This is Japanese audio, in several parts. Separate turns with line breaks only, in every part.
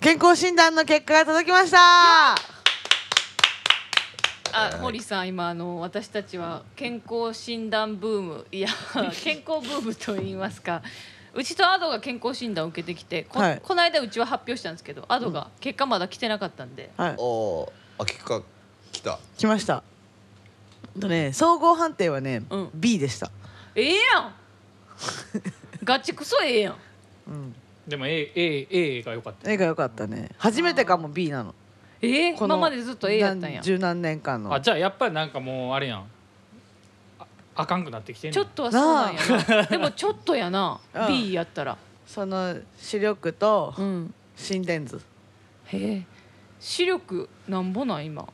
健康診断の結果が届きました
あ、森さん、今、あの、私たちは健康診断ブーム、 いや、健康ブームと言いますか。うちとアドが健康診断を受けてきて、こ、
はい
この間うちは発表したんですけど、アドが結果まだ来てなかったん で。
はい
おーあ結果来た
来ましたえっとね総合判定はね、
うん
B でした
ええやん。ガチクソええやん。
うん
でも A, A, A が良かった
絵が良かったね初めてかも B なの
ええ
この
今までずっと A やったんや
何。十何年間の
あじゃあやっぱりなんかもうあれやんああかんくなってきてんねん
ちょっとはそうなんや な。でもちょっとやな
う。ん
B やったら。
その視力と
うん。
心電図
へえ。視力なんぼなん今。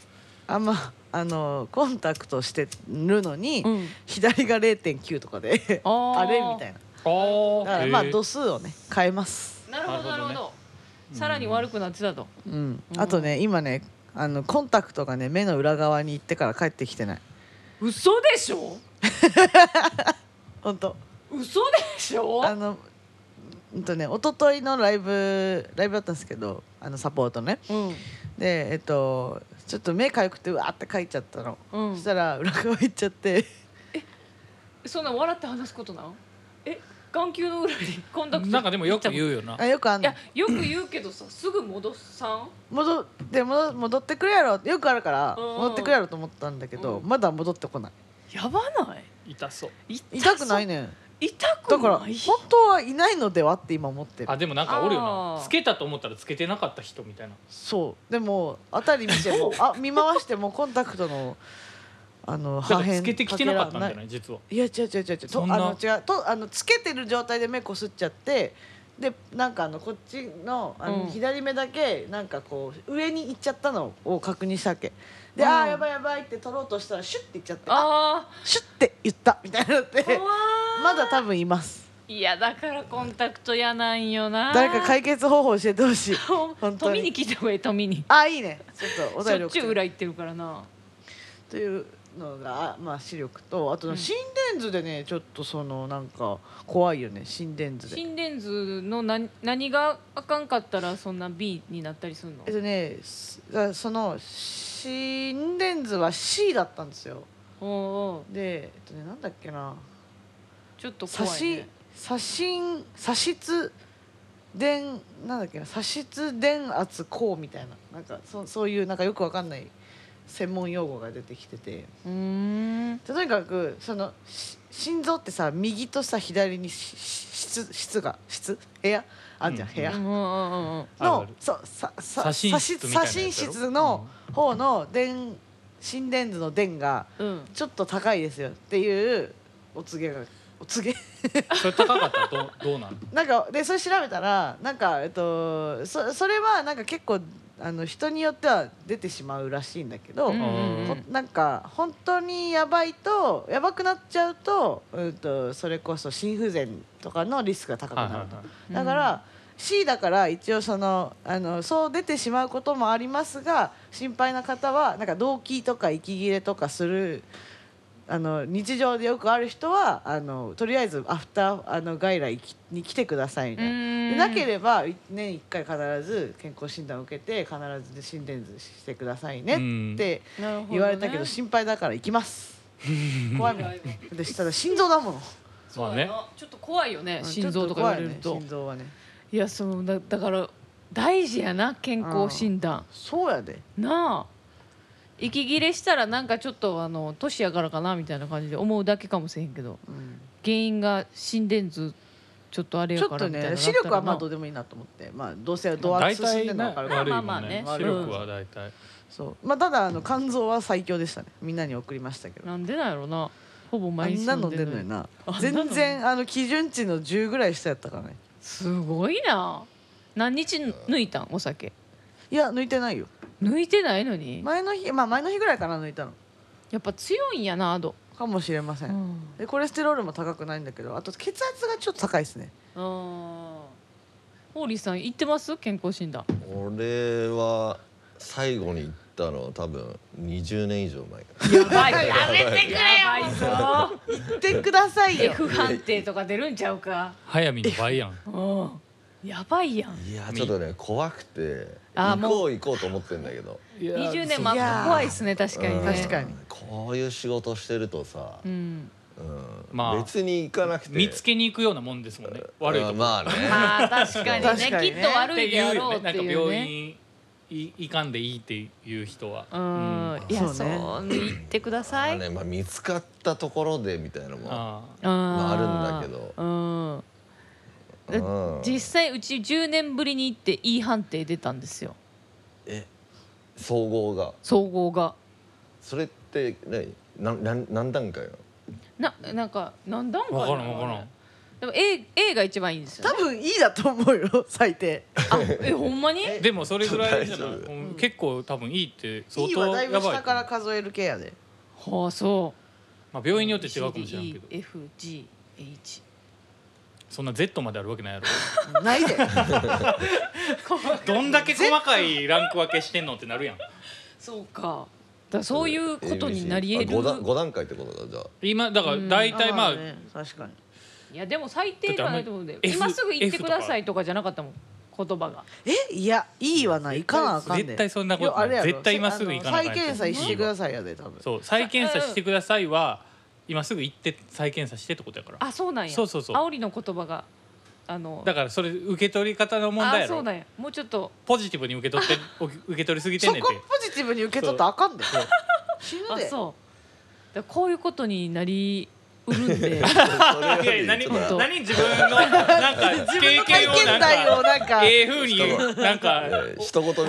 あんまあのコンタクトしてるのに、
うん。
左が0.9とかで
あー
あれみたいな
あ
だ
あ
からまあ度数をね変えます
なるほどなる
なる
ほ
ほどね
ど。さらに悪くなってたと。
うん
うん
あとね今ねあのコンタクトがね目の裏側に行ってから帰ってきてない
嘘でしょ
本当
嘘でしょ
あのうんとね一昨日のライブライブだったんですけどあのサポートね
うん
でえっとちょっと目かゆくてうわーって書いちゃったの、
うん
そしたら裏側行っちゃって
そんな笑って話すことなんえ眼球の裏にコンタクト
なんかでもよく言
いう
よな
あよくあんの
やよく言うけどさすぐ戻さん
戻って戻戻ってくるやろよくあるから
うん
戻ってくるやろと思ったんだけど、
うん
まだ戻ってこない
やばない
痛そう
痛くない
ね
ねん
痛く
だ
ない
から本当はいないのではって今思ってる
あでもなんかおるよ
あー
なつけたと思ったらつけてなかった人みたいな
そうでも辺り見てもあ見回してもコンタクトのあの
だか
破
ら
片
つけてきてなかったんじゃ
かけ
な
ら
い実はい
や違う違う違う違うと
そ
あ
んな
の違うとあのつけてる状態で目こすっちゃってでなんかあのこっちのあの、
うん
左目だけなんかこう上に行っちゃったのを確認したわけで、
うん
ああやばいやばいって取ろうとしたらシュッて行っちゃってあ
あ
シュッて言ったみたいになって
ー怖い
まだ多分います
いやだからコンタクト嫌なんよな
誰か解決方法教えてほしい
ほん
当に
富に聞いた方がいい富に
ああいいねちょっとお
そ
便り
っ
送
ち
って
裏行ってるからな
というのが、まあ、視力とあと
うん
心電図でね、ちょっとそのなんか怖いよね心電図で。
心電図の何何があかんかったらそんな B になったりするの
えっとねすだからその心電図は C だったんですよ
おうおう
で、えっとね、なんだっけな
ちょっと
差
怖い、
し
ね、
差し差筆電なんだっけな差筆電圧こうみたいななんかそそういうなんかよくわかんない専門用語が出てきてて。
うーん
とにかくそのし心臓ってさ右とさ左にしし室室が室部屋あんじゃん、
うん
部
う
屋
んうんうんうん
あ
の
る
そうささ
左心室みたいな
左
やつやろ
心室の方の電心電図の電が
うん
ちょっと高いですよっていうお告げがお告げ
それ高かったらどうどうなる
なんかでそれ調べたらなんかえっとそそれはなんか結構あの人によっては出てしまうらしいんだけど、
うんうんう
ほ
ん
なんか本当にやばいとやばくなっちゃうと,、うん、とそれこそ心不全とかのリスクが高く
はい
な
は
ると、
い
だから、C だから一応そのあのそう出てしまうこともありますが心配な方はなんか動悸とか息切れとかするあの日常でよくある人はあのとりあえずアフターあの外来に来てくださいみたいな。でなけ
ば
れば年1回必ず健康診断を受けて必ず心電図してくださいね
うん
って言われたけど心配だから行き ます怖いもんでしたら心臓だもの
いまあね
ちょっと怖いよね心臓とか言われる
ちょっ怖い
と
ね心臓はね
いやそうだだから大事やな健康診断
そうやで
なあ息切れしたらなんかちょっとあの年やからかなみたいな感じで思うだけかもしれへんけど
うん
原因が心電図ちょっとあれ
ち
や
ょ
か
っ
ら
と
みたいな
ね
の
視力はまあ
なった
ど
ら
うでもいいなと思ってまあどうせどう
大
圧死んで
体ね
んの分かる
悪
か
ま
ら
あ
い
まあまあ
もん
ね
ね視力は大体
そうまあただあの肝臓は最強でしたねみんなに送りましたけど
なんでなんやろなほぼ
あ
毎
ん
日
な
飲
の
んで
出
る
んの
の
よ
に
な
あんなの
全然あの基準値の10ぐらい下やったからね
すごいな何日抜いたんお酒
いや抜いてないよ
抜いてないのに
前の日まあ前の日ぐらいから抜いたの
やっぱ強いんやなアド、
かもしれません、でコレステロールも高くないんだけどあと血圧がちょっと高いですね
あホーリーさん行ってます健康診断
俺は最後に行ったのは多分20年以上前
やばい や
めて
くれよやばいぞ
言ってくださいよ
F 判定とか出るんちゃうか
早見の倍やん
うんやばいやん
いやちょっとね怖くて
あ
行
ー
こう行こうと思ってんだけど
いや
20
そ
年
う
ま
いやー
あ怖いですね確かに
うん
ね
確かに
こういう仕事してるとさ、
う
うん
ん
ま
ま
あ、
あ
別に行かなくて
見つけに行くようなもんですもんね悪いと
あ
こ
まあね
まあ確かにね
確かにね
きっと悪
って
い
い
であ
う
ろうっ
よね
て
なんか
いう
病
ね
院い行かんでいいっていう人は
うんいや
そ
そう
ね
う言ってくださ
まあ
い
ねまあ、見つかったところでみたいなのもあ
ああ
ま
まああるんだけど
うん
う
え
ん
実際うち10年ぶりに行っていい判定出たんですよ
え総合が
総合が
それって何何何何段階なの
ななんか何段階
分
な
か
の
らん分からん
でも A, A が一番いいんですよ、
多
ね、
分いいだと思うよ 最低
あえほんまに
でもそれぐらいじゃない
大丈夫
うん結構多分いいって相
いい
当
はだいぶ
やばい
下から数える系やで
はあそう
まあ病院によって違うかもしれんけど
CDEFGH
そんな Z まであるわけないやろ
ないで
どんだけ細かいランク分けしてんのってなるやん
そうかだからそういうことになり得
ABC あ五段
る
五段階ってことだじゃあ
今だから大体まあ
ね確かに
いやでも最低ではないと思うんで
だってあん
今
まり
すぐ行ってくださいとかじゃなかったもん言葉が
えいやいいはない行かなあかんね
絶対そんなことな
やあ
い
れやろ
絶対今すぐ行かなあかんや
再
つ
検査してくださいやで多分
そう再検査してくださいは今すぐ行って再検査してってことやから
あそうなんや
そうそうそう
煽りの言葉があの
だからそれ受け取り方の問題
あ
や
そう
ろ
なんやもうちょっと
ポジティブに受け取ってお受け取りすぎて
そ
ん
こ
ねん
ポ
て
ジティブに受け取ったらあかんで
そう
死ぬ
あ
で
そうだからこういうことになりうるんで
それより
いやいや何
ちょっと
本当
何自分のなんか経
体
験をな
験
んか
談をなんか
ええふうになんか
えー一言みたい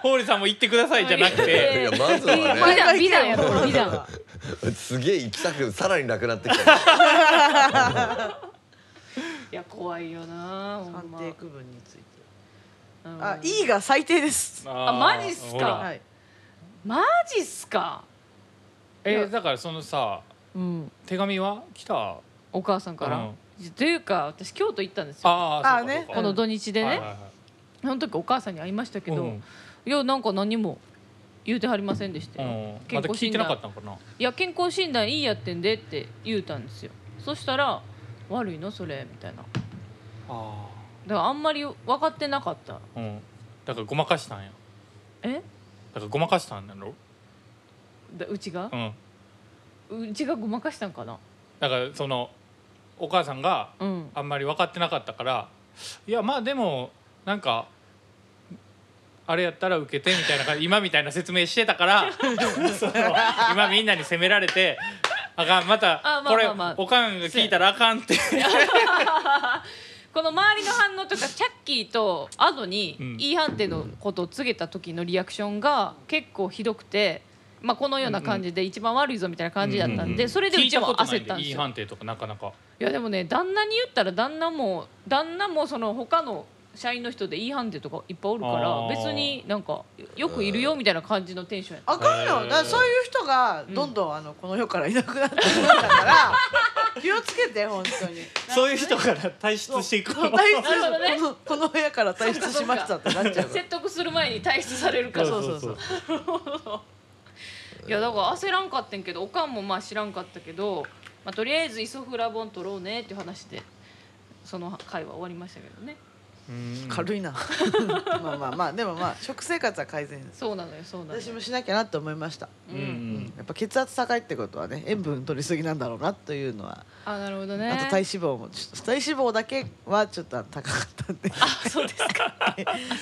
ホールさんも言ってくだ さいじゃなくて
いやまずは
い
ね
い美談美談やこれ美談
なすげえ行きたくさらになくなってきた
いや怖いよな ほ
判
んま
定区分について
うん
あいいが最低です
あ
あマジっすか
ほら
はい
マジっすか
えーだからそのさ
うん
手紙は来たあ
お母さんから、
うん
というか私京都行ったんですよ
あ
あ
ーそうか
ね
そうか
この土日でね、
はいはいはい
その時お母さんに会いましたけど、
うん
いやなんか何も言うてはりませんでしたよ、
うんまだ聞いてなかったのかない
や健康診断いいやってんでって言うたんですよそしたら「悪いのそれ」みたいなだか
あ
らあんまり分かってなかった
あうんだからごまかしたんや
え
だからごまかしたんだろ
だうちが
う、ん
うちがごまかしたんかな
だからそのお母さんが
うん
あんまり分かってなかったからいやまあでもなんかあれやったら受けてみたいな感じ今みたいな説明してたからその今みんなに責められてあかんまた
あまあ
これ
まあまあ
おかんが聞いたらあかんって
この周りの反応とかチャッキーとアドに
うん
E 判定のことを告げた時のリアクションが結構ひどくて、まあ、このような感じで一番悪いぞみたいな感じだったんでそれでう
聞い
ち
た
も
ことな
焦
い
ったんです
いい
よ
判定とかなかなか
いやでもね旦那に言ったら旦那も旦那もその他の社員の人で E 判定とかいっぱいおるか
あ
ら
ー
別になんかよくいるよみたいな感じのテンションやった
あかんよだからそういう人がどんどんあのこの世からいなくなってくるんだ から気をつけて本当に
そういう人から退出していく
退
るほどね
出このこの部屋から退出しましたってなっちゃうから
説得する前に退出されるから
そうそうそう
いやだから焦らんかってんけどおかんもまあ知らんかったけど、まあ、とりあえずイソフラボン取ろうねっていう話でその会は終わりましたけどね
うん
軽いなまあまあまあでもまあ食生活は改善です
そうなのよそうなのよ
私もしなきゃなって思いました、
う
うん
ん、
やっぱ血圧高いってことはね塩分取りすぎなんだろうなというのは、
あなるほどね
あと体脂肪もちょっと体脂肪だけはちょっと高かったんで
あそうですか
あ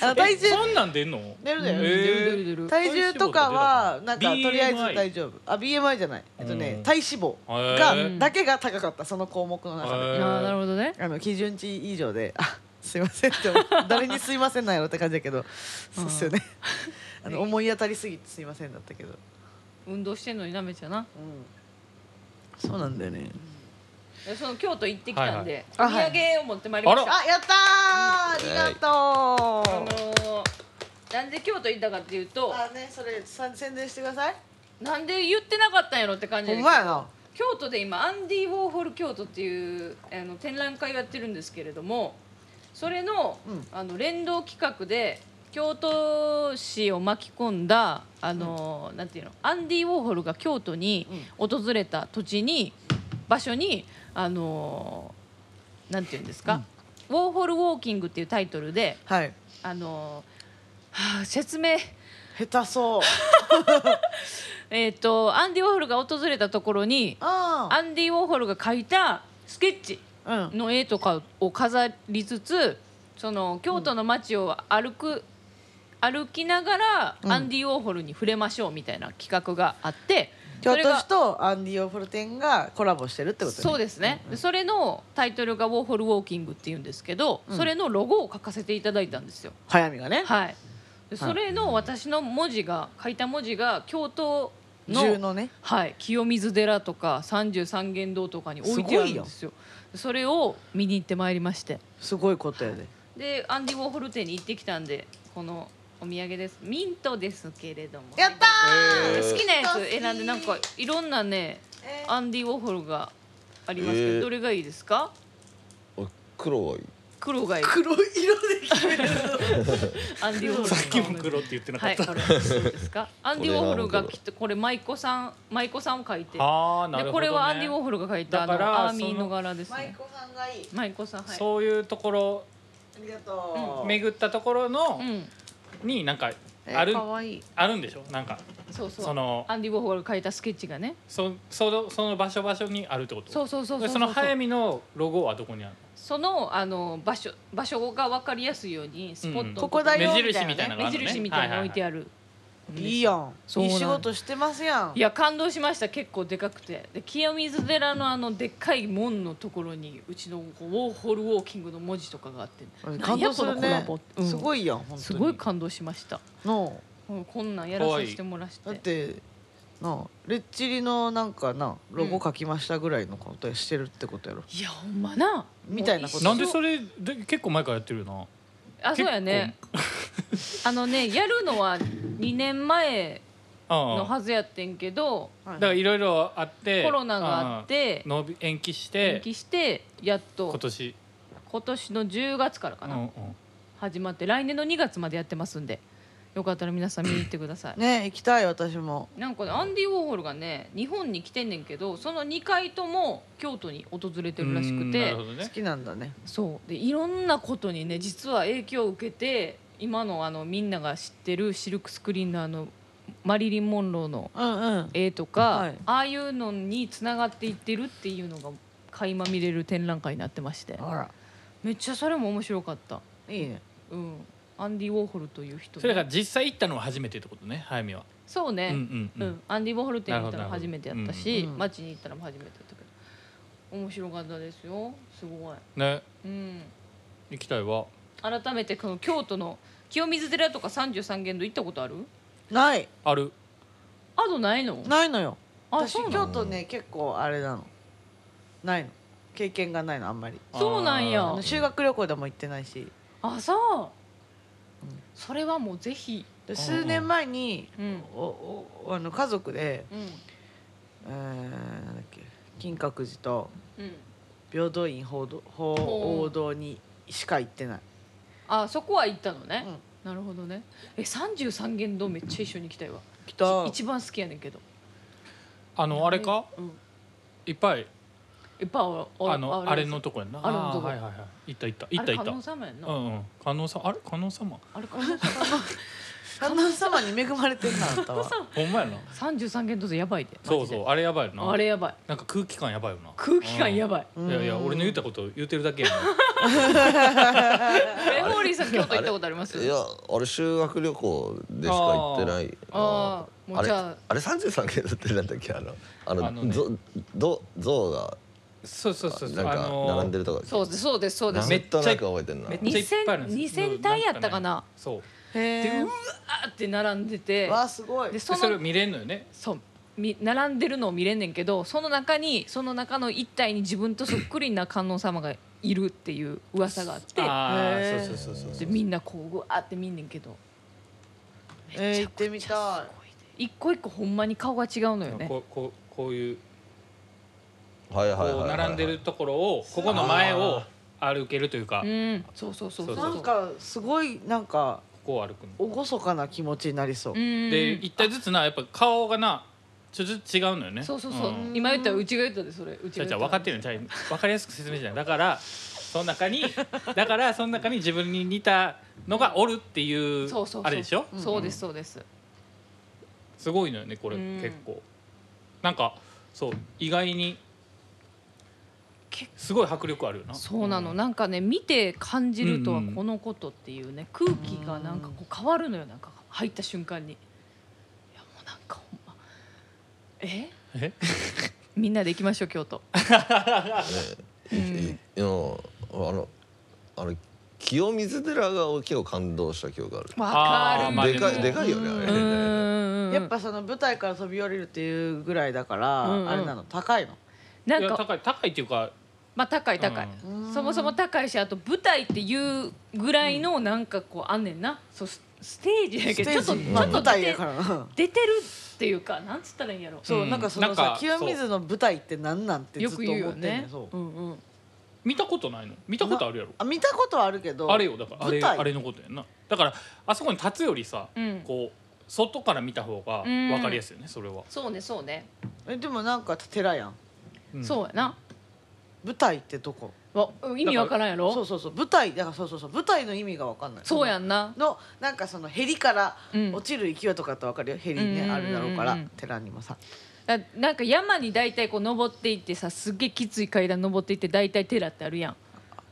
の体重
えそんなん出んの
出るだよ、
へえ
出る出る出る
体重とかはなんか
体脂肪
とりあえず
BMI
大丈夫あ BMI じゃないえっとね、
うん
体脂肪
へ
が
ー
だけが高かったその項目の中で、
へ
あ
え
ーなるほどね
あの基準値以上で「あすいません」 って思う誰に「すいません」なんやろって感じだけどそうっすよねあの思い当たりすぎて「すいません」だったけど、
運動してんのになめちゃな
そうなんだよね
でその京都行ってきたんで、
はいはい
お土産を持ってまいりました、
あやったーありが
あ
とう、
のーなんで京都行ったかっていうと
あねそれさ宣伝してください
なんで言ってなかったんやろって感じ
ほ
で
ん
す
まやな
京都で今アンディ・ウォーホル京都っていうあの展覧会をやってるんですけれどもそれの,、
うん
あの連動企画で京都市を巻き込んだあの、なんていうのアンディ・ウォーホルが京都に訪れた土地に場所にあのなんていうんですか、 「ウォーホルウォーキング」っていうタイトルで
はい
あのはあ説明
下手そう
えっ、とアンディ・ウォーホルが訪れたところに
あ
アンディ・ウォーホルが描いたスケッチ
あうん
の絵とかを飾りつつその京都の街を歩く、歩きながら、
うん
アンディ・ウォーホルに触れましょうみたいな企画があって
京
それ
都
が
市とアンディ・オフルテンがコラボしてるってことね
そうですね、それのタイトルが「ウォーホルウォーキング」っていうんですけど、
うん
それのロゴを書かせていただいたんですよ。
早見がね
はい、でそれの私の文字が書いた文字が京都の
銃のね
はい、清水寺とか三十三間堂とかに置いてあるんですよそれを見に行ってまいりまして
すごいことやで
でアンディ・ウォーホル店に行ってきたんでこのお土産ですミントですけれども
やった
えー
好きなやつ選んでなんかいろんなねアンディ・ウォーホルがありますけど、
えー
どれがいいですか
俺黒がいい
黒がいい
黒色で決める
アンディ・ウォーホル
さっきも黒って言ってなか
は
っ
い
た、
これそうですかアンディ・ウォーホルがきっとこれ舞妓さん舞妓さんを描いて
ああなるほど、ね、
でこれはアンディ・ウォーホルが描いたあの
だから
アーミーの柄です
舞
ね
妓さんがいい
舞妓さんはい
そういうところ
ありがとう
巡ったところの、
うん
になんか
え
ある
かわいい
あるんでしょなんか
そうそう
その
アンディ・ウォーホルが描いたスケッチがね
そそのその場所場所にあるってこと
そうそうそうそう
でその早見のロゴはどこにある
そのあの場所場所が分かりやすいようにスポット、
うん
ここだよ
の目
みた
印
いなね
みたいなのが
目
あるのね
印みたいに置いて
は
ある、
いいやん
そう
いい
なん
仕事してますやん
いや感動しました結構でかくてで清水寺のあのでっかい門のところにうちのこうウォーホルウォーキングの文字とかがあって
感動する
なんや
ね
このコラボってうん
すごいやん本当に
すごい感動しました、
の
うん、こんなんやらさせてもらし
だっててなあレッチリのなんかなロゴ書きましたぐらいのことしてるってことやろ、
いやほんまな
みたいなこと
いなんで
れ
それで結構前からやってるよな
あそうやねあのねやるのは2年前の
ああ
はずやってんけど
は
だ
い
からいろいろあって
コロナがあって
うん延び延期して
延期してやっと
今年
今年の10月からか
うん
な、
うん
始まって来年の2月までやってますんでよかったら皆さん見に行ってください、
ね行きたい私も
なんかねアンディ・ウォーホルがね日本に来てんねんけどその2回とも京都に訪れてるらし
う
く
んな
て
るほどね
好きなんだね
そうでいろんなことにね実は影響を受けて今のあのみんなが知ってるシルクスクリーンのあのマリリン・モンローの
うんうん
絵とか、
はい
ああいうのにつながっていってるっていうのが垣間見れる展覧会になってまして
あ
めっちゃそれも面白かった。
らいいね
うん、アンディ・ウォーホルという人
それが実際行ったのは初めてってことね早見は
そう
うん
ね、
うん
うん
うん
アンディ・ウォーホル店に行ったの初めてやった
なる
し、
ほどうん
街に行ったのも初めてやったけど面白かったですよすごい、
ね
うん、
行きたいわ
改めてこの京都の清水寺とか三十三間堂行ったことある
ない
ある
あとないの
ないのよ
あ
私
そうな
京
ん
都ね結構あれなのないの経験がないのあんまり
そうなんや
あ
あ
の修学旅行でも行ってないし
あそう、
うん
それはもうぜひ
で数年前に
うん
おおあの家族で、
うん
えー、なんだっけ金閣寺と
うん
平等院報道報王堂にしか行ってない、
あそこは行ったのね、
うん
なるほどねえ三十三間堂めっちゃ一緒に行きたいわ
きっと
一番好きやねんけど
あのあれか
うん
いっぱい
いっぱいある
あのあれのとこやんな
あれのとこ
あーはいはいはい行った行った行
あ
った
れ
行
観
った
音様やんな、
うんうん観音さんあれ観音様
あれ観音様
観音様に恵まれてるなあなた は
ほんまやな
三十三間堂でやばいでマジで
そうそうあれやばいよな
あれやばい
なんか空気感やばいよな
空気感やばい
いやいや俺の言ったこと言ってるだけや な
えホーリーさん京都行ったことあります
いやあれ修学旅行でしか行ってないな
あーもう
あれ
じゃあ
あれ三十三件だってなんだっけあのあの
あのね
ぞど像が
そうそうそうそ
な
うんあ
か
の
並んでるとか
そうですそうですそうで
なん
す
めっ
となく覚えてるな
めっ
い
ちゃいっぱいあるんです
2000体やったかな
そう
へ
で
え
う
あーって並んでて
わあすごい
で
そ
そ
それを
の
見れんのよね
そうみ並んでるのを見れんねんけどその中にその中の一体に自分とそっくりな観音様がいるっていう噂があって
あ
へー
あそうそうそうそ
で
う
みんなこううわーって見んねんけど
えー、行ってみたい
一個一個ほんまに顔が違うのよね
こうこうこういう
はいはいはい
こ
は
う
いはい
並んでるところをここの前を歩けるというか
うんそうそうそうそう
そ
な
うん
かすごいなんか
こう歩くの
厳かな気持ちになりそう、
うん
で一体ずつなやっぱ顔がなちょっと違うのよね
そうそうそう、
ん
今言ったらうちが言ったでそれうち
じ
が
ゃあじ
言
ゃあ
った
分かってるのじゃあ分かりやすく説明じゃないだからその中に だからその中に自分に似たのがおるっていう
そうそうそう
あれでしょ
そうですそうです、
すごいのよねこれ
うん
結構なんかそう意外に
結
すごい迫力あるよな
そうなのなんかね見て感じるとは
うんうん
このことっていうね空気がなんかこう変わるのよなんか入った瞬間にいやもうなんかほんまえ
え
みんなで行きましょう京都
いいあのあの清水寺が結構感動した記憶がある
わ
あーま
か
あ
る
でかい
も
でかいよねあれ
う
ね
ん
やっぱその舞台から飛び降りるっていうぐらいだから、
うんうん
あれなの高いの
ないん
や
か
高い高いっていうか
まあ高い高い、
うん
そもそも高いしあと舞台っていうぐらいのなんかこうあんねんなそうスステージやけどちょっと
ステージ
ちょっと
舞
出
台
て
だからな
出てるっていうかなんつったらいいんやろ
そう、
うん
なんかその
なん
さ
か
清水の舞台ってなんなんってず
よ
っと
く
思って
言うんよ
ね
ね
んそう
うんうん
見たことないの見たことあるやろ
あ見たことはあるけど
あれよだからあ
舞
れ
台
あれのことやんなだからあそこに立つよりさ、
うん
こう外から見た方が
うん
分かりやすいよねそれは、
そうねそうね、
えでもなんか寺やん
うん
そうやな
舞台ってどこ
わ意味わからんやろ
そうそうそう舞台だからそうそうそう舞台の意味がわかんない
そうやんな
のなんかそのヘリから
うん
落ちる勢いとかってわかるよヘリね、
うんうんうんうん
あるだろうから寺にもさ
だなんか山に大体こう登っていってさすっげえきつい階段登っていって大体寺ってあるやん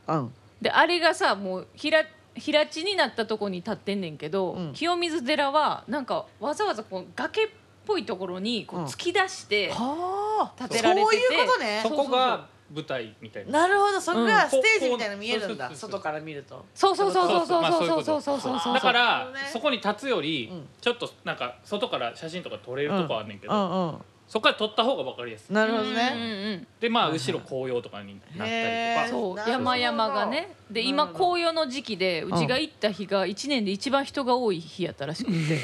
うん
であれがさもう平平地になったとこに立ってんねんけど、
うん
清水寺はなんかわざわざこう崖っぽいところにこう
うん
突き出して、
はあ
建てられてて
そういうことね
そこ
そうそう
が舞台みたいな
なるほどそこ
う
が
ん
ステージみたいなの見えるんだ、
こうこうそうそうそう
外から見ると
そうそうそうそうそう
まあ
そう
い
そうそ
こ
うそうそう
とだか
なる
ら
ほどね
そこに立つより、
うん
ちょっとなんか外から写真とか撮れるとこあんねんけど、
うんうん
そこから撮った方が分かりやすい
なるほど
うん
ね
うんうん
でまあ後ろ紅葉とかになった
へー
りとか
そう
なるほど
山々がねで今
なるほど
紅葉の時期でうちが行った日が1年で一番人が多い日やったらしくて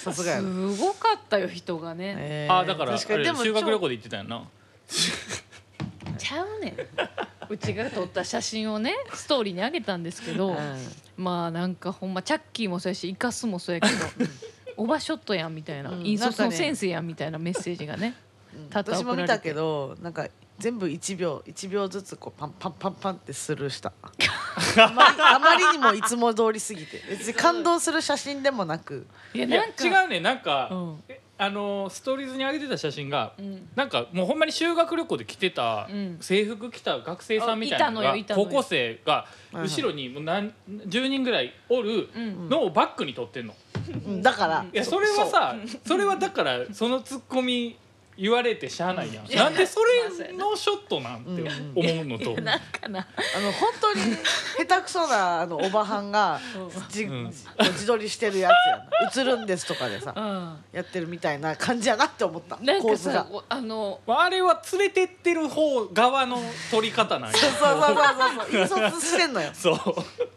さすがやな
すごかったよ人がね
えー
ああだから
確か
あ
に
れ
でも
修学旅行で行ってたよな
ちゃうねんうちが撮った写真をねストーリーにあげたんですけどまあなんかほんまチャッキーもそうやしイカスもそうやけどおばショットやんみたいな
うん
引率
なん
の
かね
先生やんみたいなメッセージがね
うん
多々
私も
送られて
見たけどなんか全部1秒1秒ずつこうパンパンパンパンってスルーしたあまりあまりにもいつも通りすぎて別に感動する写真でもなく
いや
いや
なんか
違うねなんか、
うん
えあのーストーリーズに上げてた写真が、
うん
なんかもうほんまに修学旅行で着てた、
うん
制服着た学生さんみたいなの
あ
が
いたのよいたの
高
よ
校生が
はいはい
後ろにもう何10人ぐらいおる
うん
のをバックに撮ってんの、
うんだから
いやそれはさそれはだからそのツッコミ言われてしゃあないやん、なんでそれのショットなんて思うのと、
なんかな
あの本当に下手くそなあのおばはんがじ
うん
自撮りしてるやつやな「映るんです」とかでさやってるみたいな感じやなって思った
なん
構
か
図が
さ。おあの
まああれは連れてってる方側の撮り方なんや
そうそうそうそうそう引率してんのよ。
そう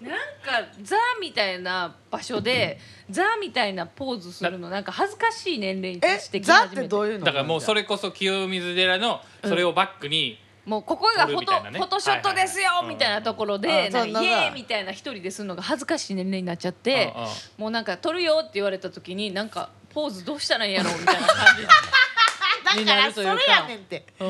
なんかザみたいな場所でザみたいなポーズするのなんか恥ずかしい年齢に
え
達してき
ザっ
始
て
め
ど
て
ういうの
だからもうそれこそ清水寺のそれをバックに、
もうここがフォ
撮るみ
ト
たいなね
フォトショットですよ
はいはいはい
みたいなところ
うん
で
うん
な
そ
んか
んな
イ
の
エーイみたいな一人でするのが恥ずかしい年齢になっちゃって
うんうん
もうなんか撮るよって言われた時になんかポーズどうしたらいいんやろうみたいな感じ
だからそれやねんって。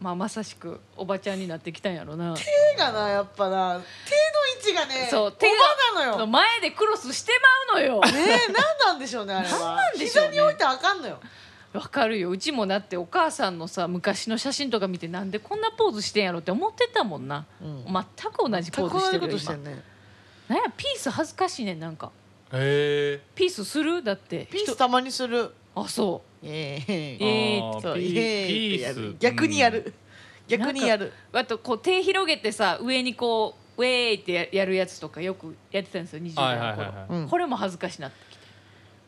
まあまさしくおばちゃんになってきたんやろな。
手がなやっぱな手の位置がね
そう
手
手が
なのよ。ね
前でクロスしてまうのよ。
え何なんでしょうねあれは。
なんでしょう
膝
ね
に置いてあかんのよ。
わかるよ。うちもだってお母さんのさ昔の写真とか見てなんでこんなポーズしてんやろって思ってたもんな。
うん
全く同じポーズしてるよ今。
ね。
なんやピース恥ずかしいねんなんか。
へ
ピースするだって。
ピースたまにする。
あそ
イエー
え
イ。
え
あー
そう
ピ
イエーイってや
ピー
る
ス
逆にやる。
ん
逆にやる。
う。あとこう手広げてさ上にこうウェーイってややるやつとかよくやってたんですよ20代の頃。
はいはいはい
はいうん
これも恥ずかしなってきて。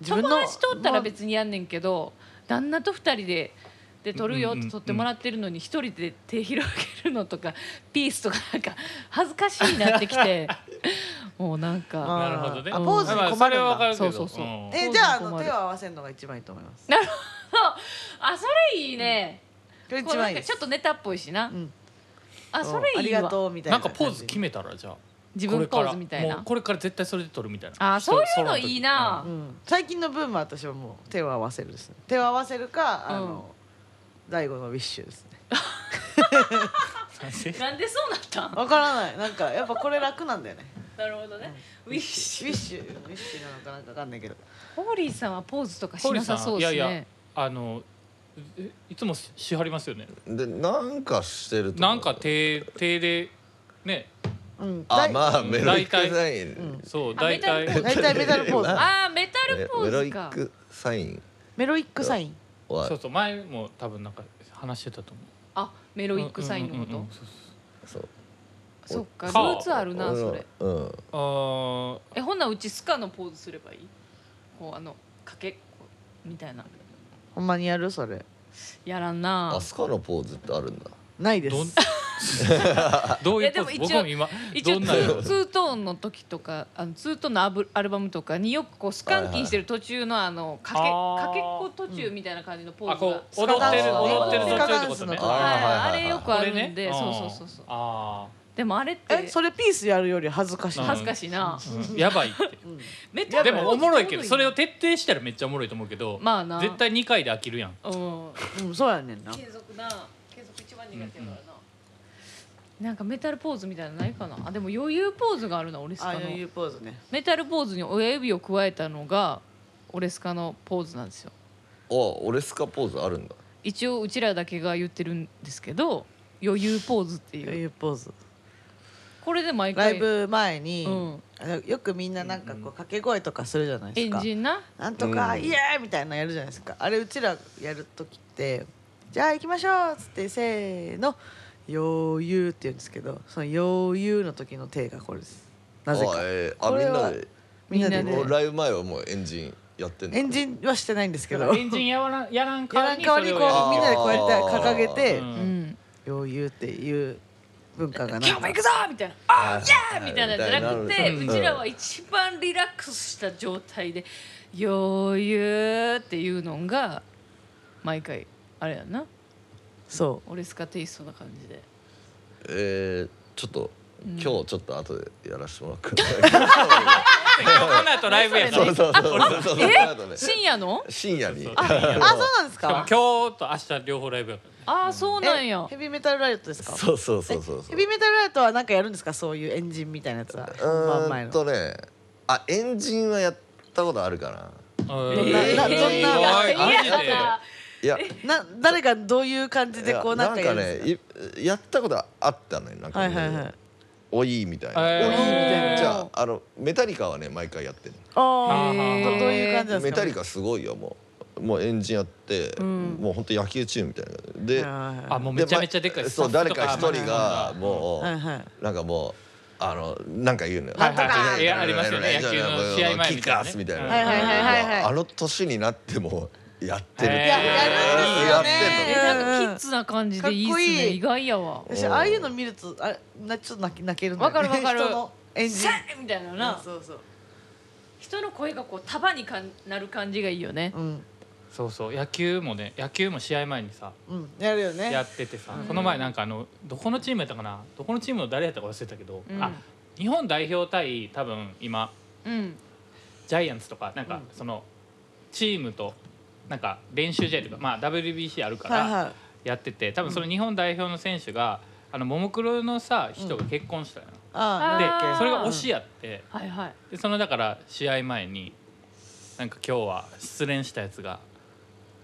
自分
友
の
達とったら別にやんねんけど、旦那と二人でで撮るよって撮ってもらってるのに一人で手広げるのとかピースとかなんか恥ずかしいなって きてもうなん
ま
か
あ
なるほどね
あポーズに
まあ
困
そ
るんだ
れはわかるけど
そうそうそうん
えじゃああ
ポーズに困
の
る
手を合わせるのが一番いいと思います。
あそれいいね
これ一
こうな
番
ん
いい
か
です。
ちょっとネタっぽいしな、
うん
あそれ
あ
い
り
いわ
がとうみたい
な
な。
んかポーズ決めたらじゃあ
自分ポーズみたい
これからもう
な
これから絶対それで撮るみたいな
あそういうのいいな、
うん最近のブームは私はもう手を合わせるですね手を合わせるかあの、大悟のウィッシュですね
賛成
なんでそうなったん
わからないなんかやっぱこれ楽なんだよね
なるほどねウィッシ
ウィッシュウィッシュなのかなんかわかんないけど
ュホーリーさんはポーズとかし
ホリ
な
さ
さ
ん
そう
い
で
や
す
い
ね
やあのえいつもししはりますよね
でなんかしてると思う
なんか手手でね
うん
あ
大
まあメロイクサイ
ん
ン
そう
あメ
大
タル
体
大
ポーズ
体メタルポーズ
あーメタル
メ
ポ
メロ
ーズ
イ
か
クサイン
メロイックサイン
は
そうそう前も多分なんか話してたと思う
あメロイックサインのこと、
うんうんうんそうそ
そう
そっかル
か
ーツあるなそれ
俺のうん
うあー
えほんならうちスカのポーズすればいいこうあのかけこうみたいな
ほんまにやるそれ
やらんな
アスカのポーズってあるんだ
ないです
どん どういうこと
いやでも一応
僕も今
一
ど
応
ん
ツ
なやろ
ーツートーンの時とかあのツートーンのアブアルバムとかによくこうスカンキンしてる途中のあのかけ
あー
かけっこ途中みたいな感じのポー
あ
ズが、
こう踊ってる踊ってる途中ってこと
スカダ
ね
ンスの
あ
はい、あ
はいはいはい
れよく
こ
あ
れ
る
ね
んで、
ん
そうそうそうそう
あ
でもあれって
えそれピースやるより恥ずかしい
うん
恥ずかしいな、
ーうんやばいって
めっちゃ
でもおもろいけどそれを
を
徹底したらめっちゃおもろいと思うけど、
まあな
絶対2回で飽きるやん
うん
うんそうやねんな
継続な継続一番苦手やからな、なんかメタルポーズみたいなのないかなあでも余裕ポーズがあるな俺ス
あ
カ
あ
の
いうポーズね
メタルポーズに親指を加えたのがオレスカのポーズなんですよ
あ俺スカポーズあるんだ
一応うちらだけが言ってるんですけど余裕ポーズって
ああ
いう
いうポーズ
これで毎
ラ
回
イブ前に、
うん
あのよくみんななんかこう掛け声とかするじゃないで
エ
す
ン
か
ジンな
なんとか、
うん
イエーイみたいなのやるじゃないですかあれうちらやる時ってじゃあ行きましょうっつってせーの余裕って言うんですけどその余裕の時の手がこれですなぜか
あ、えーあ
こ
み
れ
んな
は
で
みんなで
みんな
もうライブ前はもうエンジンやってんの
エンジンはしてないんですけ
だか
ど
らエンジンやらんやらん
や
代わ
ら
り
ん
に
代わりにこ
あ
う
ー
みんなでこうやって掲げ
それを
て
やる
う
うん
ん
余裕っていう文化が
今
な
日
ん
も
か
行くぞみたいな「
は
あー
い
イエーイ!」みたいなのじゃなくて
う
うんちらは一番リラックスした状態で「余裕」っていうのが毎回あれやんな
そ
オレスカテイストな感じで
えー、ちょっと
うん
今日ちょっと後でやらせてもらうから、
この後ライブやか
そ
ら
う
今
そうそうそうそうそうあとね
深夜の
深夜に
うあそうなんですか
日と明日両方ライブやか
ああそうなんや
えヘビーメタルライトですか
そうそうそうそうそ
ヘ
う
ビーメタルライトはなんかやるんですかそういうエンジンみたいなやつは本番
う
前
ーん
の
とねあエンジンはやったことあるかな
ら
どんな
えー
などんな
すごい
や
マジ
だ
で
ない
や
な誰がどういう感じでこう
い
な
や
ん
な
か
ん
やる
か
んです
ねいやったことあったのよなんか
かは
ね
いはいはい
おいみたいな、
え
お
ー
いみ
おい
たい
みたいな
なじゃああのメタリカはね毎回やってる
あ
あ
あ
ー
どどういう感じなんですか
メタリカすごいよもうもうエンジンやって、
ん
もう本当野球チームみたいなで
は
あもうめちゃめちゃでかい
まそう
スタッ
誰
フと
か一人が
ま
もう、
いはい
なんかもうあのなんか言うのよ。
はいはい
はい
いやありますよね野球の試合前
キ
み
ッ
たいなね
カースみたいな。
はいはいはいはいはい
あの年になってもやってる。
へー
いややるんです
え
よね
やっ
なんかキッズな感じでいいっす
かっこ
ね
いい
意外やわ
私ああいうの見るとあなちょっと泣き泣けるんだよね
わかるわかる
人のエンジ
シ
ン
ャーみたいなな
そうそう
人の声がこう束にかんなる感じがいいよね
うん
そうそう野球もね野球も試合前にさ
うんやるよね
やっててさこの前なんかあのどこのチームやったかなどこのチームの誰やったか忘れたけど
うん
あ日本代表対多分今
うん
ジャイアンツとかなんかそのチームとなんか練習試合とかまあ WBC あるか
はい
ら
は
やってて多分その日本代表の選手があのももクロのさ人が結婚したのよ
いあ
で
あー
それが推しやって
はいはい
でそのだから試合前になんか今日は失恋したやつが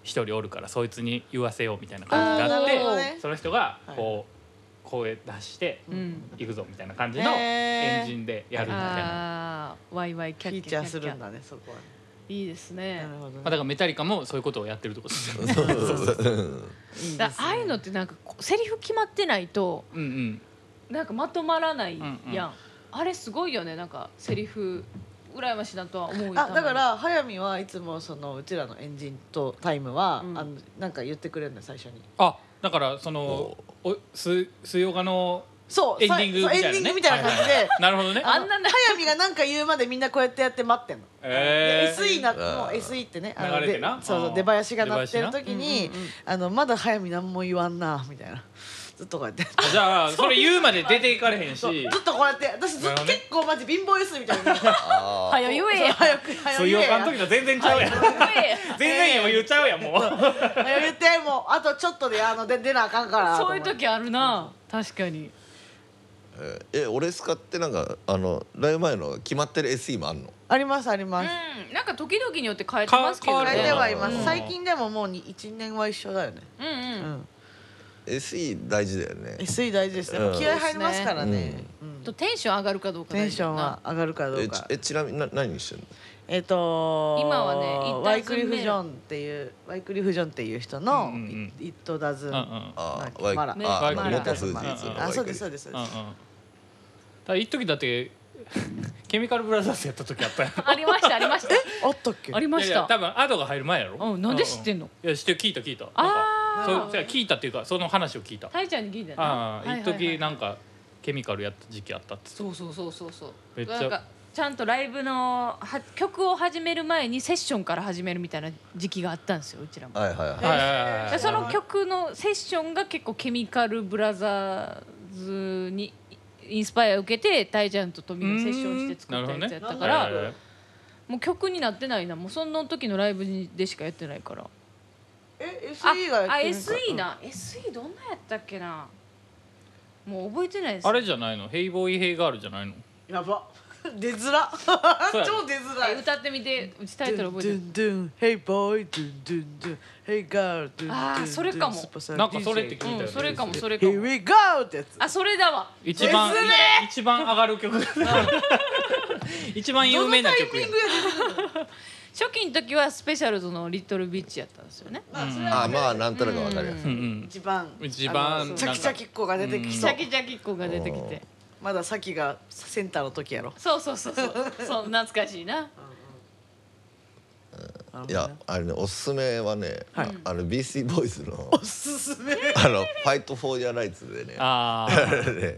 一人おるからそいつに言わせようみたいな感じになっ
あーなるほど
ね
てその人が
は
こう声出して
うん
行くぞみたいな感じの
へー
エンジンでやるみたいな。
ああワイワイキ
フ
ャッ
ィー
キ
チ
ャ
ャ
ッ
ー
キ
す
ャッキ
る
ャ
んだねそこはい
いですね
なるほどね
まあ、だからメタリカもそういうことをやってるってことですよね。
いいですね
だからああいうのってなんかこうセリフ決まってないと
うんうん、
なんかまとまらないやん、
うんうん
あれすごいよねなんかセリフ羨ましいなとは思うよ
あだか
た
ら速水はいつもそのうちらのエンジンとタイムは、
うん
あのなんか言ってくれるのよ最初に
あだからそのおす水曜日の
そう
エンディングみ
さ
た
そう
い
エ
な、ね、
ンディングみたいな感じ
は
で
はなるほどね。
あんなな
速水がなんか言うまでみんなこうやってやって待ってんの、
えー
で SE なも
あ
う
ー
SE ってね
流れてな
でそう
あ
そう
ー
出囃子が鳴ってる時
出囃子
に
なうんうんうん
あのまだ速水何も言わんなみたいなずっとこうやってず
じゃあそれ言うまで出ていかれへんし
っとこうやって私ずっと
なるほどね
結構マジ貧乏ゆすりみたいな
あ
早言え
そう
や
早く早く言
水曜
えや
館の時と全然ちゃうやん
早言えや
全然余裕ちゃうやんもう
早く言ってもうあとちょっとであので出なあかんから
そういう時あるな確かに
ーえー俺使ってなんかあのライブ前の決まってる SE もあんの
ありますあります、
うんなんか時々によって変えてますけど
か
変えて
ね
はいま
う
す
ん
最近でももう12年は一緒だよね、
うん
う
うん
ん、
SE 大事だよね
SE 大事ですねやっぱ気合入りますからね、うん
とテンション上がるかどうか
テ
大
ンシ
事
ョ
だ
ンは
な
上がるかど
え
う
ち
か
えちなみにな何してんの
えっ、と
今はね一旦
ワイクリフ・ジョンっていうワイクリフ・ジョンっていう人
う
の
んうんうん
「イット・ダズ
う
ン
んう」ん
あ
なん
ー
か
ワイ
マラ
あーあの
マラ
元数字
あそうですそうですそうで
うんうん、
す
だから一時 だってケミカルブラザーズやった時あったやん
ありましたありま した
あったっけ
ありま
い
し
やいや
た
多分アドが入る前やろ
うんなんで知ってんの
いや知ってる聞いた聞いたなんか
あ
そうじゃ
あ
聞いたっていうかその話を聞いた
タイちゃんに聞いて
ああ一時なん
か
かケミカルやった時期あったっつって
そうそうそうそうそう
めっちゃ
なんかちゃんとライブのは曲を始める前にセッションから始めるみたいな時期があったんですようちらも
はいはいはい
はいはいはいはい
でその曲のセッションが結構ケミカルブラザーズにインスパイアを受けてタイジャンとトミーがセッションして作ったやつやったか
はい
ら、
はいはい
もう曲になってないなもうその時のライブでしかやってないから
え
あ
SE がや
あ
ってるんか
SE な、SE どんなやったっけなもう覚えてないです
あれじゃないのヘイボーイヘイガールじゃないの
うんやば 出づら
そうやろ
超出づら
え
い
歌ってみてうちタイトル覚えて
ド
る
ゥンドゥンドゥン Hey boy ドゥンドゥンドゥン Hey girl ドゥンドゥン
あー
ドゥン
それかも
スーパーサイ
なんかそれって聞い
DJ
たよね
うんそれかもそれか
Here
も
we go ってやつ
あそれだわ
一番
ですね
一番上が る曲 一番有名な曲やん
初期の時はスペシャルズの「リトルビッチ」やったんですよね
まあそれ
あ
は
ーまあなんとなくわかるやつ
うんうん
一番
一番
あのチャキチャキっ子が出てき
シ
そう
ャキシャキっ子が出てきて
まださきがセンターの時やろ
そうそうそうそう そう懐かしいな
いやあれねおすすめはね、
はい
あの BC ボーイズの
おすすめ
あの「ファイト・フォー・ヤ・ライツ」で ねあ
ああ
れね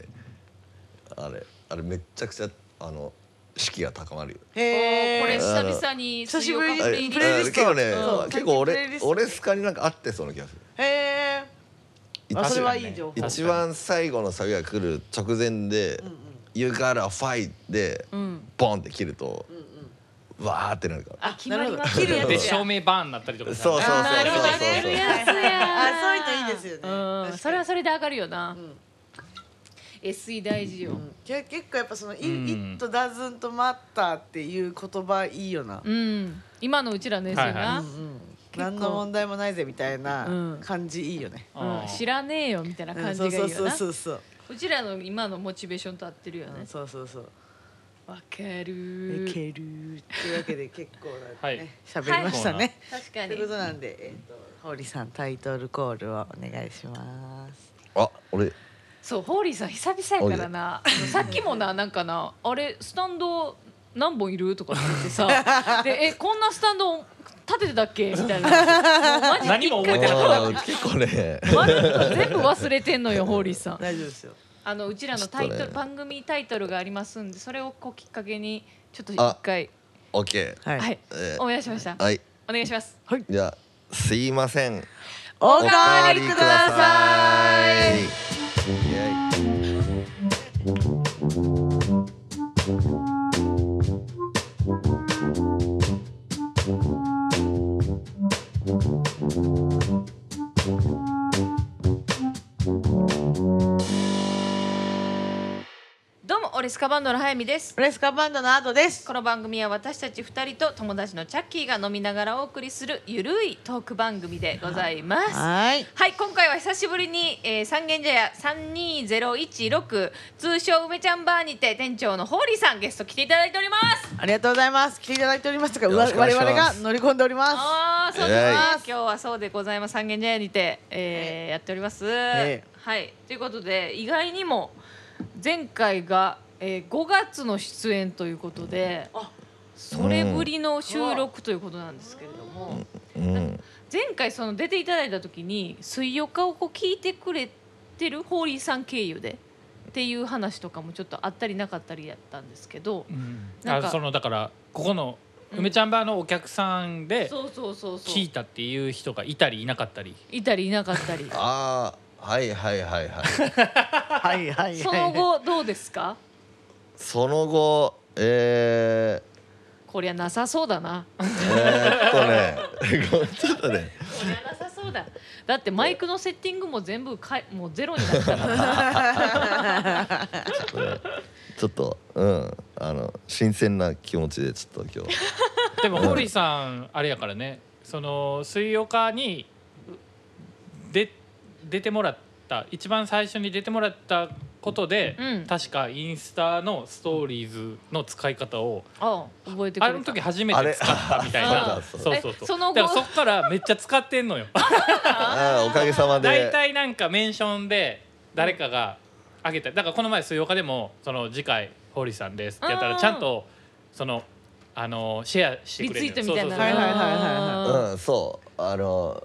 あれあれめちゃくちゃあの士気が高まるよ
へ
おーこれ
え
久々に
久しぶりに
水曜
あ
日
れ
に
プレイリスト
結構ね
そう
結構
最近プレイリス
俺
ト
俺スカになんか合ってそうな気がする
へえあそれはいい情報
一番最後のサビが来る直前で「You gotta fight」で
うん
ボンって切るとわーってなるから
あ決まりま
なるほど切るやつ
で
や
照明バーンになったりとかさ
そうそうそう
あーなるほどね
そうそう
やつや
あそういうのいいですよね確か
うん
に
それはそれで上がるよな SE 大事よ
け結構やっぱその「イ
ん
ット・ダズント・マッター」っていう言葉いいよな、
うん今のうちらの SE
はいは
な
うん、何の問題もないぜみたいな
うん
感じいいよね、
あ
う
ー
ん知らねえよみたいな感じがいいよ
うんそう
な
そうそう
うちらの今のモチベーションと合ってるよ
そう
ね
そうそうそう
わか
「い
る
ける」っていうわけで結構なんか
は
ね
い
喋、りましたね、
確か
と
に
いうことなんで、えっと、堀さんタイトルコールをお願いします。
あ俺
そうホーリーさん久々やからなあのさっきもななんかなあれスタンド何本いるとかって言って さでえこんなスタンド立ててたっけみたいなもうマジ
何も覚えてなかっ
あー 結構 ね
まるっと全部忘れてんのよホーリーさん
大丈夫ですよ。
あのうちらのタイト
ち
ル、
ょっとね
番組タイトルがありますんでそれをこうきっかけにちょっと
あ
一回
OK
は。
はいい、
えー
お願いしました
はい
お願いします
じゃあすいません
お
お
か
か
わ
わ
り
り
く
く
だ
だ
さ
さ
い。
いイエイ
どうもオレスカバンドの早見です
フレスカバンドのアドです
こ。の番組は私たち二人と友達のチャッキーが飲みながらお送りするゆるいトーク番組でございます。は
はい。
い、今回は久しぶりに、えー、三軒茶屋三二ゼロ一六通称梅ちゃんバーにて店長のホーリーさんゲスト来ていただいております。
ありがとうございます。来ていただいておりますが、
よろ
我
しくお願いし
々
ます
が乗り込んでおりま
ああ、そう
え
で
い
すね。今日はそうでございます。三軒茶屋にて、えー、やっております。
え
はい、ということで意外にも前回が、えー、5月の出演ということで、それぶりの収録ということなんですけれども。
うん
前回その出ていただいた時に水曜化をこう聞いてくれてるホーリーさん経由でっていう話とかもちょっとあったりなかったりやったんですけど、
うん
なんか
あそのだからここの
うん
梅ちゃんバーのお客さんで
そうそうそうそう
聞いたっていう人がいたりいなかったり
いたりいなかったり
あはいはいは
は
いはい
いはいはい
その後どうですか
その後えー
こりゃなさそうだなこ
えーっとね ちょっとね
りゃなさそうだだってマイクのセッティングも全部かいもうゼロになった から
ちょっとうんあの新鮮な気持ちでちょっと今日
でも堀さんあれやからねその水曜日にで出てもらった一番最初に出てもらったことで、
うん
確かインスタのストーリーズの使い方を
ああ覚えてくれ
あ
た
の時初めて使ったみたい
あ
な
れ
そう
あ
そう
え
そう
その後
だからそっからめっちゃ使ってんのよ
あーおかげさまで
大体なんかメンションで誰かがあげただからこの前水曜日でもその次回堀さんですってやった
うんう
ら
ん
ちゃんとそのあのシェアして
リ
くれ
ツ
る
イートみたいな
はいはいはい
うん
うん、そうあの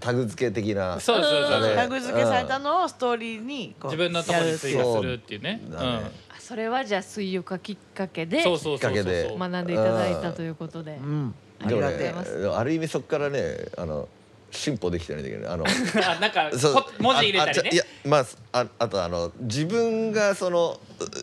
タグ付け的な
そうそうそうそうそうそう
タグ付けされたのをストーリーにこう
自分のところに追加するっていうね
やるっていうそうだね
あそれはじゃあ水曜日きっかけで
そうそうそうそう
きっかけで
そう
学んでいただいたということで、
うんあ
で
り
も
が
ね
てえ
ありがとうございます
でもある意味そこからねあの進歩できてないんだけどねあ の
あなんか
そう
こ文字入れたり
ああちょい
ね
やまあああとあの自分がその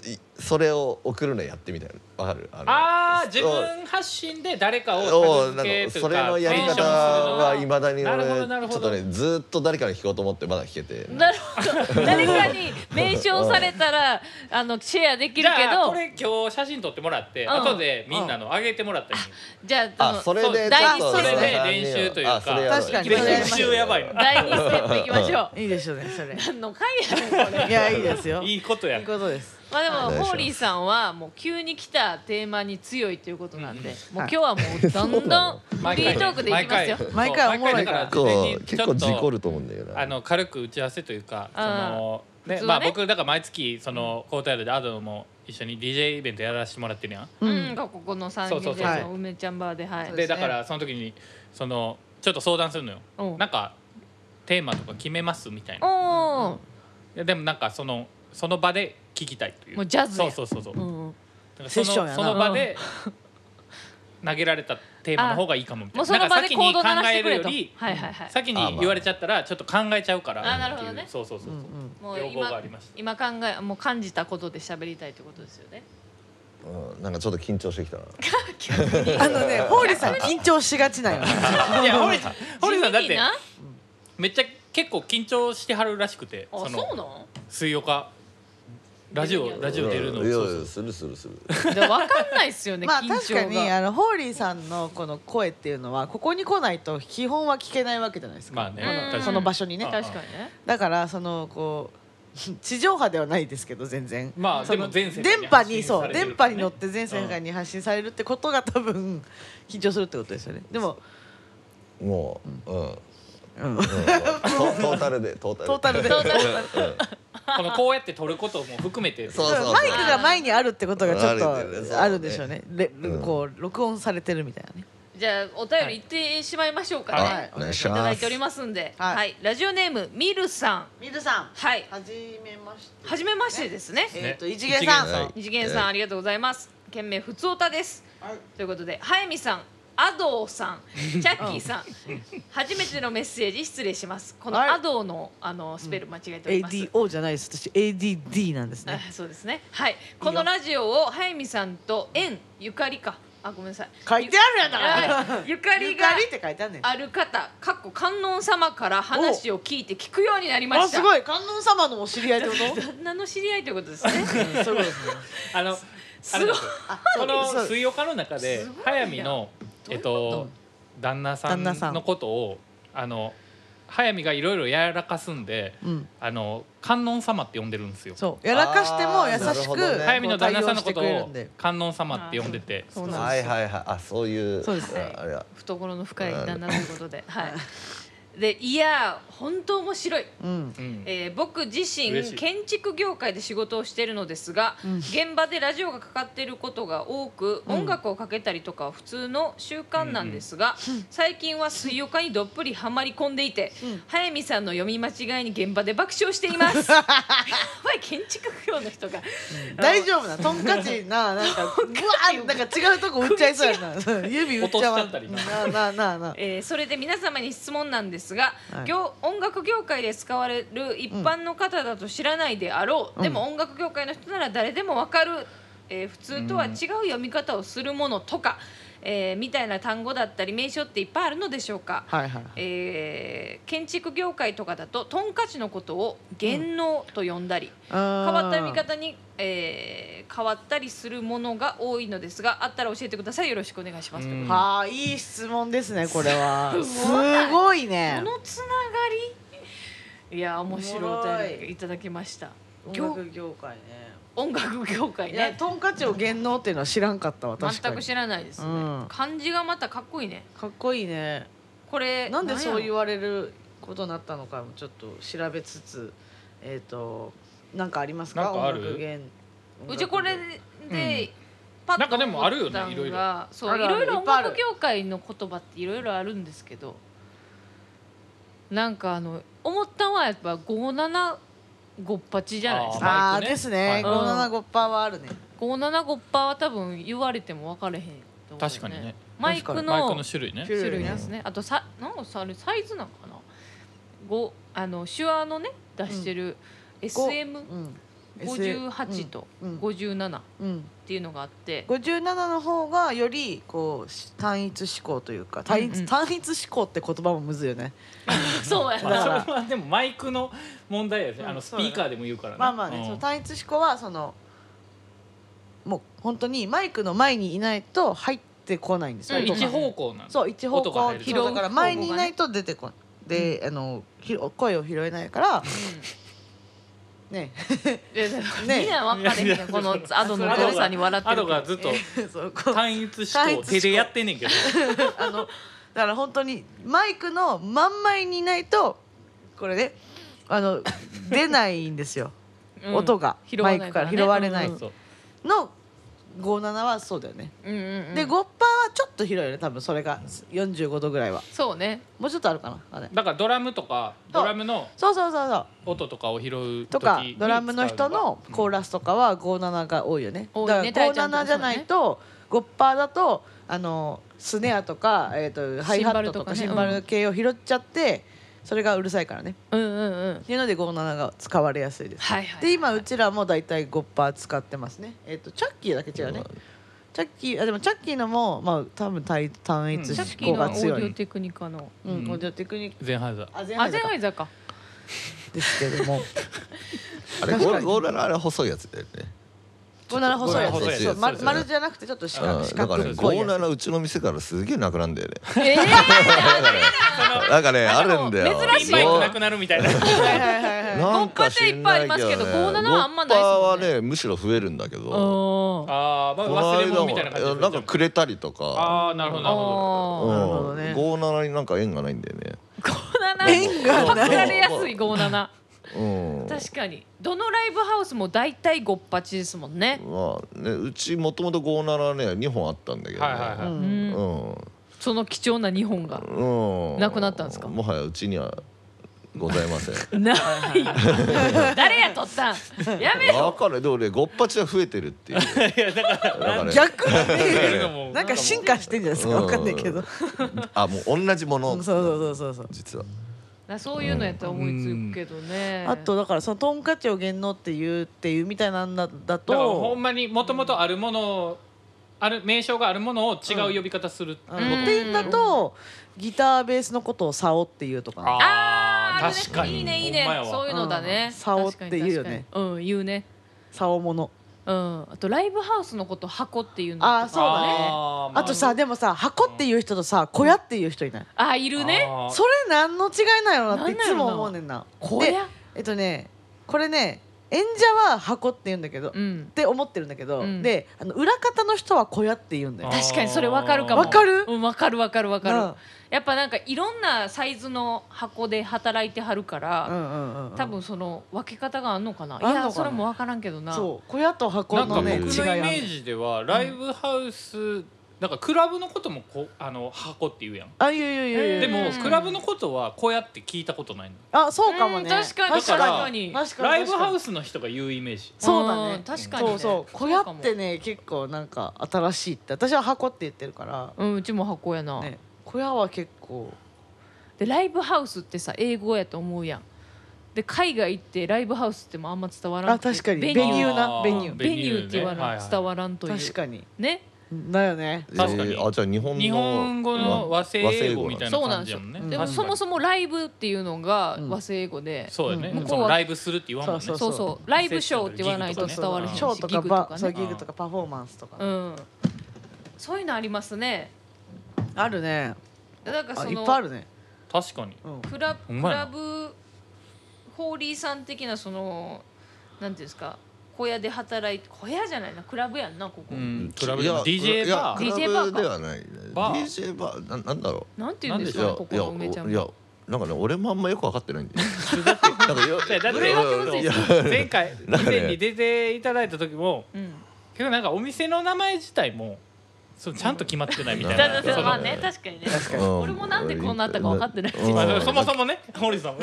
いそれを送るのやってみたいなわかるあの
ああ自
そう
分発信で誰かを
おな
タグ付
ん
け
か
という
それ
か
のやり
メンションす
方
るの
は
が
いまだに
なるほど
俺
なるほ
ちょ
ど
っとねずーっと誰かに聞こうと思ってまだ聞けて
なるほど誰かに名称されたらあのシェアでき
じ
る
ゃ
け
あ
ど
これ今日写真撮ってもらって
ん
後でみんなの上げてもらったり
じゃあ
あそれ
そう
で
第二
ちょっと
ステ
それで
ップ
練習というか
あそれやろ
確かに
練
練
習
習やばいな
第二ステップいきましょう
いいでしょうねそれ
何の会やねんこれ
いやいいですよ
い
い
いことや
いことです
まあ
お
で
願いしま
も
す
ホーリーさんはもう急に来たテーマに強いということなんで、もう今
はい
日はもうどんどんフリートークでいきますよ
毎
毎回
回
おもろいから
毎回だ
結
事
構
前に
結構
ちょっと
事故ると思うんだけどな
あの軽く打ち合わせというかそ
あー
の
普
ね
通
ま
は
あ
ね
僕だから毎月その交代でアドも一緒に DJ イベントやらせてもらってるやん
う、
うんん
ここの三
そう
人
そう
で
そう
の梅ちゃんバーではい
そう
で
です
だ
ね
からその時にそのちょっと相談するのよ、
うん
なんかテーマとか決めますみたい
お
な
お
いやでもなんかそのその場で聞きたいという
もうジャズ
そ
や
うそうそうそう、
ー、う
なんか
んうん、
そ
セッション
の
やな
その場で投げられたテーマの方がいいかもみたい
もう
な
その場で行動
なん
鳴してく
から先に考え
れ
る
とは
よ
い
り
はいはい
先に言われちゃったらちょっと考えちゃうから
あなるほどね
っていうそうそうそうそ
う
う、
ん
もう
両方が
今
ありました
今考えもう感じたことで喋りたいってことですよね
うんなんかちょっと緊張してきたな
あのねホーリーさん緊張しがちなんよ
いや堀さん堀さんだっ
地味に
て
な
めっちゃ結構緊張してはるらしくて
あ
そ
そう
の
なん
水曜日ラジオラジオ出るの
いやい
そ
や
うそう
するするする
でわかんないっすよ ね、
まあ
緊張が
確かにあのホーリーさんのこの声っていうのはここに来ないと基本は聞けないわけじゃないですか、
まあね
この
うん
確かに
その場所にね
あ
確かにね
だからそのこう地上波ではないですけど全然
まあ
そ
で
の
も全世界
電波に
発信
そ
され
う
てる
電波
からね
に乗って全世界に発信されるってことが多分緊張するってことですよねでも、
もううん
うん、
うんトトータルでトータル
トータルで
そうだ
うん
このこうやって撮ることも含めて
そうそうそう
マイクが前にあるってことがちょっ
あるんだよねそう
と
ね
あるんでしょうねれ
うん
こう録音されてるみたいなね
じゃあお便り行ってしまいましょうかね、
はい
い
お願いした
だ
ま
いて
す
おりますんで、は
はいい
ラジオネームミルさん
ミルさん
はい
はじめまして
はじめましてですね
えっ、と
ね
異次元さん、
一元さん
二次元さんありがとうございます県名ふつおたです
はい
ということで早見さんアドーさんチャッキーさん初めてのメッセージ失礼しますこの
はい
アドーのあのスペル間違えております、
ADO じゃないです私 ADD なんですね
あそうですねはいこのラジオを早見さんと縁ゆかりかあごめんなさい
書いてあるやな
はいゆかり
ゆ
が
かりって書いてあるねん
ある方かっこ観音様から話を聞いて聞くようになりました
あすごい観音様のお知り合いって こと
旦那の知り合いということですね
うんそういうことですね
あの
す
あれなんですよ
あ
こ
そ
の
うそう
水曜日の中です
ごいな
早見の
どう
え
いうこと
っと旦那さ
旦那さ
ん
ん
のことをあの早見がいろいろやらかすんで
うん
あの観音様って呼んでるんですよ
そうやらかしても優
あーなる
し
ほ
く
どね
早見の旦那さんのこ
こ
と
う対応してくれる
を
んで
観音様って呼んでて
そうなんです
はいはいはいあそういう
そうです
ああれは
懐の深い旦那ということではい でいやー本当面白い、
うん
うん
えー僕自身
嬉しい
建築業界で仕事をしているのですが、現場でラジオがかかっていることが多く、
うん
音楽をかけたりとかは普通の習慣なんですが、最近は水曜日にどっぷりはまり込んでいて、
ん
早見さんの読み間違いに現場で爆笑しています やばい建築業の人が、
大丈夫なとんかちななんかうわーなんか違うとこ打っちゃいそうやな指打っちゃわん
落としちゃ
なあ
ったりな
なあなあなあ
えーそれで皆様に質問なんですですが、
はい
業音楽業界で使われる一般の方だと知らないであろう、
うん
でも音楽業界の人なら誰でもわかる、えー普通とは違う読み方をするものとか、えーみたいな単語だったり名称っていっぱいあるのでしょうか、
はいはい
えー建築業界とかだとトンカチのことを芸能と呼んだり、
変
変わった見方に、えー変わったりするものが多いのですがあったら教えてくださいよろしくお願いします、
うん
はあいい質問ですねこれは
す
す
ごい
ごい
こ
ね
のつながりいや面白いお便りいただきました業
業界ね
音楽業界
いや
ね
トンカチを芸能っていうのは知らんかったわ確か
全
に
く知らないですね、
うん
漢字がまたかっこいいね
かっこいいね
これ
なんでそう
う
言われることになったのかもちょっと調べつつえっ、となんかありますか
なんかある
音楽芸
うちこれで、
うん
パッと
なんかでもあるよね
思ったのが
いろいろ
そう
あ
い
るある
ろいろ
い
音
っぱいある
楽業界の言葉っていろいろあるんですけどなんかあの思ったのはやっぱ575八じゃないですか
あ
マイ
あ
クね
ですね、
はい
575パーはあるね
575パーは多分言われても分かれへんと思うよ
確かにね
マイク
確か
の
に
マイクの種類ね
種類ですねあとさなんかさあれサイズなのかなごあの手話のね出してる
うん、
SM58 と
うん
57っ
うん、
ていうのがあって
57の方がよりこうし単一思考というか単一,、
うんうん
単一思考って言葉もむずいよね
そうや
まあ
な
それはでもマイクの問題やね、
うん
あのスピーカーでも言うからね
まあまあね、
うん
その単一思考はそのもう本当にマイクの前にいないと入ってこないんですよ、
うん
音が
一方向なの
そう一方
音が
向
入る
拾うだから
拾う
前にいないと出てこないで、あのひ声を拾えないからね
うん
ね
みんな分かれへんやんこのアドのお父さんに笑って
ア
る
ド
けど
がずっと
そうこうあ
単一思考を手でやってんねんけど
のだから本当にマイクの真ん前にいないとこれねあの出ないんですよ
うん
音が
拾わない
マイクから拾われない
うん
そう
の57はそうだよね、
うんうんうん
で5%はちょっと広いよね多分それが45度ぐらいは
そうね
もうちょっとあるかなあれ
だからドラムとか
そう
ドラムの
そうそうそうそう
音とかを拾う
とかドラムの人のコー
ラ
ラスとかは57が多いよね。
多い
だ
ね
から
大ちゃんとか
57じゃないと5%だとあのスネアとかえっ、とハイハットとか
シ
シ
ン
ン
バ
バ
ル
ル系を拾っちゃってそれがうるさいからね。
うんうんうん
っていうので57が使われやすいです。
はいはい
で今うちらもだいたい5%使ってますね。えっ、とチャッキーだけ違うね。チャッキーあでもチャッキーのもまあ多分単単一
うん
さっき
思考
のオ
が
ーデ
強
ィオ
い。
テクニカの
うん、
うん
オーディオテクニック
ゼンハイザー
アゼンハ
ア
イ
ゼ
ザ
ンハ
ー
イザー か
ですけども。
あれゴールゴールラあれ細いやつだよね
57細いやつ
細いや
で
つ
す。そう丸
そうですね
丸じゃなくてちょっと四角四
うんだ
角
からね
っぽいやつ
57うちの店からすげえなくなんだよね
ええ
なんかねあるんだよ
珍
ピ
し
ン
い
マイ
よ
クなくなるみたいな
はいはいはいはい。
なんか知んないけ
ゴッパ
どね
っていっぱいありますけど57あんまないですもんね
ゴッパはねむしろ増えるんだけど
おー
ああま
こ
あ忘れ物みたいな感じ
間
で
もなんかくれたりとか
ああなるほどなるほ
おー
なるほどね
57になんか縁がないんだよね
57
が
パクられやすい57
うん
確かにどのライブハウスも大体ごっぱちですもんね、
まあねうちもともと57ね2本あったんだけど
どはいはいは
う
う
い
んんその貴重な日本が
うんうん
なくなったんですか
もはやうちにはございません
ない 誰やとったんやめ
わかるでもねごっぱちは増えてるっていうだからね
逆だ
るのも
ね。なんか進化してんじゃないですか。
うん
わかんないけど。
あもう同じも
そ
の
うそうそうそうそう。
実は
なそういうのやったら思いつくけどね
あとだからそのトンカチを芸能って言うっていうみたいなんだだ
だからほ
と
ん。まにもともとあるものをある名称があるものを違う呼び方するってこ
う
と
んっていうんだとギターベースのことを「サオ」っていうとかね
あーあるね
確かに
いいねいいね
ほんまやわ
そういうのだね
うんサオって言うよね
確かに確かにうん言うね
「サオもの
うんあとライブハウスのこと箱っていうの
あーそうだね
あー」ま
あとさでもさ「箱」っていう人とさ「小屋」っていう人いない
あーいるね
あー
それ何の違いなんやろなっていつも思うねんな
小屋
でえっとねこれね演者は「箱」って言うんだけど
う
っ
ん
て思ってるんだけど
うん
であの裏方の人は「小屋」って言うんだよ
あー
確かにそれわかるかも
わかる
うん、わかるわかるわかる、
な
やっぱなんかいろんなサイズの箱で働いてはるか
うん
ら、
うんうんうん
多分その分け方があんのかな
あんの
い
かな
やそれもわからんけどな
そう小屋と箱
なんか
の
僕の
ね
イ
違
メ
いある
ージではライブハウスなんかクラブのこともこあの箱って言うやん
あいやいやいやいや
でも
うん
クラブのことはこうやって聞いたことないの
あそうかも
うん
ね
確かに
だか
確
ら
かに
確かに
ライブハウ
ス
スの人が言うイメージ
そうだね
ん確かに、ね、
そうそう小屋ってね結構なんか新しいって私は箱って言ってるから
うんうちも箱やな、
ね小屋は結構
でライブハウスってさ英語やと思うやんで海外行ってライブハウスってもあんま伝わらん
あ
くて
確かに
ベニ
ベ
ュ
ニ
ー
ューな
あー
ベニュー
ベニューって言わ
ベニューねは
ない
はい
伝わらんという
確かに
ね
だよね
確かに
えーあじゃあ日本の
日本語の和製英語みたいな
そうなん
感
で
じ
すよ
やもんね
うん
でも
確かに
そもそもライブっていうのが
うん
和製英語で、
そうやね、
うん
そのライブするって言わんもんね
そう
そうそうライブショーって言わない
そ
と
う
伝
そう
わらへんし
ショーと
ギ
か
グとか
バそう
ね
ギグとかパフォーマンスとか、
うんそういうのありますね
あるね
だから
あ
そ
いっ
の
ぱいあるね、
確かに
うん、
クラ
ほ
ク
んまや
ラ
な
ブホーリーさん的なそのなんていうんですか小屋で働いて小屋じゃないなクラブやんなここ、
うん
ク
ク
ラ
ラ
ブ
ブ
い
で
や
も DJ バ
ク
ー
ラ
DJ
ク
バ
ラ
ー
ブ
か
ではないね
バー
DJ バーななんだろ
なんていうんです
う
かねここ
いや
の梅ちゃん
いやなんかね俺もあんまよく分かってないんだよなんかよ
い やだって
いやいや
前回以
なんかね
前に出ていただいた時も
うん
結構なんかお店の名前自体もそうちゃんと決まってないみたい
だだ
な
だ
そ
まあ
の
ね確かにね
確か に
うん
俺もなんでこうなったか分かってないし
うん
まあそもそもねホリさんも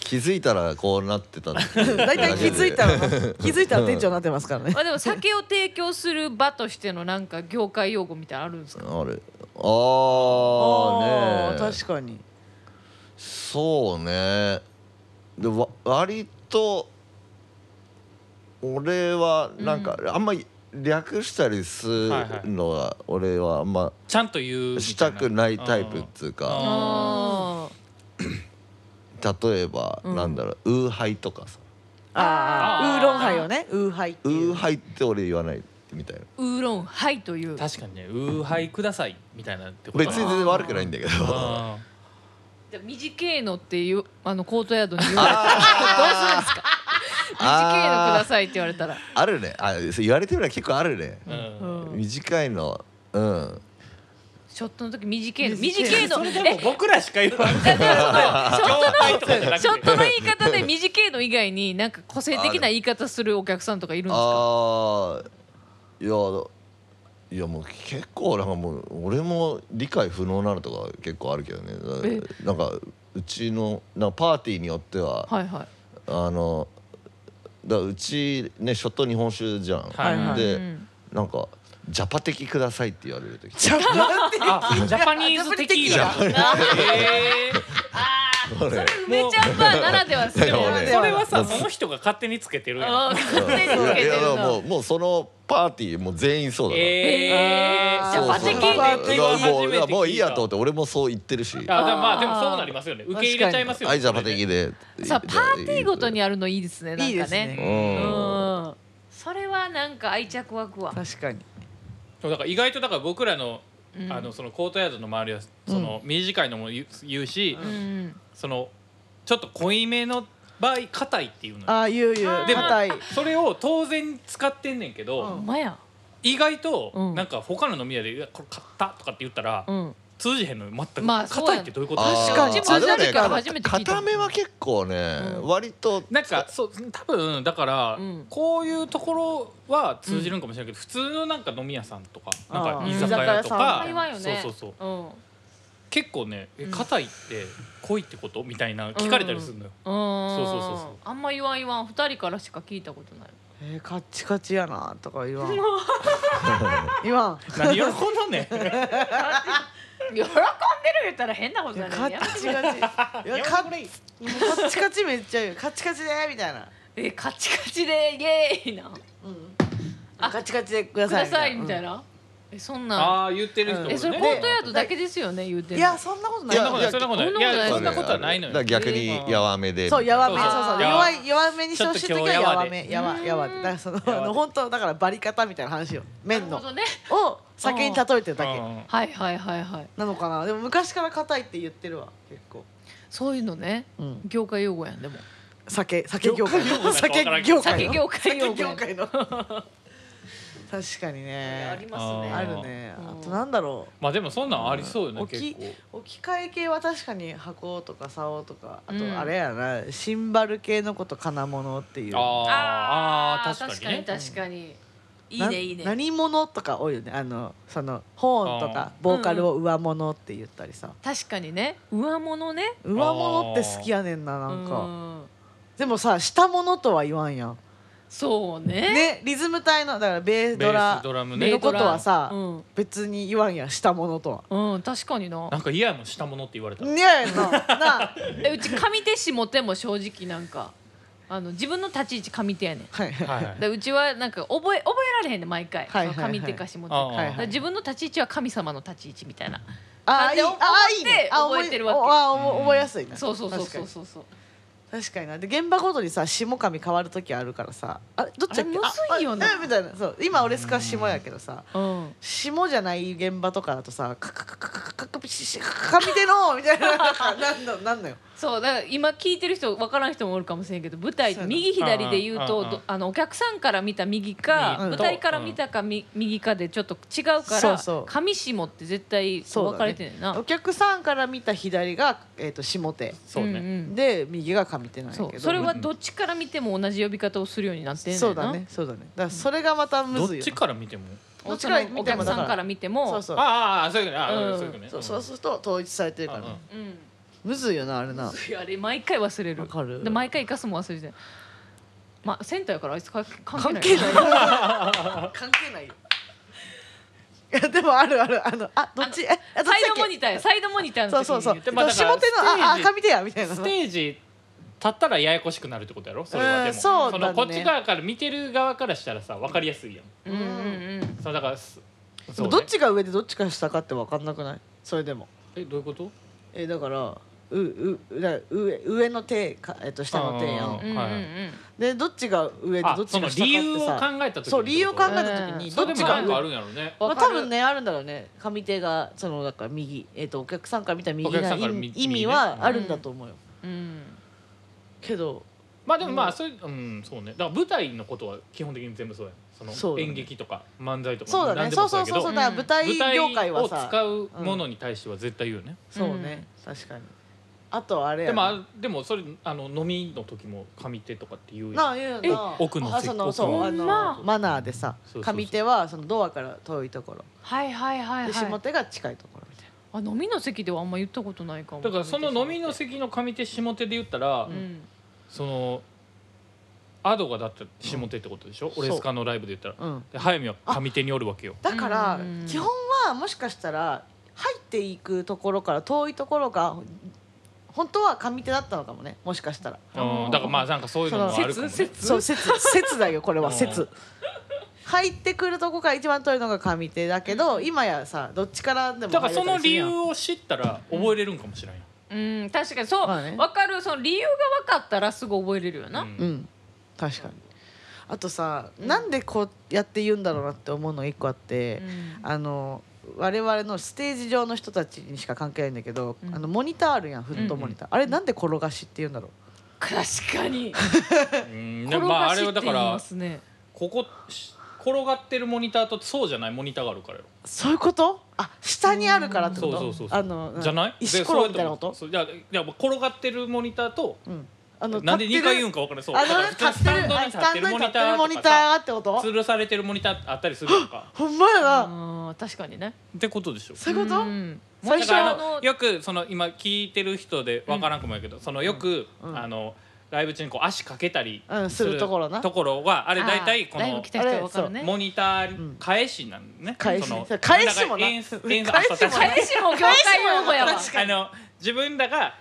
気づいたらこうなってたんだ
大体気づいたらな気づいたら店長になってますからね
まあでも酒を提供する場としてのなんか業界用語みたいなのあるんですか
あれああね
ー確かに
そうねでわ割と俺はなんか、あんまり略したりするのは俺はあんま
ちゃんと言うみたいな
したくないタイプっつうか
あー
例えば、
うん
なんだろう「ウーハイ」とかさ
ああ
あー
ウーロンハイをねウーハイって
「ウ
いう
ーハイ」って俺言わないみたいな
ウーロンハイという
確かにね「ウーハイください」みたいなってこと
別に全然悪くないんだけど
あ
じゃあ短いのっていうあのコートヤードに言われたらどうするんですか短いのくださいって言われたら
あるねあそう言われてみれば結構あるね、
ーうん
短いのうん
ショットの時短いの短
短
い
い
の
それで
え
も僕らしか言わな
だ
い
からそのショットの
いとかじゃな
シ
くて
ョットの言い方で短いの以外になんか個性的な言い方するお客さんとかいるんですか
ああいやいやもう結構なんかもう俺も理解不能なのとか結構あるけどねなんかうちのなんかパーティーによっては、
はいはい
あのだからうちねショット日本酒じゃん、
はい
はい
で、
うん
なんか「ジャパ的ください」って言われる時
ジャパンティー
あジャパニーズ的
ジャ
な
パ
えー
ああそれ梅
もう
ちゃんバーならではですよ
いや
俺
ね
それはさその人が勝手につけてるやん
あー勝手に
い
つ
や
け
い
て
や
る
も
な
うもうそのパーティーもう全員そうだから、
え
あー
ー
ジャパ的
そうそう
パ
ーティー
だ
は
からも
初めて聞いうた
もういいやと思って俺もそう言ってるし「
あでもまあでもそうなりますよね受け入れちゃいますよ
は
ね
いジャパ的で」
さあパーティーごとにあるのいいですねなんかね
いいですね
う
うん
んそれはなんか愛着湧くわ
確かに
そうだから意外とだから僕らの,、
うん
あのそのコートヤードの周りはその短いのも言う言うし、
うん
そのちょっと濃いめの場合硬いっていうのよ
ああいういう
あー
でも
硬い
それを当然使ってんねんけど、
う
ほんまや
意外と
うん
なんか他の飲み屋でいや「これ買った」とかって言ったら、
うん
通じへんのよ全く、
まあそうや
硬いってどういうこと
あー
確かに
あでも
通じ
ね
るから
初めて聞いた
固めは結構ね、
うん
割と
なんかそう多分だから、
うん
こういうところは通じるんかもしれないけど、普通のなんか飲み屋さんとかなん
あ
か
ー
居酒屋とか
居酒屋さん
台湾よね
そうそうそう
うん
結構ね「え
うん
硬いって濃いってこと?」みたいな聞かれたりするのよ。
そう
そうそうそう
あんま言わん言わん二人からしか聞いたことない
えー、カッチカチやなとか言わん 言わん
何喜んどん ねん
喜んでる言ったら変なこと
いや
に
カ
な
ッ
る
チ
や
カチいやカッカッチカチめっちゃ言うカッチカチでみたいな、
えカチカチでイエーイな
うん、
あ
カッチカチでくだ
くだ
さ
さ
い
いみたい
な、
なえそんなん
ああ言ってる人もね
えそれ
う
コ
ん
ートヤードだけですよね言うて
うんんい
の
やそんなことない
い
そんなことない
いや
そ
そんなことないいやそ
ん
ん
な
なことはないの
だから
よ
逆にやわめで、
そうやわめ
そ
そ
うそう
うそう
や
弱
わ
い弱めにしてほしい時はやわめやわやわでだからその
やわで
あの 本当だからバリ方みたいな話よ
な
麺
るほ
の
どね
を酒に例えてるだけ
うん
はいはいはいはい
なのかなでも昔から硬いって言ってるわ結構、
そういうのね
うん、
業界用語やんでも
酒酒業界の
酒
酒業
界
業
界
の
の
酒業界用
酒
語
業界 の確かに
あ
ね
りますね
あ
あ
るね
うん
あとなんだろう
まあでもそんなんありそうよね
置
結
き
構
置き換え系は確かに箱とか竿とかあ
うん
とあれやな、シンバル系のこと金物っていう
あーあー確
確
か
か
に
に
ね
確かにいい
な
ねいいね
何物とか多いよねあのそのホーンとか
あ
ボーカルを上物って言ったりさ、
確かにね上物ね
上物って好きやねんななんか
うん
でもさ下物とは言わんやん
そうね
ねリズム体のだからベード
ベー
ラ
スドラムね
のことはさ、
ベードラうん
別に言わんやんしたものとは。
うん確かにな
なんか嫌やもんしたものって言われたら
ねえななあ
えうち上手下手も正直なんかあの自分の立ち位置上手やねん
はいはい
はいはい
でうちはなんか覚え覚えられへんねん毎回、
はいはいはい
その上手か下手か
ああ
はいはい
だから自分の立ち位置は神様の立ち位置みたいな
あ
あ
いい
で
あ
思って
いいねあ
覚えてるわけ
おあお覚えやすいね
そうそうそう
確か
そう
に
そうそう
確かになで現場ごとにさ下上変わる時あるからさあれどっちだっけ
あれむずいよな
ああえみたいなそう今俺スカ下やけどさ
うん
下じゃない現場とかだとさカカカカカカカカピシシカカ見てのみたいななんのなんのよ
そうだから今聞いてる人分からん人もおるかもしれんけど舞台
そうやな
右左で言う
う
と
んうんうん
どあのお客さんから見た右か
うん
舞台から見たかみ右かでちょっと違うか
そ
ら
うそう
上下って絶対
そうだ
分
ね
かれてんねんな
お客さんから見た左がえっと下手
そうね、
んん
で右が上手なんやけ
そ
ど
うそれはどっちから見ても同じ呼び方をするようになってんねんな
そうだねそうだねだからそれがまたむ
ど
ず
っ
いよ
ちから見ても
どっち
そ
から
の
見ても
お客さんから見ても
そうそう
ああああそういうことねああ、
うん
そういうことね
そうそうすると統一されてるからね
うんうん
うん
むずいよなあれな
そうあれ毎回忘れる
わかる
で毎回生かすも忘れてるまあセンターやからあいつか関
関
係ない
係ないよ関係ないよ いやでもあるあるあのあどっちえあどっ
サイ
ちだ
ドモ
っ
ニ
け
ターやサイドモニターの時
そ
に
うそうそう
で
下手
まあ
の
だから
ああ
ステージ
赤見てやみたいな
ステージ立ったらややこしくなるってことやろそれはで
う
も
んそうだね
のこっち側から見てる側からしたらさ分かりやすいやん
うんうんうん
そうだからす
で
そう
も
ね
どっちが上でどっちが下かって分かんなくないそれでも
えどういうこと
えだからううだから上上の手かえっと下の手や
うん
ん
うんうん
はいは
でどっちが上で
あ
どっち
その
が下か
理由を考
ってさ
えた時
そう理由を考えた時
え
に
そ
ど
う
っ
で
ち
も
が
なん
上
かあるんやろうね
まあ、
わか
多
る
分ねあるんだろうね上手がそのだから右、えー、とお客さんから見た右
お客
な
さんから
意
見
味
右
意
ね
味はあるんだと思うよ、
うんうん
けど
まあでもまあそういううんそうねだから舞台のことは基本的に全部そうやん
そう
その
だね
演劇とか漫才とか
そうだ
何
ね
で
そ
も
うそう
やけ
そう
ど
そうだから
うん
舞台業界は
舞
さ、
台を使うものに対しては絶対言うよね、
そうね確かにあとあれや
でも
な
あでもそれあの飲みの時も上手とかって言うやん
なあ言うよな
え奥の
あ
席
その
奥
そ
の
うあ
ほんま
のマナーでさ
そうそうそう
上手はそのドアから遠いところ
はいはいはい
で
は
下
い
手が近いところみたい
あ飲みの席ではあんま言ったことないかも
だからその飲みの席の上手下手で言ったら、
うん
そのアドがだって下手ってことでしょ、
うん
俺スカのライブで言ったら
な、うん、
で早見は上手におるわけよ
だから
うん
基本はもしかしたら入っていくところから遠いところが本当は上手だったのかもねもしかしたら。
あ
うんだからまあなんかそういうのもあるかも、ね、
その説
そう説説だよこれ
う
は
ん
説入ってくるとこから一番遠いのが上手だけど今やさどっちからでも
だからその理由
入れ
を知ったら覚えれるんかもしれんよ、
うん確かにそう
まあね
わかるその理由が分かったらすぐ覚えれるよな
うん
たりするやんうん確かにあとさなんでこうやって言うんだろうなって思うのが一個あって
うん
あの我々のステージ上の人たちにしか関係ないんだけど
うん
あのモニターあるやんフットモニターあれなんで転がしって言うんだろう
確かに
うんで
転
もまあ
が
あ
し
れ
っ
は
て
だ
言
か
いま
ら
すね
ここし転がってるモニターとそうじゃないモニターがあるからよ
そういうことあ下にあるからってこ
そう
と
そうそうそう
あの
じゃない
石
で
ころみたいなこと
そうやってもそういやいや転がってるモニターと
うんあの
なんで
立っ
2
てる
回言うんか分からないそう
あ
だ
の
から
ね
普
立
通ス
って
タン
る
ドに
あ
立
スタ
って
ン
る
ドに
モ
立
ニ
って
ター
るモニター
とかさ
ってこと
吊るされてるモニターあったりするやんか
ほんまやな
あー確かにね
ってことでしょ
そういうこと
ん
最
だ
初
から
は
あのよくその今聞いてる人で分からんくもやけど、そのよく、
うん
あのライブ中にこう足かけたり
うんするところな
ところはあれ大体こ
あーライ
の
ブ来た人はわかるね
モニター
ん
返しなんね、
返し
その
それ 返しもな
演出演出
返しも
あそう確かに
返しも業界用語やわ
確
あの自分らが、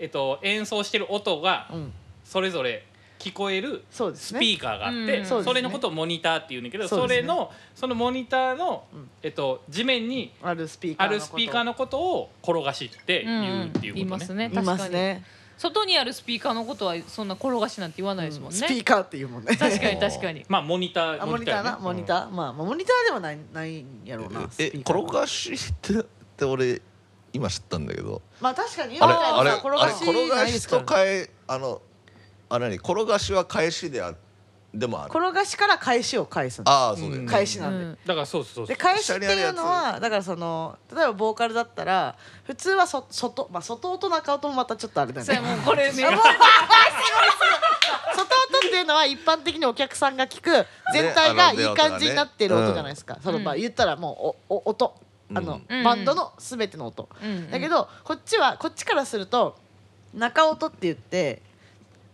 えっと、演奏してる音が
うん
それぞれ聞こえる
そうです
ス
ね
ピーカーがあって、
うん
それのことをモニターっていうんだけど
そ
そう
ですね
れのそのモニターの
うん、
えっと、地面に
あるスピーカー
あ
のこと
るスピーカーのことを転がしって言うっていうことね。
言いますね
い
確
ま
か
す
に、
ね
外にあるスピーカーのことはそんな転がしなんて言わないですもんね、
スピーカーっていうもんね
確かに確かに
まあモニター
あモニターな
ね
モニ
うん
ターまあまあモニターではないないんやろうな
え
スピーカー
転がしってって俺今知ったんだけど
まあ確かに
あれ
今回
あれ
は
あれ
転がし
転
な
が
いで
し
すか
と
ら
返あのあ何転がしは返しであでもある
転がしから返しを返すの
ああそうだよ
うん
ね
返しなんで
う
だからそうそうそう
で返しっていうのはだからその例えばボーカルだったら普通はそ外まあ外音中音もまたちょっとあれだよ
そ れ
ね
もうこれね
外音っていうのは一般的にお客さんが聞く全体が
あの
いい感じになってる音じゃないですか、そのまあ
うん
言ったらもうおお音あの、
うん
バンドの全ての音、だけどこっちはこっちからすると中音って言って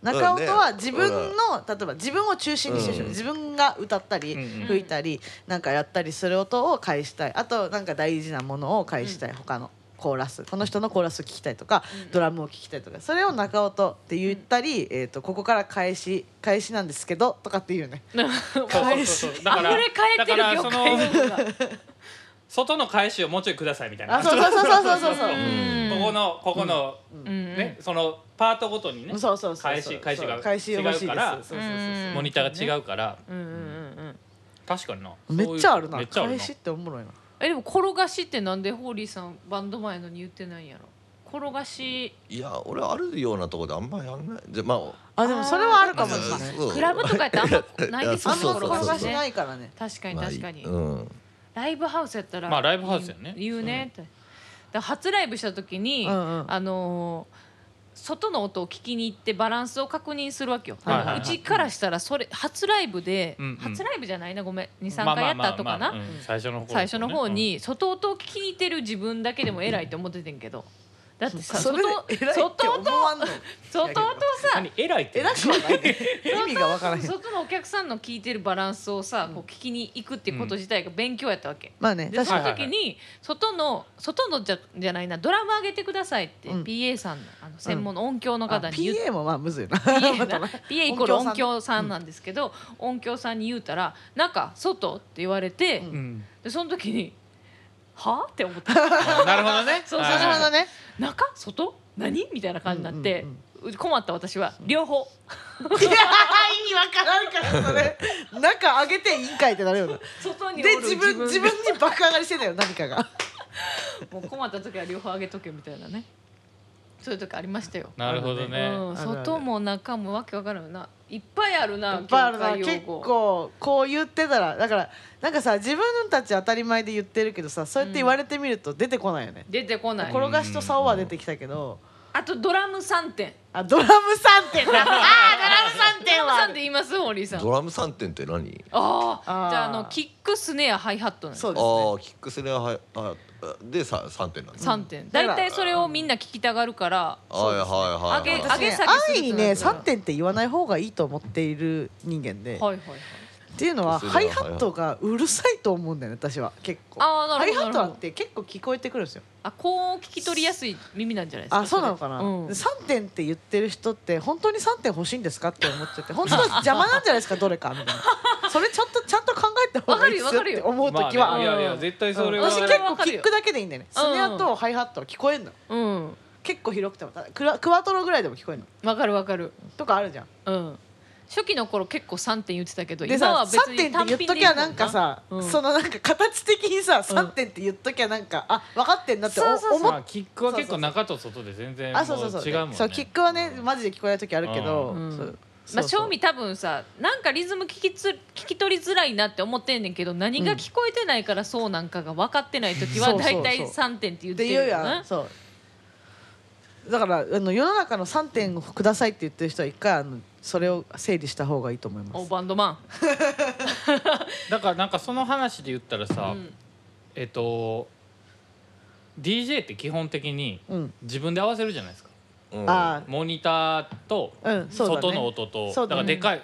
中音
う
は
んね
自分の、例えば自分を中心にしてほしい、
うん
自分が歌ったり、
うんうん
吹いたりなんかやったりする音を返したいあとなんか大事なものを返したい、他のコーラスこの人のコーラスを聞きたいとか、
うん
ドラムを聞きたいとかそれを中音って言ったり、えー、とここから返し返しなんですけどとかっていうね
そうそうそうそうだ
あ
か
ふ
ら
れ返っ
だ
て
か
る
ら
業
その
界用語が
外の返しをもうちょいくださいみたいな
あそうそうそうそうそうそう
うん
ここのここの、
うん
ねそのパートごとにね
そうそうそうそう
返し返しが
返し欲しい
違
で
うから
すそうそうそうそう
うん
モニターが違うから、
うんうんうんうん
確かにな
めっちゃあるな
そういうめっちゃある
返
な
しっておもろいな
えでも転がしってなんでホーリーさんバンド前のに言ってないんやろ転がし
いや俺あるようなとこであんまやんないじゃまあ
あでもそれはあるかもしれ
あ
ない
そう
クラブとかやってあんまないですも
あ
ん
ん
ね
ま
そうそうそう
転がしないいからね
確かに
まあ
確かに、
うん
ライブハウスやったら
まあライブハウスや
言う
ね
言うねって、だから初ライブした時に、
うんうん
あのー外の音を聞きに行ってバランスを確認するわけよ、
はいはいはいう
ちからしたらそれ初ライブで、
うんうん
初ライブじゃないなごめん
まあ
23
ま
回や
あ
っ
まあ
たとか
まあ
な
うん最初の方
最初の方に外音を聞きに行ってる自分だけでも偉いと思っててんけどだってさ
それ
外
で偉
音
いって
外音
思わんの
外音さ
何偉いって
偉くはないね 意味がわからへん
外のお客さんの聞いてるバランスをさ、こう聞きに行くってこと自体が勉強やったわけ、
まあね
で
確
そ
か
の
に
はい
時に外の外のじゃじゃないなドラム上げてくださいって、
うん
PA さんのあの専門の音響の方
あ
に言っ
PA もまあむずいよな
PA
またな
な PA イコール音響さんなんですけど、音響さんに言うたら「中外」って言われて、
うん
うん
でその時に「はあ?」って思った
あなるほどね
そうそう
はい
なるほどね
「中外何?」みたいな感じになって、
うん
困った私は両方
いや 意味わからんからそれ中上げていいんかいってなるよな
外にお
で
る
自分自分に爆上がりしてたよ何かが
もう困った時は両方上げとけみたいなねそういう時ありましたよ、
なるほどね、
うん、
あるある
外も中もわけわからんよないっぱいあるない
っぱいあるな
業界用
結
語
構こう言ってたらだからなんかさ自分たち当たり前で言ってるけどさそうやって言われてみると出てこないよね、
出てこない
転がしと竿は出てきたけど、
あとドラム3点
あドラム3点 だあードラム3
ド
点
ラム
は
3点言いますホーリーさん
ドラム3点って何
あ
あ
あ
ー
じゃああのキックスネアハイハットなんです
そう
ああ
ですね
ーキックスレアはあでさ3点なんだ
3点
だ
大
から
体それをみんな聞きたがるから
はいはいは
上
い
げ
は
私ね
下
い
げする
安易にね
うん
3点って言わない方がいいと思っている人間で、
はいはいはい
っていうのは
それは
ハイハットがうるさいと思うんだよね私は結構
あーなるほど
ハイハット
な
なん
るほど
て結構聞こえてくるんですよ
あ高音を聞き取りやすい耳なんじゃないですか
あそうなのかな、
うん
3点って言ってる人って本当に3点欲しいんですかって思っちゃ って本当は邪魔なんじゃないですかどれかみたいなそれちゃんとちゃんと考えた方がいいですよ
わかる
っ
よ
て思う
まあ
時は、
ねいやいや絶対それは、
うん
私
は
結
わ
構
か
キ
るよ
ックだけでいいんだよねスネアとハイハットは聞こえんの
うん
結構広くてもクラクワトロぐらいでも聞こえんの
わかるわかる
とかあるじゃん
うん初期の頃結構3点言ってたけど
で
今は
さ
別
3
に
点
単
って言
品で
っときゃなんかさ、
いいもんなうん
そのなんか形的にさ3点って言っときゃなんかあ分かってんなってお思
そうそうそう
まあ、キックは結構中と外で全然も
あそうそうそう
う違うもんね
そうキックはねマジで聞こえない時あるけど、
うん
そう
うんまあ、
そう
正味多分さなんかリズム聞きつ聞き取りづらいなって思ってんねんけど何が聞こえてないからそうなんかが分かってない時
う
は
んそうそうそ
大
う
体3点って言
っ
って
言
てる
う
よ
やん
な
そうだからあの世の中の3点をくださいって言ってる人は一回あのそれを整理した方がいいと思いま
お
す
バンドマ
だからなんかその話で言ったら
ン、
さ、
うん
えっと DJ って基本的に
うん
自分で合わせるじゃないですか
うん
あ
モニターと
うんそうだね
外の音と、
そう
だ
だ
か
ね
らでかい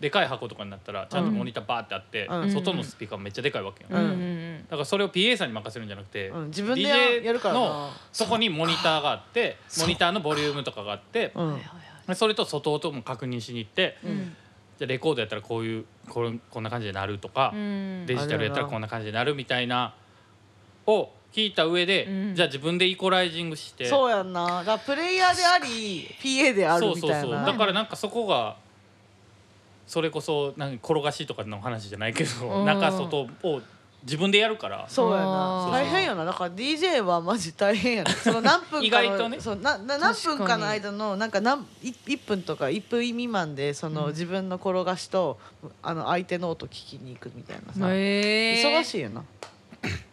でかい箱とかになったらちゃんとモニターバーってあって、
うん
外のスピーカーもめっちゃでかいわけよ、
う
うんん
うんうん、
だからそれを PA さんに任せるんじゃなくて、
うん自分でややるからな
のそこにモニターがあってモニターのボリュームとかがあって
あ、う
は
ん、
いはいはい
でそれと外音も確認しに行って、
うん
じゃあレコードやったらこういうこれこんな感じで鳴るとか、
うん
デジタルやったらこんな感じでなるみたいなを聞いた上で、
うん
じゃあ自分でイコライジングして
そうやんなだからプレイヤーであり PA である
そう
み
そう
たい
そうだ
な
からなんかそこがそれこそなんか転がしとかの話じゃないけど、
うん
中外を自分でやるから
そうや
あ
な
ー
大変よなだから DJ はマジ大変や なその何分かの
意外とね
そうなな何分
確か
か
に
の間のなんか何い1分とか1分未満でその自分の転がしとあの相手の音聞きに行くみたいなさ
へー
忙しいよな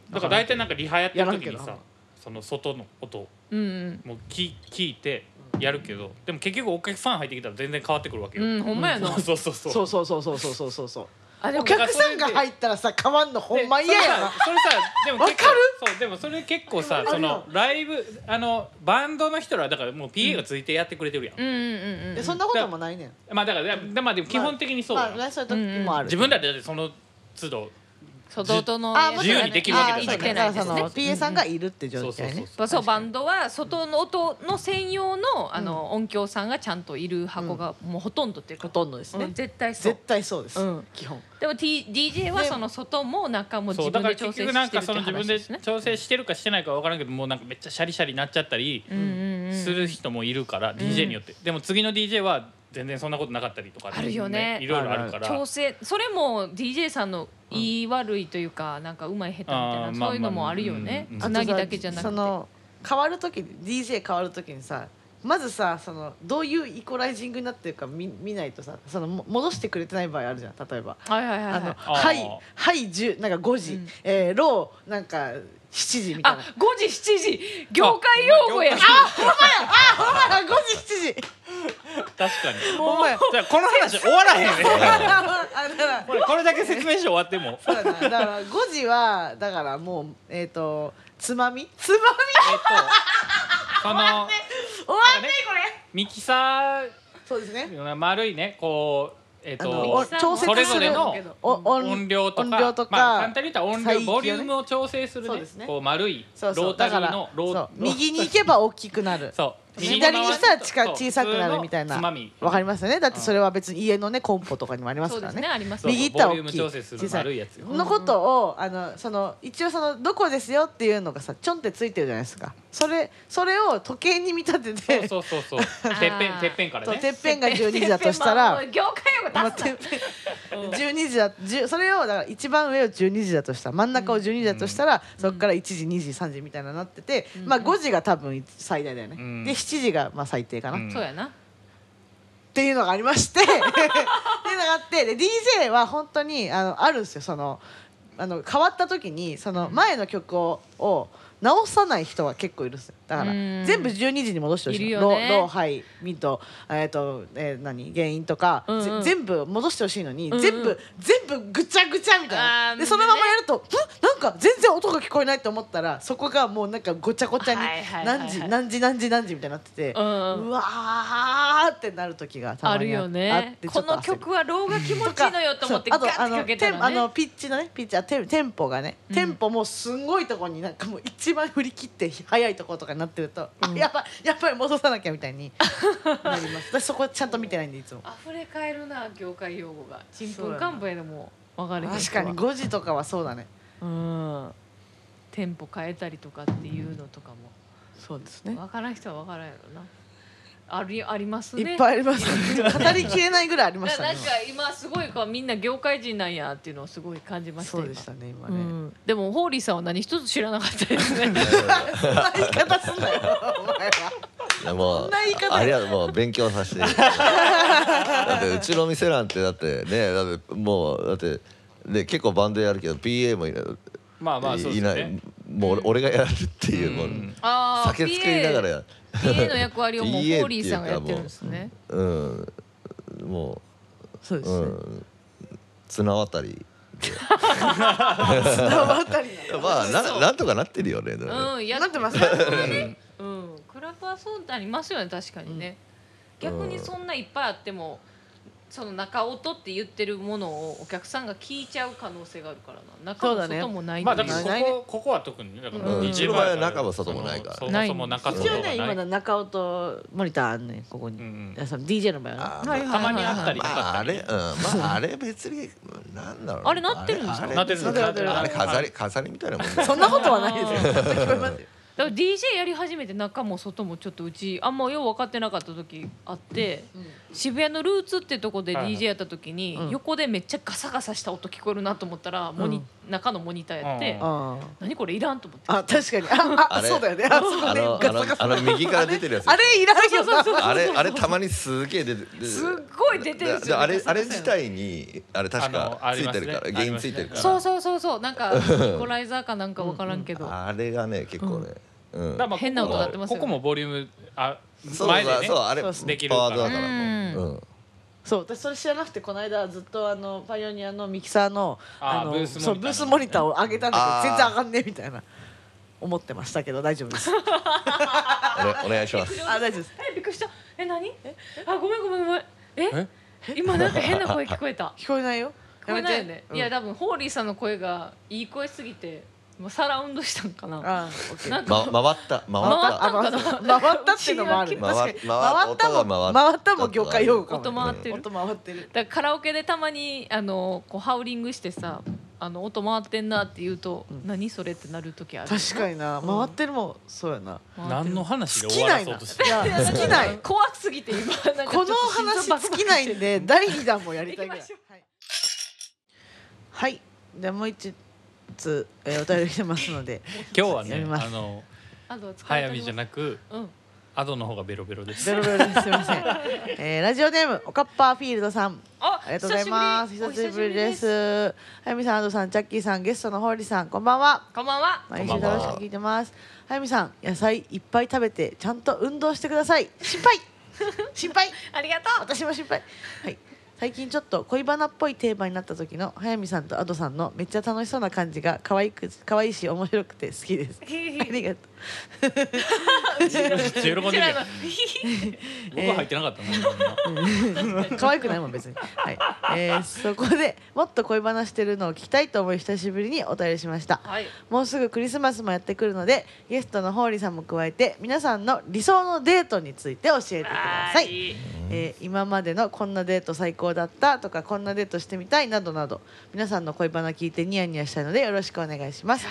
だから大体なんかリハやってる時に
やらんけど
さ
な
その外の音
うん
もう聞聞いてやるけどでも結局お客さん入ってきたら全然変わってくるわけ
う
よ、
ん、うん、ほんまやな、
そうそうそうそう
そうそうそうそうそうそうそうそう
あで
お
も
客さんが入ったらさ変わんのほんま嫌やな
でそれさそれさでも結構
わかる
そうでもそれ結構
わ
さ
か
そ
るよ
のライブあのバンドの人らだからもう PA がついてやってくれてるやん、
うんうんうんうん
でそんなこともないねん
まあだからでまあでも基本的にそうだ
ま
よ、
あそういう時もある
自分らでだってその都度
外との
あも
やつ
ち
自
ろん
由にできるわけ
あ
じゃ
そ
な
う
い
かだから
けないで
そ
す
の
ね
PA さんがいるって
そ
状
うそう
態
そう
ね
そうそう
確
バ
かに
ンドは外の音の専用のあの音響さんがちゃんといる箱がもうほとんどっていうか
ほとんどです
う
ね
ん絶対そう
絶対そうです
うん
基本
でも、T、DJ は
で
その外も中も
そ
自
うだ
分
から
で
結
調整
局なん
して
か
るって
その自分
話
で
ですね
調整してるかしてないかわからんけどもうなんかめっちゃシャリシャリになっちゃったり
うんうんうん
する人もいるから、DJ によってでも次の DJ は全然そんなことなかったりとか、
あるよね
いろいろあるから
調整それも DJ さんの言い悪いというか、なんかうまい下手みた
あー
い
ま
な
あ
そういうのもあるよね
まあ
つ
あと
な
さ
ぎだけじゃなくて
その変わる時に DJ 変わる時にさまずさそのどういうイコライジングになってるか見見ないとさそのも戻してくれてない場合あるじゃん例えば
はいはいは
あ
いは
の
い
あー
はいはい10なんか5時、
うん
えーローなんか7時みたい
あ
な
5時7時業界用語や
あ
あ5時7時
確かに
お前
じゃあこの話終わらへんね
あだから
これこれだけ説明して終わ っても
そうだなだから5時はだからもうえっ、とつまみつまみ
えっとその
終わんねこれ
ミキサ
そうですね
ー丸いねこうえっ
あのお
と
調節する
それぞれの
お
音量とか
音量とか、
まあ、簡単に言ったら音
最
量、
適をね
ボリュームを調整する
そう
ね
ですね
こう丸い
そうそう
ロータリー
だ
の
から
ロー
そう
ロー
右に行けば大きくなる
そう
左にしたら近
そう
小さくなるみたいな
普通のつまみ
わかりますよねだってそれは別に家のねコンポとかにもあります
そう
か
で
ら
すね
ね
あります
そう
ね
右行ったら大
ボ
き
リ
い
ューム調整する
小さ
丸いやつよ
のことをあのその一応そのどこですよっていうのがさちょんってついてるじゃないですかそれそれを時計に見立てて
そうそうそうそうてっぺ
あ
ん
ー
てっぺんから
そう
ね
てっぺんが12時だとした ら
てっぺんまあもう業界用語出すな
12時だ10それをだから一番上を12時だとしたら真ん中を12時だとしたら、そこから1時2時3時みたいなのになってて、まあ5時が多分最大だよね、
うん
で7時がまあ最低かな、
うん
そうやな
っていうのがありまして っていうのがあってで DJ は本当にあのあるんですよそのあの変わった時にその前の曲をを直さない人は結構いるんですよだから
うん
全部12時に戻してほしい
いる
の
よね
ローローハイミント,、えーとえー何原因とか、
うんうん
ぜ全部戻してほしいのに、
んうん
全部全部ぐちゃぐちゃみたい
あ
な
ー
でそのままやると、んなんか全然音が聞こえないと思ったらそこがもうなんかごちゃごちゃに、
はいはいはいは
何
い
時何時何時何時みたいになってて。
うんうん
うわーってなる時がた
あ
ま
る
にあ
よね
ってちょ
こ
っと焦
の
る
曲はローが気持ちいいのよと思って
そ
ガ
う
ッて
あとあの
かけた
テンあ
ら
の
ね
ピッチのねピッチあテンテンポがね、テンポもすんごいところになんかもう一番振り切って早いところとかになってると、あやっぱやっぱり戻さなきゃみたいに なります私そこちゃんと見てないんでいつも
溢れ返るな業界用語がちんぷ
そうんやな
かんぷんやでも分かれへん
確かに5時とかはそうだね
うんテンポ変えたりとかっていうのとかも
そうですね
分からん人は分からんやろなありありますね
いっぱいあります、ね、語りきれないぐらいありま
だ
し
から
た
なん
ね
か今すごいこうみんな業界人なんやっていうのをすごい感じま
今
した
そ
今
うでしたね今
う
ね、
ん、でもホーリーさんは何一つ知らなかったですね
そんな言い方すんなよお前は。
いやま
んな言い方
あありがとうまあ勉強させてだってうちの店なんてだってねだってもうだってね結構バンドやるけど PA もいない,、
まあまあそうで
い
す
な
ね
いもう俺俺がやるっていう、もう
あー
酒作りながら
PA
や
PA の役割を もうホ
PA
ーリーさんがやってるんですね
うんも
そう
う、
ですね、
うん、綱渡り
綱渡りなの
まあななんとかなってるよねでもね
うんや
なってます
ねうんクラブはそうなりますよね確かにね、逆にそんないっぱいあってもその中音って言ってるものをお客さんが聞いちゃう可能性があるからな中
そう
も
だね
外もない
まあ
って
だ
いう
からこ
ないね
こここは特にねだから
うん
一
うちの場合は中も外もないから
そもそも中
一応
外
ね今
がな
の
い
中尾とモニターあんねんここに、
うん
あその DJ の場合はね
あー
はいはい
たまにあったりと
まあ
か
あれ、うん、まああれ別になんだろう
あれなってるんですか
あれ
なってる
なってる
あれ飾り飾りみたいなもんだよ
そんなことはないですよ。聞こえますよ。
だから DJ やり始めて中も外もちょっとうちあんまよう分かってなかった時あって、渋谷のルーツってとこで
はいはい
DJ やった時に、
うん
横でめっちゃガサガサした音聞こえるなと思ったら、モニ中のモニターやって、
うん
あ
何これいらんと思って
あ、確かに。あ、あ、
あれ
そうだよね。あそこ
あ
ね
の、
ガサガ
あのあの
サ。
右から出てるやつ
あれいらんよな。
あれあれたまにすげえ出てる
すっごい出てるんですよ
あれ
ガサ
あ
ガサ
れ自体にあれ確
あ
か
のあ
つ
り
い
ま
て
す
る
ね
から原因ついてるか
そう
ら
そうそうそうなん かイコライザーかなんか分からんけど、
あれがね結構ねうん
だからまあ
変な音鳴ってますよね
ここもボリュームあ
そう
前で
そう
ね
そうあ
そ
れパ
う
ワ
そ
でき
ード
るから
だからもううん
そう私それ知らなくてこの間ずっとあのパイオニアのミキサーの
あー
の
ブースモニター
そうブースモニターを上げたんだけど
あー
全然上がんねえみたいな思ってましたけど大丈夫です
お願いします
あ大丈夫です
えびっくりしたえ何あごめんごめんごめんえ
え
今なんか変な声聞こえ た
聞こえないよ
聞こえないよね、
うん
いや多分ホーリーさんの声がいい声すぎてもうサラウンドしたんかな
あーオッケー
なん
ま
か
回った回った
あ回った回ったっていうのもある
う
確かに
回回
回った
音
も
が
回
回
っ
った
たも業界用語かも
音回ってる、
音回ってる
だからカラオケでたまにあのこうハウリングしてさあの音回ってんなって言うと、
うん
何それってなる時ある
確かにな
うん
回ってるもんそうやな
回ってる
何の話
好き
で終わ
な
ら
い
そ
な
う
い
としてる
や好きない
怖すぎて今なんかちょ
この
っと
お
心
話
臓バクバ
尽
ク
き
し
な
て
い
る
ん で第2弾もやりたいぐらい
行きましょ
はい、はい、じゃあもう一つ、えー、お便り来てますので
今日は
やり
ね
ます
あの
あとは疲れ
早見じゃなく
くうん
アドの方がベロベロで す
ベロベロですすいません、えー、ラジオネームおかっぱフィールドさん
あ
ありがとうございます久
お
しぶりです早見さん安藤さんチャッキーさんゲストのホーリーさんこんばんは
こんばんは
毎
こ
週
んばんは
楽しく聞いてます早見さん野菜いっぱい食べてちゃんと運動してください心 配心配
ありがとう
私も心配、はい、最近ちょっと恋バナっぽいテーマになった時の早見さんとアドさんのめっちゃ楽しそうな感じが可愛く可愛いし面白くて好きです ありがと
めっちゃ喜んで る
うちらの
僕は入ってなかったな
う可愛くないもん別に、はいえーそこでもっと恋バナしてるのを聞きたいと思い久しぶりにお便りしました
はい
もうすぐクリスマスもやってくるのでゲストのホーリーさんも加えて皆さんの理想のデートについて教えてください
はい
えー今までのこんなデート最高だったとかこんなデートしてみたいなどなど皆さんの恋バナ聞いてニヤニヤしたいのでよろしくお願いします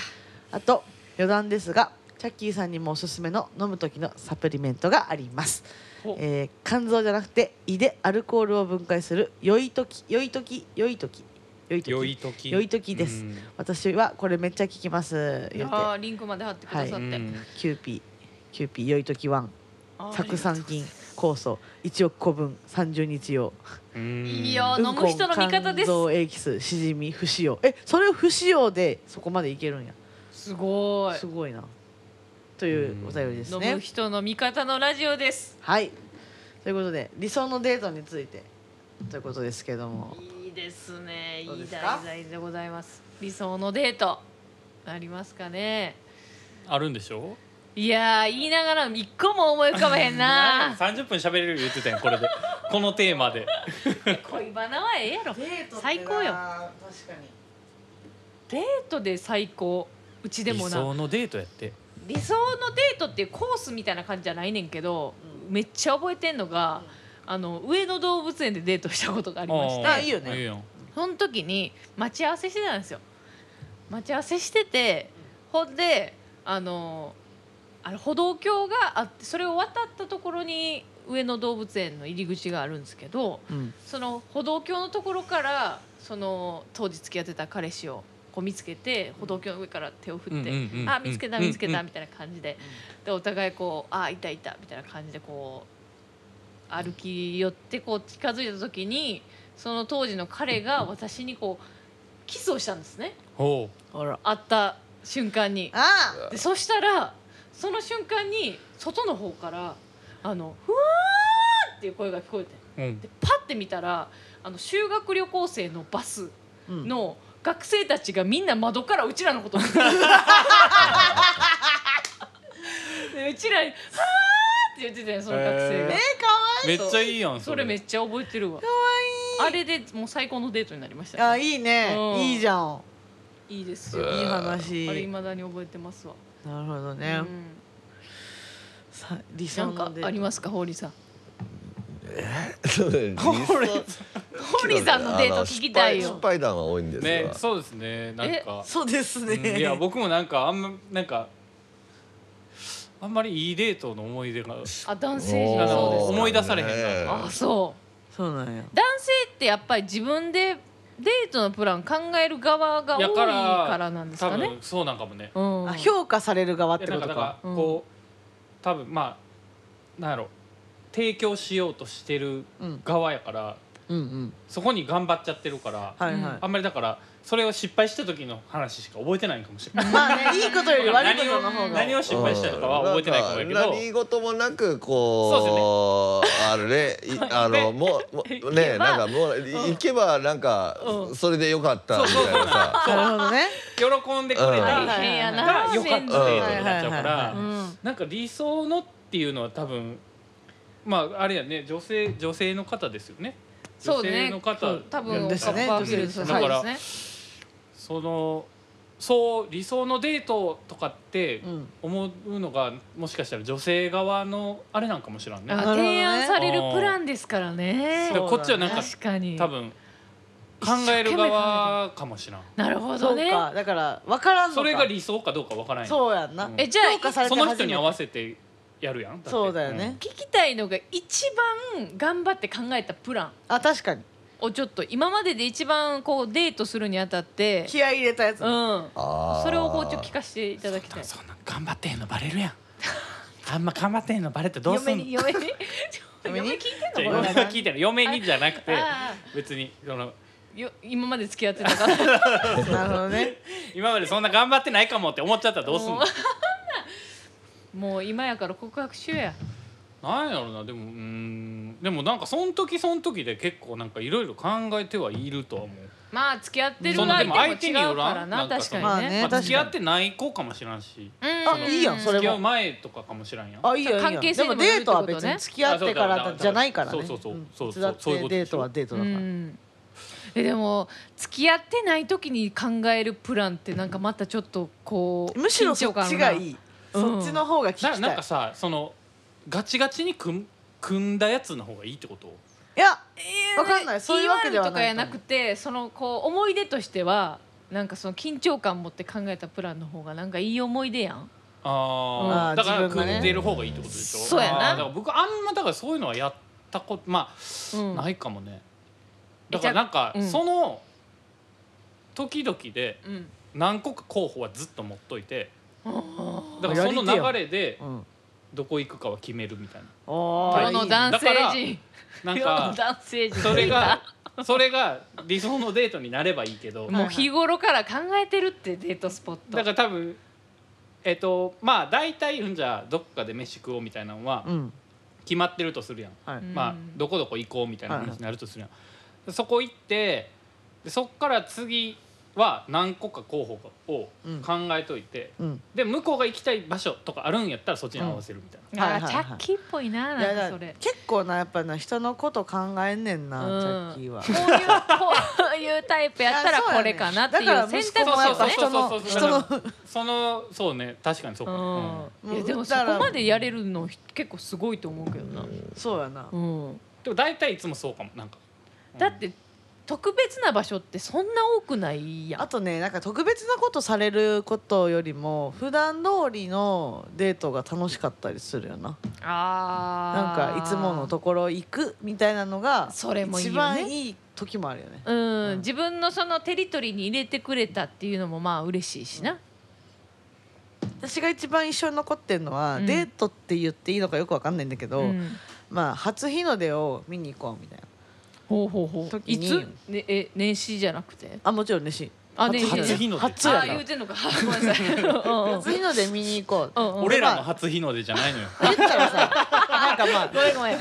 あと余談ですがチャッキーさんにもおすすめの飲む時のサプリメントがあります
お、
えー肝臓じゃなくて胃でアルコールを分解する良い時良い時良い時良い時
良い時
良い時です
うん
私はこれめっちゃ聞きます言うて
あーリンクまで貼ってくださ
だ
っ
う
て
ん
キューピーキューピー良い時1
あー
酢酸菌酵素1億個分30日用
うん
いいよ
うん
飲む人の味方です
肝臓エキスしじみ不使用えそれを不使用でそこまでいけるんや
すごい
すごいなというお便りです
飲
ね
む人の味方のラジオです
はいということで理想のデートについてということですけども
いいですねい
どうで
い
すか
題材でございます理想のデートありますかね
あるんでしょ
いやー言いながら一個も思い浮かばへん な
30分喋れる言ってたやんこれでこのテーマで
恋バナはええやろデ
デー
最高よ
確かに
ートで最高うちで
理
もな
想のデートやって
理想のデートっていうコースみたいな感じじゃないねんけど、めっちゃ覚えてんのが、あの上野動物園でデートしたことがありまして
あいいよね
いいよ
その時に待ち合わせしてたんですよ待ち合わせしててほんであのあれ歩道橋があってそれを渡ったところに上野動物園の入り口があるんですけど
うん
その歩道橋のところからその当時付き合ってた彼氏をこう見つけて歩道橋の上から手を振って
うんうん
「
うん
あ見つけた
うん
見つけ
う
た」
ん
みたいな感じででお互いこう「あいたいた」みたいな感じでこう歩き寄ってこう近づいた時にその当時の彼が私にこうキスをしたんですね
ほう
あら
会った瞬間に。
あ
でそしたらその瞬間に外の方から「あのふわー!」っていう声が聞こえて
うん
でパッて見たらあの修学旅行生のバス
うん
の学生たちがみんな窓からうちらの ことを見てるでうちらに「はあ!」って言ってたよその学生が、
え
えー、かわ
めっちゃいいやん
それめっちゃ覚えてるわあれでもう最高のデートになりまし
いいあ
た、ね、
いいね、
うん
いいじゃん
いいです
い
よ、
い
あれ
話
未だに覚えてますわ、
なるほど
う
ね、
ん、
さ理
な
想
んか
のデート
ありますかホーリーさん
そうね理想
ホーリーさんのデート聞きたい
あの失敗失
よ
敗談は多いんですが、
ねそうですねなんか
そうですね、
うんいや僕もなんかあんまなんかあんまりいいデートの思い出が
あ男性陣
あの
そうですか
思い出されへんな
あそう
そうなんや
男性ってやっぱり自分でデートのプラン考える側が多いからなんです
多
かね
分。そうなんかもね
うん、
あ評価される側っ
い
て
や
こ
なん
と
か
か
だから
うん
こう多分まあなんやろ提供しようとしてる
うん
側やから
うんうん
そこに頑張っちゃってるから
はいはい、
うん
あんまりだからそれを失敗した時の話しか覚えてないんかもしれない
まあねいいことより悪いこ
何
と
を
の方が
何を失敗したとかは覚えてないかもやけ
なん
ど
か何事もなくこうあれねい あのもうもう
行け
ね
ば
なんかもうい行けばなんか
うん
それでよかったみたいなさ
なるほどね
喜んでくれ
うん
た
大変やな
が良かったデー
うん
トになっちゃ
はいは
うか
いはい
ら
は
うん
なんか理想のっていうのは多分まああれやね女性女性の方ですよね
そ
女
うね
性の方
そう多分
ですね
カッパーフィールドさん
だから
ですね
そのそう理想のデートとかって
うん
思うのがもしかしたら女性側のあれなんかもしらんね
あ
なるほどね
提案されるプランですからね
だからこっちはなんか
確かに
多分考える側かもしらん
なるほ
そ
ど
う
ね
かだから分からんのか
それが理想かどうかわからんやん
そうやんな
うん
えじゃあ
評価されて
そ
初め
の
て
人に合わせてやるやんって
そうだよね
聞きたいのが一番頑張って考えたプラン
あ確かに
をちょっと今までで一番こうデートするにあたって
気合い入れたやつ
うん
あー
それをこうちょっと聞かせていただき
だか
たい
らそんな頑張ってへんのバレるやん あんま頑張ってへんのバレてどうす
嫁
んの
に嫁に
嫁
嫁
に
に聞いてんの
嫁
こ
は
れ
聞いてる嫁にじゃなくて
あ
別にその
あよ今まで付き合ってたから
なるほどね
今までそんな頑張ってないかもって思っちゃったらどうすんの
もう もう今やから告白しようや
なんやろなでもうーんでもなんかそん時そん時で結構なんかいろいろ考えてはいるとは思う、
まあ付き合ってる
そんなでも
相手も違う
相手によ
からら
ん
な
なんか
確か
ま
あ
に
ね
ね
まあ、
確かに
付き合ってない子かもしらんし
あいいやんそれ
付
も
き合う前とかかもしらんやん
あいいよいいよ
関係性
で
で
も
も
デートは
言うっ
別
てことね
に付き合ってからだじゃないからね
そうそうそうんそうそう
いつだっ
そういう
て
こと
デ
で
ー
しょ
トはデート
う
だから
んえでも付き合ってない時に考えるプランってなんかまたちょっとこう
むしろそっちが
い
いい
う
そ
ん
っちの方が聞きた
ないなんかさそのガチガチに組ん組んだやつの方がいいってこと
いやわ
わ
かんないそういうわけでは
とか
な
や
いと
な
思
く
う
てそのこう思い出としてはなんかその緊張感持って考えたプランの方がなんかいい思い出やん
う
あ
ん
あだから
自分がね
組んでる方がいいってことでしょ
そうやな
あーだから僕あんまだからそういうのはやったことま
う
あ
ん
ないかもねだからなんか
じゃあうん
その時々で
うん
何個か候補はずっと持っといてだ
あ
か
ー
らそ
やりて
の
よ
流れで
うん
どこ行くかは決めるみたい
お
世
ー
の
いいね
男性陣
な
世
な
の
んか
男性陣
それがそれが理想のデートになればいいけど
もう日頃から考えてるってデートスポット
だから多分えっとまあ大体うんじゃあどっかで飯食おうみたいなのは
うん
決まってるとするやん
はい
うん
まあ、どこどこ行こうみたいな話になるとするやん、そこ行ってでそっから次は何個か候補を
うん
考えといて、
うん
で向こうが行きたい場所とかあるんやったらそっちに合わせるみたいな、
あ
はいはい
ー
はい
チャッキーっぽいない
や
なんか
だ
そ
から
れ
結構なやっぱな人のこと考えんねんなチャッキーは
こういうこういうタイプやったらこれかなってい
いや
う
そうやね
選
だからやっ
択肢を
ぱ
ね
人の
そうそうそうそう
人の
そのそうね確かにそうか、うん
うんいやでもそ
だから
こまでやれるの結構すごいと思うけどな
そうやな
うん
でも大体いつもそうかもなんか、
だって特別な場所ってそんな多くないやん
あとねなんか特別なことされることよりも普段通りのデートが楽しかったりするよななん
あー
かいつものところ行くみたいなのが
それもい
一
いよね
番いい時もあるよね
うん
うん
自分のそのテリトリーに入れてくれたっていうのもまあ嬉しいしな
私が一番一生に残ってるのは、
うん
デートって言っていいのかよくわかんないんだけど、
うん
まあ初日の出を見に行こうみたいな
ほうほうほう
時
い
に
つねえ年始じゃなくて
あもちろんねし
あ年始
初日の出
初
あ
や
あ
な
言うてんのかごめんなさいうんうん
初日の出見に行こう
うんうん
俺らの初日の出じゃないのよ
言ったらさ なんかまあ
ごめんごめん、うん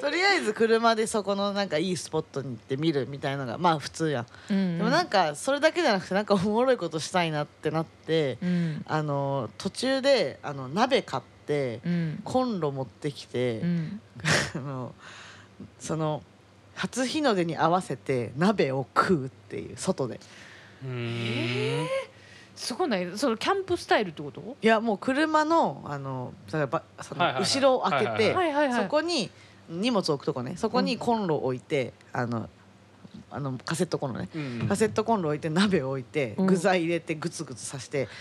とりあえず車でそこのなんかいいスポットに行って見るみたいなのがまあ普通やん、
うん
でもなんかそれだけじゃなくてなんかおもろいことしたいなってなって、
うん
あの途中であの鍋買って、
うん
コンロ持ってきて、
うん
あのその初日の出に合わせて鍋を食うっていう外で
うーん
すごないそのキャンプスタイルってこと
いやもう車のあの例えばそ
は
の
いはいはい
後ろを開けて、
はい
はいはいはい
そこに荷物を置くとこねそこにコンロを置いて、あのあのカセットコンロね、
うん
カセットコンロ置いて鍋を置いて、
うん
具材入れてグツグツさして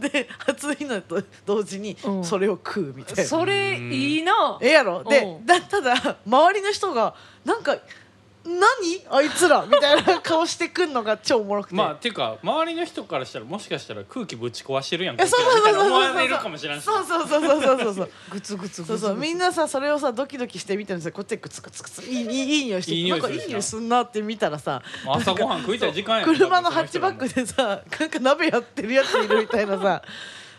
で熱いのと同時に
うん
それを食うみたいな、
それいいな
ええやろで
うん
だただ周りの人がなんか何あいつらみたいな顔してくんのが超おもろくて、
まあっていうか周りの人からしたらもしかしたら空気ぶち壊してるやん
いやそうそう
こいつらみたいな
そう
思われるかもしれない
そうそうそうそうそうそうそう
グツグツグツ
そう そうみんなさそれをさドキドキして見てるんですよこっちでクツクツクツいいいいいい匂いして
いい匂い
なんか
するし
い
ない
匂いすんなって見たらさ
朝ごはん食いたい時間やん
車のハッチバックでさなんか鍋やってるやついるみたいな さ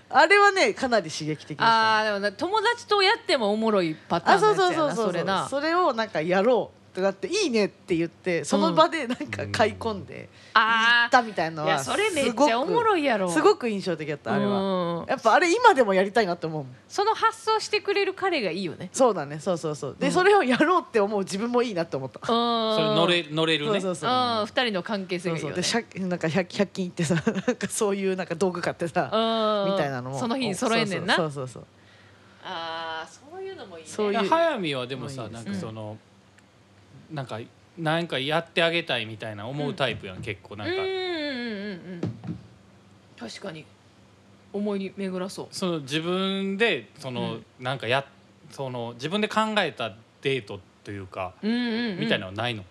あれはねかなり刺激的でした
あーでもな友達とやってもおもろいパタ
あ
ーンの
そう
やつや
そ
な
うそうそう
それな
それをなんかやろうってなって「いいね」って言ってその場でなんか買い込んで行
あ
ったみたいな
あ
の
いや
は
それめっ
すご
ち
く
ゃおもろいやろ
すごく印象的だったあれは
うん
やっぱあれ今でもやりたいなって思うもん
その発想してくれる彼がいいよね
そうだねそうそうそうで、
うん
それをやろうって思う自分もいいなって思った、
うん
それ乗れ乗れる
そう
ね
そうそう
うん二人の関係性
そ
が
う
いい
そ
よ
う
ね
でしゃなんか 100, 100均行ってさ なんかそういうなんか道具買ってさ
うん
みたいなのも
その日に揃えんねんな
そうそうそう
ああそういうのもいいね
そう
い
い
や
う
早見はでも
も
さ
ういいで
な
す
ん
ね
かそのなんかなんかやってあげたいみたいな思うタイプやん結構なんか
うんうんうんうんうん確かに思いに巡らそう
その自分でそのなんかやその自分で考えたデートというか
うんうんうん
みたいなのはないの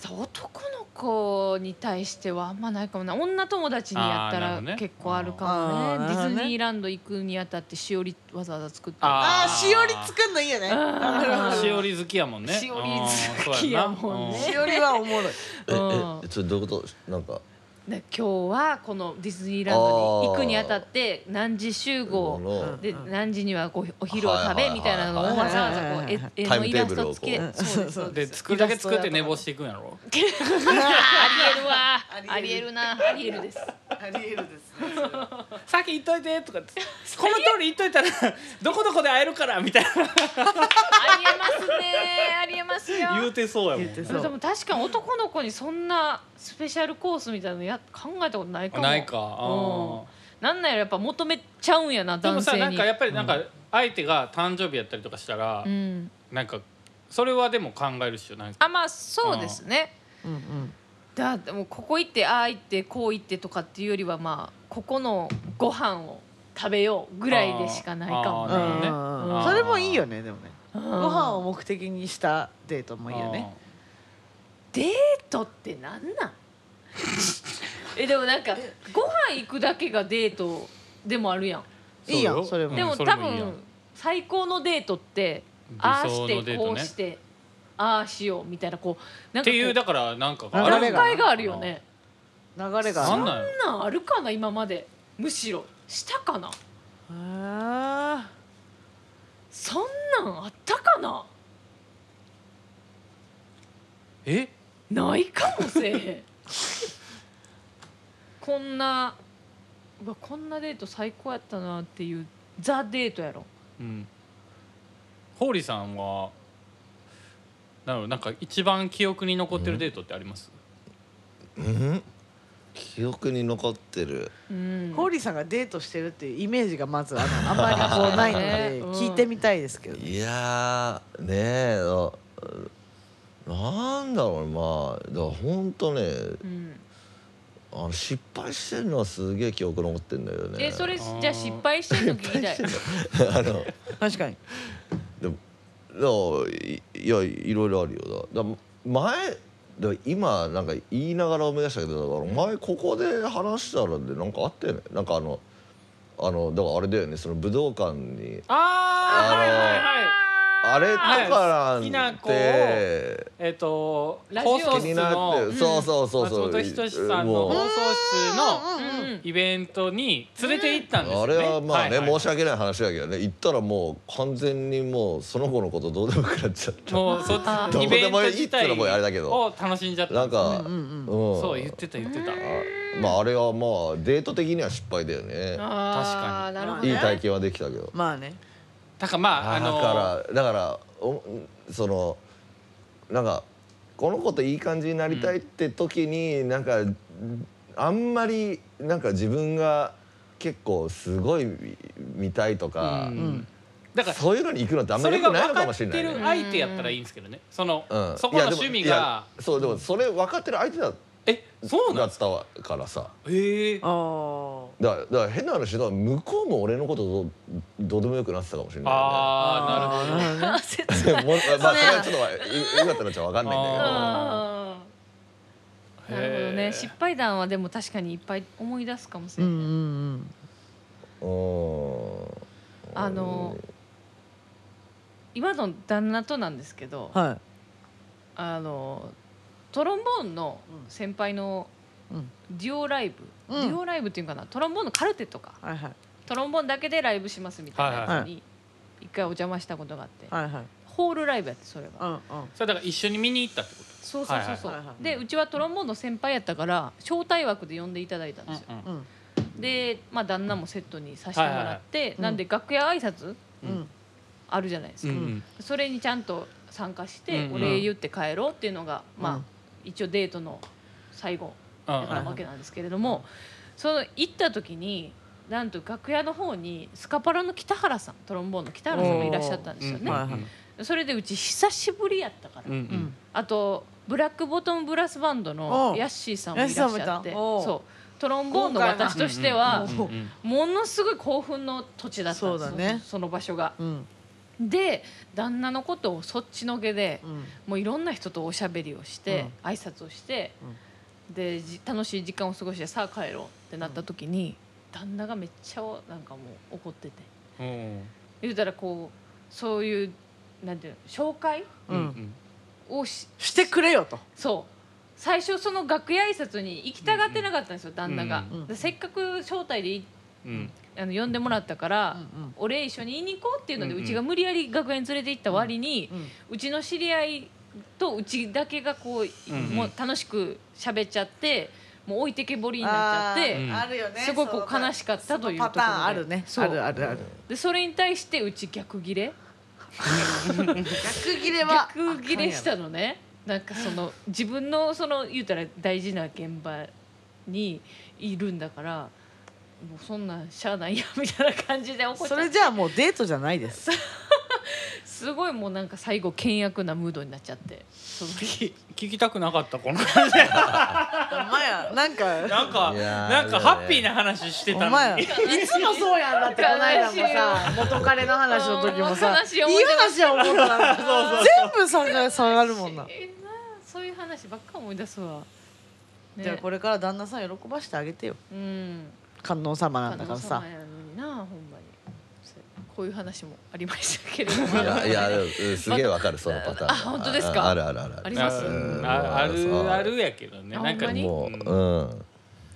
ただ男の子に対してはあんまないかもな女友達にやった
あーなる
ら
ほどね
結構あるかも
あーなるほ
ねデ
ど
ィ
ね
ズニーランド行くにあたってしおりわざわざ作って
あー
ー
しおり作んのいいよね
あー
しおり好きやもんね
しおり
あー
好きやもんね
そうやな
しおりはおもろい
え
うん
えそれどういうことなんか
で今日はこのディズニーランドに行くにあたって何時集合
の
で
うん
何時にはごお昼を食べみたいなのを
は
はい
い
は
わ
い
ざわざこう
はい
絵
はいはい
絵
タイ
の
ム
イ
テ
ラ
ー
ス
ブル
ト
を
付きで
こう
そうですそう
で
です
作るだけ作って寝坊していくんやろ
ありえるわあ
あ
り
り
え
え
る
る
なありえるです
ありえるです
さっき言っといてとかってこの通り言っといたらどこどこで会えるからみたい
ありえますねありえますよ
な言うてそうやもん
言うてそ
でも確かに男の子にそんなスペシャルコースみたいなのや考えたことないかも
ないか
うん
あ
なんなんやろやっぱ求めちゃうんやな
ーでも
男性
さ
に
なんかやっぱりなんか相手が誕生日やったりとかしたら
うん
なんかそれはでも考えるっしょなんか
あまあそうですね
うんうん
だってもうここ行ってああ行ってこう行ってとかっていうよりはまあここのご飯を食べようぐらいでしかないかも
あ
う
ーなるほ
ん
ど
う
ね
ん
あ
う
ー
んそれもいいよねでもね
ご
ご飯を目的にしたデートもいいよね
デートってなんなん えでもなんかご飯行くだけがデートでもあるやん
うん
いいやん
うよ
それも
うん
でも
そ
多
もいいやん
分最高のデートって
理
ああ
想
して
のデートね
こうしてああしようみたいなこうなん
っ
か
て
こ
いう
う
だからなんか
流
段
れ
階があるよね
流れが
な
あ
ん
る
なんや
そんなんあるかな今までむしろしたかな
あ
そんなんあったかな
え
ないかもせえへ んこんなうわこんなデート最高やったなっていうザ・デートやろ
うんホーリーさんはなのなんか一番記憶に残ってるデートってあります、
うん記憶に残ってる
うん
ーホーリーさんがデートしてるっていうイメージがまずあのあんまりこうない ので
うん
聞いてみたいですけどね
いやーねえあなんだろうまあだからほんとね
うん
あの失敗してるのはすげえ記憶残ってんだよね
えそれ
あー
じゃあ失敗してるの聞きたい
あの
確かに
でもでもいいやいろいろあるよだだ前だ今なんか言いながら思い出したけどだから前ここで話したらでなんかあったよねなんかあのあのだからあれだよねその武道館に
あ
あの
ーはいはいはい
あれだから
好きな
っ
子を
て
えっ、と
ラジオ
放送
気に
室
な
の
ってそうそうそう
松
そう
本人志さんの
も
放
う
送室の
うんうん
イベントに連れて行ったんですよ
あ
ね。
れはまあね、
いい
申し訳ない話だけどね行ったらもう完全にもうその子のことどうでもよくなっちゃった
もうそ
あ
ー
イベン
どこで
ト自
もいいっての
体
もあれだけど
を楽しんじゃった
なんか、
うんうんうん
うん
そう言ってた言ってた
あまああれはまあデート的には失敗だよね
あー
確かに
なるほど、
い
ね、
い体験はできたけど
まあね
だからまああ
だ
の
からだからおそのなんかこの子といい感じになりたいって時に、なんかあんまりなんか自分が結構すごい見たいとか、
うんだから
そういうのに行くのってあんま
そ
り
れ
良
が
くない
分
のか
か
も
っ
してれないね
る。相手やったらいいんですけどねその、
うん
そこ
い
の
やでも
趣
い
味
や
が
そうでもそれ分かってる相手だ
えそうな
だ
ん
ったからさ
へえ
あー
だからだから変な話だから向こうも俺のことどどうでもよくなってたかもしれないよね
あ
あーなるほどね
あ切ない
もうまあそれはちょっとい今とのちゃわかんないんだけど
あ
うんなるほど
へ
ね
ー
失敗談はでも確かにいっぱい思い出すかもし
う
れ
ん
な
うん
い、
うん
うーん
あの今の旦那となんですけど
は
あのトロンボーンの先輩の
い、うん、
デュオライブ、
うん
デュオライブっていうかなトロンボーンのカルテとか
はいはい
トロンボーンだけでライブしますみたいな
はい
や
は
つ
い
に一回お邪魔したことがあって、
はいはい
ホールライブやってそれ
う
は
んうん
ーそれだから一緒に見に行ったってこ
そうそうそうそう、
はいはいはいはい
でうちはトロンボーンの先輩やったから招待枠で呼んでいただいたん
と
ですよ、
うん
うん
で、まあ、旦那もセットにさせてもらって、なんで楽屋挨拶
うん
あるじゃないです
う
か、
んうん
それにちゃんと参加して、
うん
お礼言って帰ろうっていうのが、まあ
うん
一応デートの最後
うんうん
なわけなんですけれども、その行った時になんと楽屋の方にスカパラの北原さんトロンボーンの北原さんがいらっしゃったんですよ
うん
ね
は。いはい
それでうち久しぶりやったから、
うんうん
うん
あとブラックボトムブラスバンド
お
の
う
ヤッシーさんもいらっし
ヤッシーさん
ゃっ
もい
て
たおう
そうトロンボーンの私としては
うんうんうん
ものすごい興奮の土地だったんです
そうだね
その場所が。
うん
で旦那のことをそっちのけで、
うん
もういろんな人とおしゃべりをして、挨拶をして、でじ楽しい時間を過ごしてさあ帰ろうってなった時に、旦那がめっちゃなんかもう怒ってて
うん
言うたらこうそういうなんていうの紹介
う
うんうんん
をし
してくれよと
そう最初その楽屋挨拶に行きたがってなかったんですよ、旦那が、
うん
でせっかく招待でい
うん
あの呼んでもらったから、
うんうん
お礼一緒に言いに行こうっていうので、
う
うん
うん
ちが無理やり楽屋に連れて行った割に、
うん
うちの知り合いとうちだけがこう、
うんうん
もう楽しく喋っちゃってもう置いてけぼりになっち
あ
ゃって、
ーあるよね
すごく悲しかったというと
パ
ころで
ターンあるね
そ
あ
う
るあるある
でそれに対してうち逆ギレ
逆切れは
逆ギレしたのねなんかその自分のその言うたら大事な現場にいるんだからもうそんなんしゃあないやみたいな感じで怒っちゃ
そ
っ
れ
て
じゃあもうデートじゃないです
すごいもうなんか最後険悪なムードになっちゃってその日。
聞きたくなかったこの
お前やなんか
なんか
いやー
なんかハッピーな話して
お
た
前
の
やい
に
つも そうやんだってこの間もさ元彼の話の時もさ
うん悲しい思い
い
出
話や思った ら全部下が下がるもんな
えーなそういう話ばっか思い出すわ、ね
じゃあこれから旦那さん喜ばしてあげてよ
うん
観音様なんだからさ
旦那様やのになほんまにそうこういう話もありましたけれど
い
も
やいやでもうんすげえわかるそのパターン
あ本当ですか
ああるあるある
あり
あ
ます
うん
ああるあるやけどね
あ
なんか
ほんまに
も
うん
ううん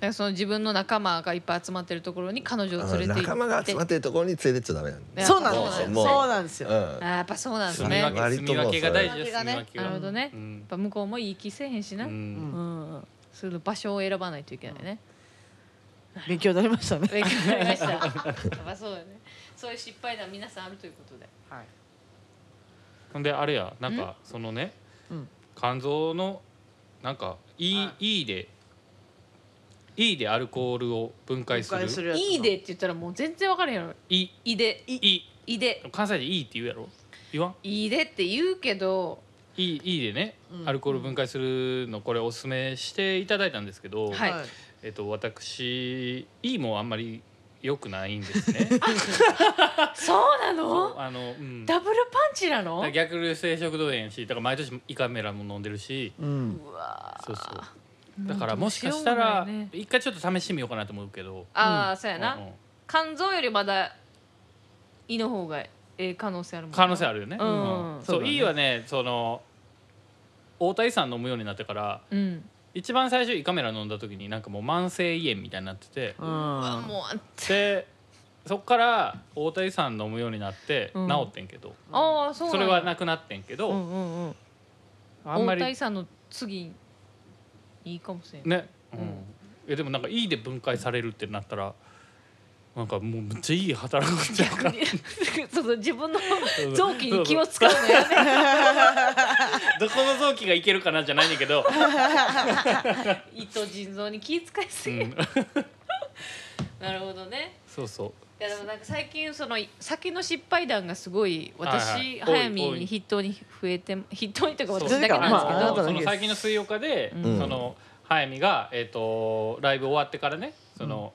なんかその自分の仲間がいっぱい集まってるところに彼女を連れて行って
仲間が集まってるところに連れてっちゃダメなん
いや
そうなん
そう
ですよ
もう
そうなんですよ
あ
だ
ーやっぱそうなんです
住み
ね
分け
割
住
と
み
もう
分けが大事です
それ
住み分け
な
が
るほどね、
う
や
ん
っぱ向こうもいい気せえへんしな、
う
うん
うんん
んうん、その場所を選ばないといけないね、
勉強になりましたね
勉強になりましたやっぱそうだねそういう失敗談皆さんあるということで
はい
ほんであれやなんかそのね
うん
肝臓のなんかいい
あ
いいでいいでアルコールを分解す
分解する
る
やつの
いいでって言ったらもう全然分からへんやろ
い
いでい
い
いで
関西でいいって言うやろ言わん
いいでって言うけど
いいいいでね
うん
アルコール分解するのこれおすすめしていただいたんですけど、
はい
えっと私いいもあんまり良くないんで すね。
そうな
そう
の
あの、うん、だか
ダブルパンチなの
ら逆流性食道炎やしだから毎年胃カメラも飲んでるし
うん
うわ
そうそう
ー
だから
もう
も
どう
し
しよ
か
う
したら
もないね
一回ちょっと試してみようかなと思うけど。
ああそうやな
うんうん
肝臓よりまだ胃の方がええ可能性あるもんな
可能性あるよね。
うん
そ
そ
う
うだね
いいはねその大谷さん飲むようになってから
うん
一番最初胃カメラ飲んだ時になんかもう慢性胃炎みたいになっ てて。
う
あ
ん
もうあん
でそっから大谷さん飲むようになって
うん
治ってんけど、
あーそう
そ
なんや
れはなくなってんけど、
うんうんうん
あんま
大
り
谷さんの次にいいかもしれん
ね、うん
うん
えでもなんか「いい」で分解されるってなったらなんかもうめっちゃいい働くんちゃう
逆
か
に その自分の臓器に気を使うのやめ
どこの臓器がいけるかなじゃないんだけど、
胃と腎臓に気使いす
う
ぎる、
ん、
なるほどね
そうそう
いやでもなんか最近その先の失敗談がすごい
は
私
いはい
早見
多い多
に
い
筆頭に増えて筆頭にというか
そう
私だけなん
まああ
です
なただ
そ
け
の
です
最近の水曜日で、
うん
その早見が、えー、とライブ終わってからねその、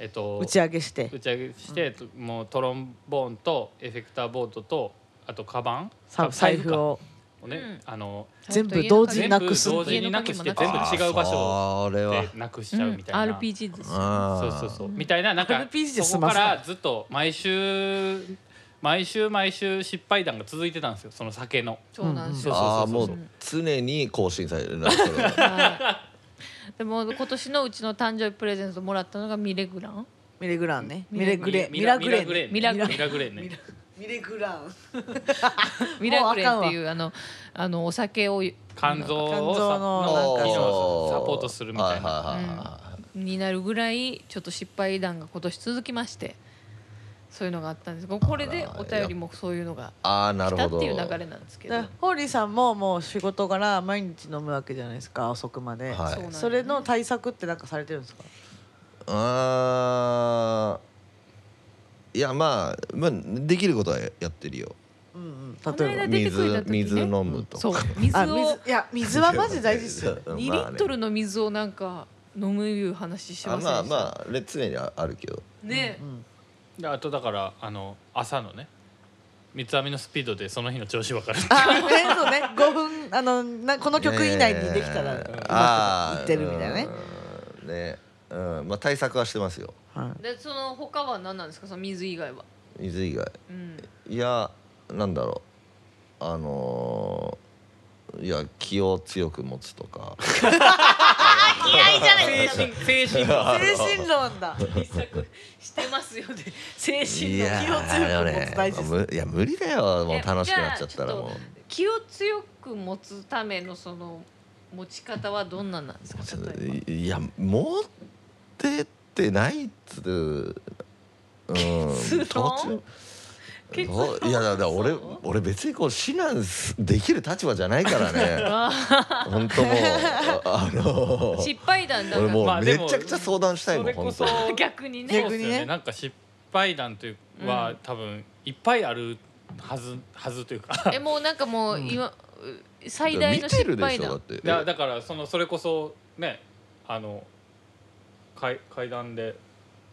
えっと
打ち上げして
打ち上げして、えっともうトロンボーンとエフェクターボードとあとカバン
さ財布
か
を
をね、
うん
あの
全部同時に
全
な
部
くす
同時になくして全部違う場所
あれは
でなくしちゃうみたいな、
RPG です
あ
そう
ー
そうそうみたいななんか
RPG で済
そこ
ま
か
せない
らずっと毎週毎週毎週失敗談が続いてたんですよその酒の
そうなんですよ、
あー
そ
も
うそうそう
う
そう
常に更新されるなそ れは
はいでも今年のうちの誕生日プレゼントもらったのがミレグラン
ミレグランねミ
ミ
レ
レ
グ
グ
レ
レ
ミラグレね
ミラグレミラグレね
ミレグラン
ミレグレンっていうあのあのお酒を
肝臓を
肝臓の
さ
なんか
機能
お
をサポートするみたいな、
はいはいはいはい
になるぐらいちょっと失敗談が今年続きましてそういうのがあったんですがこれでお便りもそういうのが
ああな
来
る
た
ほ
って
ど
いう流れなんですけど
だからホーリーさんももう仕事から毎日飲むわけじゃないですか遅くまで、
はい
そうなんです
それの対策ってなんかされてるんですか
あーいやまあ、まあ、できることはやってるよ
うんうん
この
例えば
間出てくれた時ね
水水飲むとか、
そう水
あ
を
水いや水はマジ大事 ですよ、ね
うん
2リ
まあ
ッ
ね
トルの水をなんか飲むいう話しま
あ
せんでし
ま
た
あまあね常にあるけど
ね
うん
であとだからあの朝のね三つ編みのスピードでその日の調子分かる
あ、えそうね、五分、あの、な、この曲以内にできたら、うまく
あ
いってるみたいなね。
うんねうんまあ対策はしてますよ
はい
でその他は何なんですかその水以外は、
水以外
うん、
いやなんだろうあのーいや気を強く持つとか
嫌いじゃないで
精
すか
神精神論
精神論だ。
対策してます よね精
い
神の
や
気を強く持つ大事です
むいや無理だよもう
え
楽しくなっちゃったら
じゃあ
もう
ちょっ気を強く持つためのその持ち方はどんなんなんですか例えば
いいや持ってってないっつう、 うん、
結論
途中
結論
どういやだから俺
そう
俺別にこう指南すできる立場じゃないからね
あ
本当もうあの
ー失敗談だか
俺
ら、
も
まあ
う
で
め
も
ちゃくちゃ相談したい
そ
もん
れこ
本
そ
当に
逆にね
逆にね
そうですよなんか失敗談というは、
うん
多分いっぱいあるはずはずというか
えもうなんかもう今、最大の
見てる
失
で
敗
しょだっ
談
て
いやだからそのそれこそねあの階階段で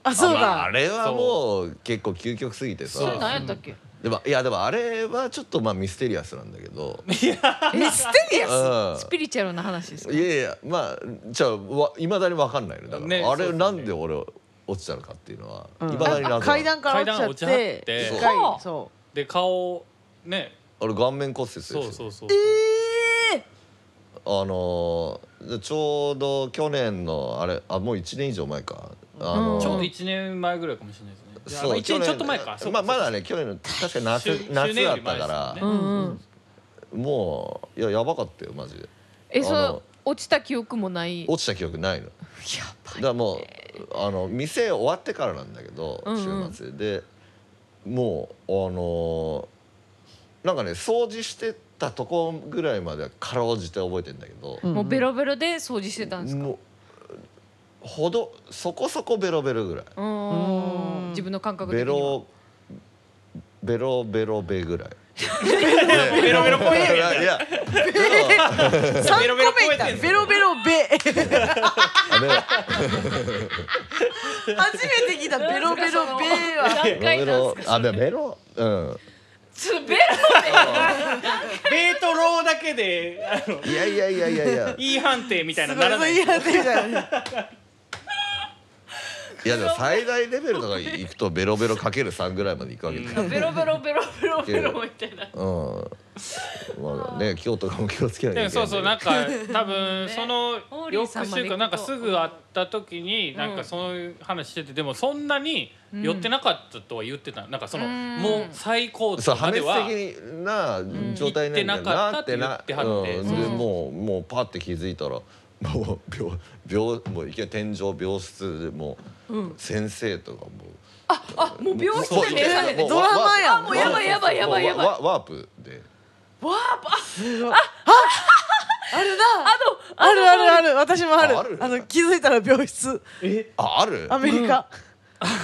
あ、そう
まああ
だ。
れはもう結構究極すぎて
それ何
うだ
さ
やったっけ
でもいやでもあれはちょっとまあミステリアスなんだけど
ミステリアス。
うん
スピリチュアルな話ですか
いやいやまあじゃあいまだに分かんないのだから、
ね
あ
そう
れ
そう
なんで俺落ちたのかっていうのはいうま、
ん
未だに謎な
あ
の
階段から落ちちゃっ
階段落ち
て
ち
ゃって。
一回
はあ
そ
で顔ね
俺顔面骨折です
そ
よ
うそうそうそう
う。ええ。
あのーちょうど去年のあれあもう1年以上前かあのー
ちょうど1年前ぐらいかもしれないですねいやまあ一
去
年
年
ちょっと前かそう
ま
か
あま
そう
だ
か
ね去年の確か夏
周周
夏
年
だ
よ
っ
り
た
前ですよね
から、
うんうん
もういややばかったよマジで
えそ
あ
の
の
落ちた記憶もない
落ちた記憶ないのだか
やばい
らもうあの店終わってからなんだけど、
うんうん
週末でもうあのーなんかね掃除してたとこぐらいまではかろうじて覚えてんだけど、
ん
もうベロベロで掃除してたんですか
もうほどそこそこベロベロぐらい。
うーん自分の感覚的
ベ
には
ロベロベロベぐらい。
ベロベロ
いやいや、
三個
ベロ
目
超
い
え
った
てんす
ベ
よ
ロベロベ。
あれ
初めて聞いたベロベロベは。
何回
ベ
なん
ロ
ですか
あでベロうん。
つベロ
ベートローだけであの
いやいやいやいやいや。
いい判定みたいな
す
のなら
ご
ない
いやってるじゃない。
いやでも最大レベルとか行くとベロベロかける三ぐらいまで行くわけだよ。
ベロベロベロベロベロみたいな
うん。まあね京都かも気をつけないと
で
いけ
も
ない。
そうそうなんか多分そ
ホー
の
リー
翌
さんまで行く
週
と
かなんかすぐ会った時になんかそういう話しててでもそんなに寄ってなかったとは言ってたなんかその
うん
もう最高
そう
潮
破
まで
滅
は
的な状態なんだよなってな、
うん行ってなかったって言ってはって
うんで
うん
もうもうパって気づいたらもう病病もういきなり天井病室でもう、先生とかも
あもう病
う
室で目覚めて
もう
ドラマやんあ
ワープ
もう
やばいやばいやばいやばい
もうワワープで
あるな。あるあるある。私もあ
あある
る。あの気づいたら病室。
あある
アメリカ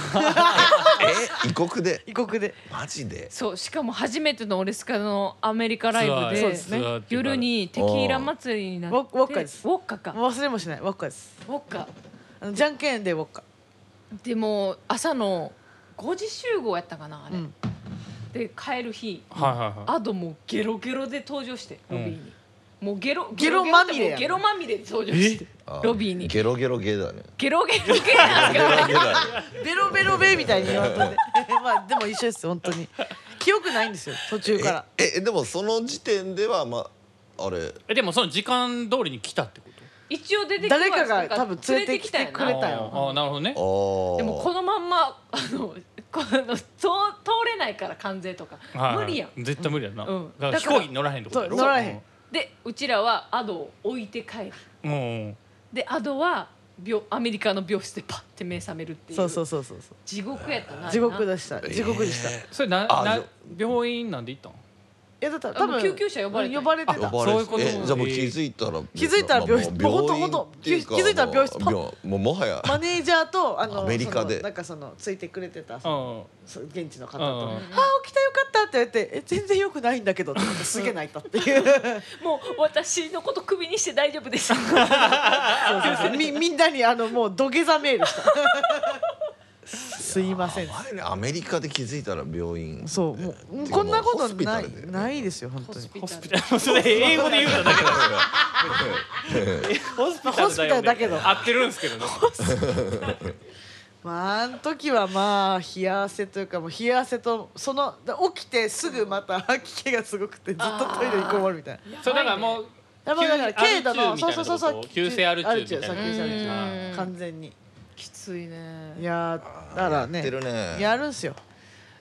え異国で
異国で。
マジで
そうしかも初めてのオレスカのアメリカライブ
ツア
そ
ー
う
で
ですね
ツアーっていうか
夜にテキーラ祭りになって
ウォウォッカです
ウォッカか
忘れもしない。ワッカです。
ウォッカ
あのじゃんけんでウォッカ。
あでも朝の5時集合やったかなあれ、
うん
で帰る日
はいはいは
アドもうゲロゲロで登場してロビーに、もうゲロ
ゲロまみれやん
ゲロまみれで登場して
あ
ロビーにゲ
ゲロゲロゲーだね
ロゲロゲロなん
ゲロ
か
ゲロだね
ベロベロベみたいに言わんとねまあでも一緒です本当に記憶ないんですよ途中から
ええでもその時点ではまああれ
えでもその時間通りに来たってこと
一応出てきま
誰
した
かが多分連れてきて
連れ
く
ん
れ
やな
たよ
あーあーなるほどね
あー
でもこのまんまあのこの通通れないから関税とか、
はいは
無
い
理やん
絶対無理やんな、
うんだ
だから
か
飛
ら
行機に乗らへんってことやろ
そう乗らへん
でうちらはアドを置いて帰る
うんうん
でアドは病アメリカの病室でパッて目覚めるっていう
そうそうそうそうそ
地獄やったなあれ
う
な
地獄でした地獄でした、い
それな
あ
な
よ
病院なんで行ったの
やだったら
あ
多
の
分
救急車呼ばれた
呼ばれてた
呼ばれ
そういうこと
えじゃあもう気づいたら
気づいたら病室
まあまあ
ほんとほんと
病院っていうか
気づいたら病室
まあ病もうもはや
マネージャーとあの
アメリカで
そのなんかそのついてくれてたその
あ
その現地の方と「
うんう
あ
ん
あ起きたよかった」って言われてえ「全然よくないんだけど」って言ってすげえ泣いたっていう
もう私のことクビにして大丈 夫です
そうそうそうみ みんなにあのもう土下座メールしたすいません
あ前ねアメリカで気づいたら病院
そうもうこんなことないないですよ本
ホ
当
ス
に
ピ
ホ
タ
ス
ル
ピタルもうそれ英語で言うのだけどホスピタルだよ、ね、
ホスピタルだけど
合ってるんですけどね
まああの時はまあ冷や汗というかもう冷や汗とその起きてすぐまた吐き気がすごくてずっとトイレにこもるみたいな。
それだからもう
だからだから軽度の
急
そうそうそうそう
急性アルチューみたいな
アルチューそう急性アルチュ
う
ー
ん
完全に
きついね
いやーだから
や
ね
ってるね
やるんすよ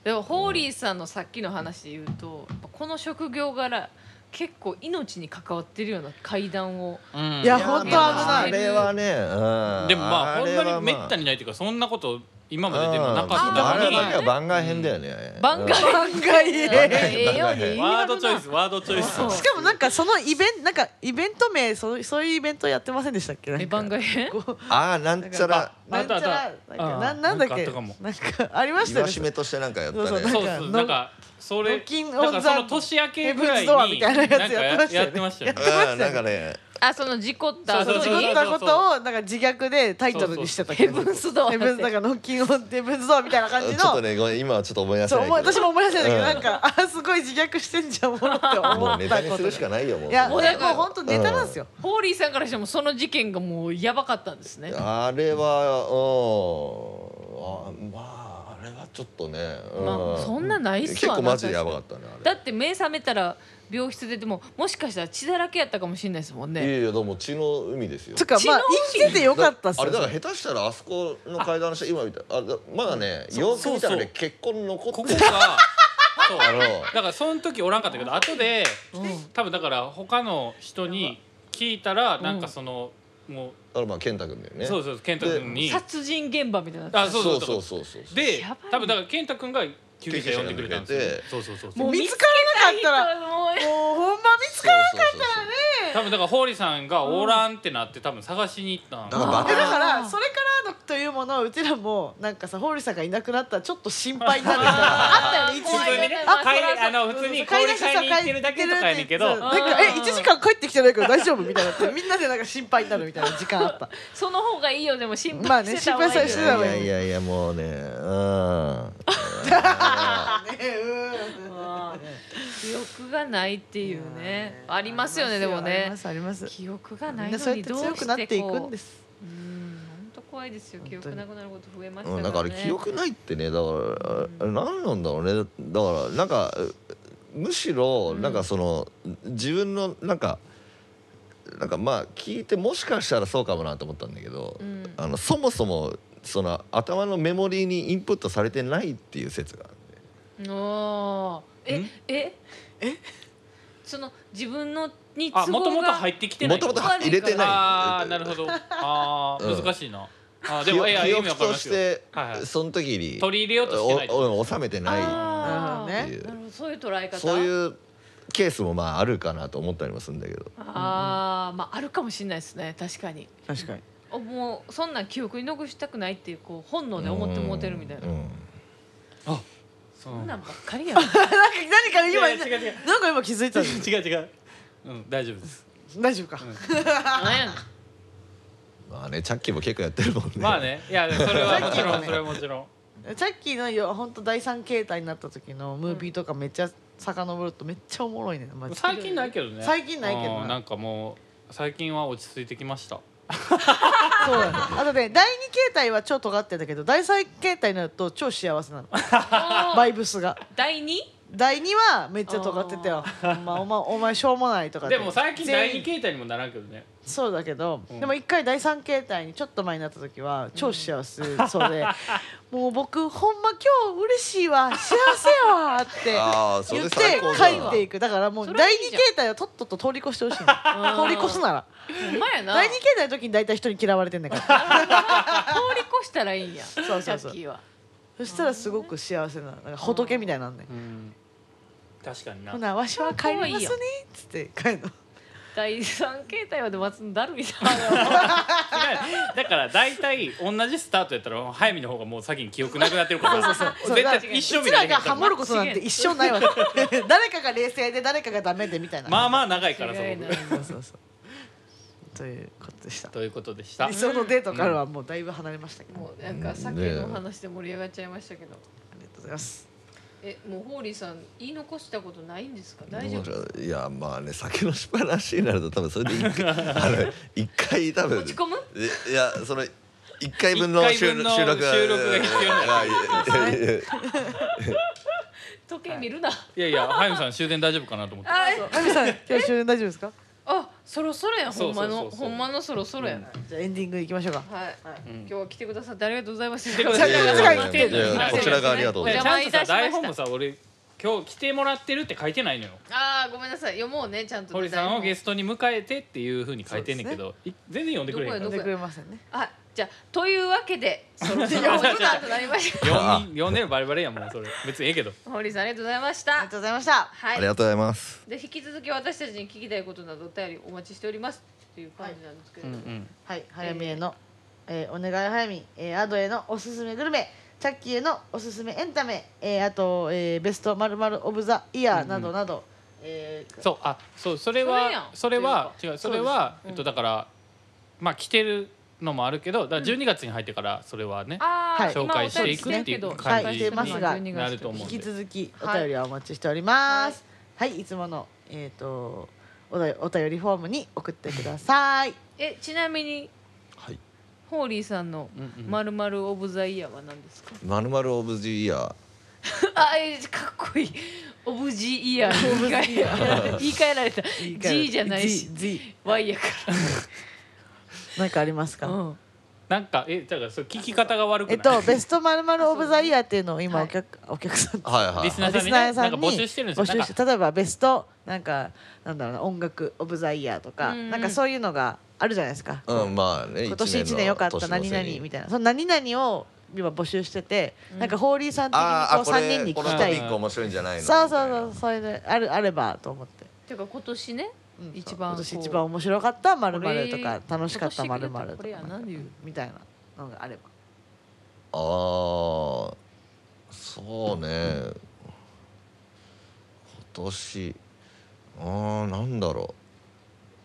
でもホーリーさんのさっきの話で言うとやっぱこの職業柄結構命に関わってるような階段を
うん
いや
や
ほんと危
あ
ない
れはねうん
でもまあほんま
れ
に
は
め
ま
った
に
にないというかそんなこと今まででもなかった
あ
の
れ
に
だけは番外編だよね
番外
番外
え
編
えように言い張
ワード
る
チョイ
な
スワードチョイス
そう
しかもなんかそのイベンなんかイベント名そうそういうイベントやってませんでしたっけなん
え
か
番外編
こ
うんああなんちゃら
うな
ああ
ん
っ
ち
たあ
ゃ
っ
らなんかな
た
んなんだっ
あっ
け
たかも
なんかありましたよ
戒
ね
めとしてなんかやった
そうそう
ね
そうそうなんかそれ
ノッキンオンザ
なんかその年明けぐらいに
ヘブンズドアみたいなやつ
なんかや
や
っ
ってて
ま
ま
し
したた
よ
よ
ね
ね
うんなんかね
あその事故った
そう
後
そうそう
作
に
ったことをなんか自虐でタイトルにしてたっけ
ヘブンスドア
ヘブンズなんかノッキンオンヘブンズドアみたいな感じの
ちょっとねごめん今はちょっと思い出
そ
せ
う
ない
思い
けど
私も思い出せないけど、
うん
なんかあすごい自虐してんじゃんものって思ったこ
もう
と
ネタにするしかないよもう
いや
も
も
う
う
だから
本当ネタなんですよ、
ホーリーさんからしてもその事件がもうやばかったんですね
あれはうんあまああれはちょっとね、う
まあそんなないっす
結
わ
構マジでやばかったねあ
だ
れ
って目覚めたら病室ででももしかしたら血だらけやったかもしれないですもん
い
ね
やいやでも血の海ですよ
つうかまあ生きててよかったっす
あれ
よ
だから下手したらあそこの階段の下今みたいあだまだねよく見たら
そうそう
ね血痕残
ここ
って
が
る
そう
あの
だからその時おらんかったけど後で
うん
多分だから他の人に聞いたらなんかそのも
あのまあ健太君だよ
う
ね
そうそう健太君に
殺人現場みたいになって
あ
た
そう
そ
そう
う
そ
そううそうそうそう
で
やばい
多分だから健太君が救急車呼んでくれたんですよそうそうそうそう
もう見つからなかったら
らもう
もうほんま見つか
多分だから堀さんがおらんってなって多分探しに行ったん
だから
ら
バ
だか
カ
らそれからのというものをうちらもなんかさホーリーさんがいなくなったらちょっと心配になってきたあったよね一
普
時
通にね
あ
帰りあの普通に氷買いに行ってるだけとかやねんけど
そうなんかえ1時間帰ってきてないけど大丈夫みたいになってみんなでなんか心配になるみたいな時間あ った
その方がいいよでも心
まあ
配
ね
してた方がいい
心配
よ、
されてた
いやいやいやもうねうん
記憶がないっていうねありますよねでも
あり
ね
ますあります
記憶がな
み
い
んなそ
の
うや
に
って
どうして
強
こ
く
う
なっていくんですす
うん本当怖いですよ記
本当
憶
に
なくなること増えました
う
からね
ん、なんかあれ記憶ないってねだからあれ何なんだろうねだからなんかうむしろなんかその、自分のなんかなんかまあ聞いてもしかしたらそうかもなと思ったんだけど、
うん
あのそもそもその頭のメモリーにインプットされてないっていう説があるんで
おーえ
ん
ええその自分のに
あ
都
もと
合
もと
が
入ってきてない
もともと入れてない
ああなるほどああ
うん
難しいなあーで
記
もい
憶
や
記
意味わ
憶
かり
と
ま
し
すよ
て、
はいはい
その時に
取り入れようとしてない
おお収めてな
あー
な
るほどね
なるほどそういう捉え
い
方
そう
う
いうケースもまああるかなと思ったりもするんだけど。
あーまああるかもしれないですね確かに
確かに
おもうそんなん記憶に残したくないっていうこう本能で思ってもうてるみたいな
うんうん
そ
そん
う
なんばっかりやん
なんか何か今
いやいや違う違う
なんか今気づい たん
違う違ううん大丈夫です
大丈夫か
なんやねん
まあねチャッキーも結構やってるもんね
まあねいやそ れはもちろ
さっ
ん
きのね
それはもちろん
チャッキーのよ本当第三形態になった時のムービーとかめっちゃ遡るとめっちゃおもろいねマジで
最近ないけどね
最近ないけどな
うんなんかもう最近は落ち着いてきました
そうだねあとね第二形態は超尖ってんだけど第三形態になると超幸せなのバイブスが
第二
第二はめっちゃ尖ってたよほんまお前お前しょうもないとかって
でも最近第
全
二
員
形態にもならんけどね
そうだけど、
うん
でも一回第三形態にちょっと前になった時は超幸せそう で、もう僕ほんま今日嬉しいわ幸せやわ
あ
っ
ー
て
それ
言って
最高だな
帰っていくだからも
そうれい
第
い
二
じゃん
形態はとっとと通り越してほしいの通り越すなら
ほんまやな
第二形態の時に大体人に嫌われてんだから
通り越したらいいんやそう
そうそう
キーは
そしたらすごく幸せななんか仏みたいになんね、
うん確かにな
ほなわしは帰ります
いい
ねっ
よ
つって帰るの
第三形態はで松のだるみさん
だから大体同じスタートやったら早見の方がもう先に記憶なくなってるから
そう
絶
だ
対
から
一生
う
見
ち
ら
ら
れへん
が
か
ハモることなんて一生 ないわ け誰かが冷静で誰かがダメでみたいな
らまあまあ長いから
違いない
そ
そ
う
うそうそう。と いうことでした。
ということでした
理想のデートからはもうだいぶ離れましたけど、あ
もうなんか酒の話で盛り上がっちゃいましたけど
りがとうございます。
えもうホーリーさん言い残したことないんですか
どう
大丈
じ
夫
ゃいやまあね酒の失敗の話になると多分それで一回あの一回多分
落ち込む
いやその一回分の
一回
収
分
録
の
収録
収録が必要な
がいやいやいや
時計見るな、
いやいや早見さん終電大丈夫かなと思って
あえ
そう、ナミさん、今日終電大丈夫ですか。
あそろそろやん
そ
ほ
うんそう
ま
そうそう
のほんまのそろそろやな、
じゃあエンディングいきましょうか。
はい、
うん
今日は来てくださってありがとうございまし
くだ
た
さ
い
い
やいやいやいや
いやいや
こちらがありがとうござい
ち
ま
お
す
邪
ゃ
魔
ん
いたしました
とさ台本もさ俺今日来てもらってるって書いてないのよ
ああごめんなさい読もうねちゃんとね
堀さんをゲ
台
ストに迎えてっていうふうに書いてんねんけど、い全然読んでくれへん
ど
か
呼
こ
んで
や
くれませんね。
本あじゃあというわけでそろそろお時間となりまし
ら読み読んでるバレバレやんもうそれ別にええけど
たホーリーさんありがとうございまし
あり
た
がとうございました。
は
あ
い
りがとうございます
で引き続き私たちに聞きたいことなどお便りお待ちしておりますっていう感じなんですけれども、
はい、早見への、えーお願い早見、えー、アドへのおすすめグルメ、チャッキーへのおすすめエンタメ、えーあと、えーベストまるまるオブザイヤーなどなど、えー
そうあそうそれ
それやん
はそれは違うそれはえっとだからまあ来てるのもあるけどだから12月に入ってからそれはね、
あー
はい
今お便り
紹介していくっていう
してるけど
感じ
紹介してますが
になると思うん
引
で
き続きお便りはお待ちしております。はい、い、つものえっ、とおだお便りフォームに送ってください。
えちなみに
はい
ホーリーさんの
うんうん
まるまるオブザイヤーは何ですか？
まるまるオブジイヤー
あ、えかっこいい。オブジイヤーに言い換え言い換えられた。G じゃないし
G
Y やか
なんかあります
ら。
か。
うん。
なんかえだからそれ聞き方が悪くな
え
い、
っとベストまるまるオブザイヤーっていうのを今
はい
お客、お客さんと
はいはい
リスナー
リスナーさんに
なんか募集してるんですよ
募集して例えばベストなんかなんだろうな音楽オブザイヤーとか、
うんうん
なんかそういうのがあるじゃないですか。
うんまあね
今年一年良かった何々みたいなその何々を今募集してて、
うん
なんかホーリーさん的
あ
にこ
ーあ
う
こ
三人
れ
に
こ
聞
の
き
ト
た
ピ
い
ック面白いんじゃないの
そうそうそう
み
それであるあればと思って、
ていうか今年ね、
うんそ
一番
う今
こう
年一番面白かったま
こ
るま
れ
るとか楽しかったまるまる
ことれや
か
ないう。
みたいなのがあれば
たいなああそうね今年あーなんだろ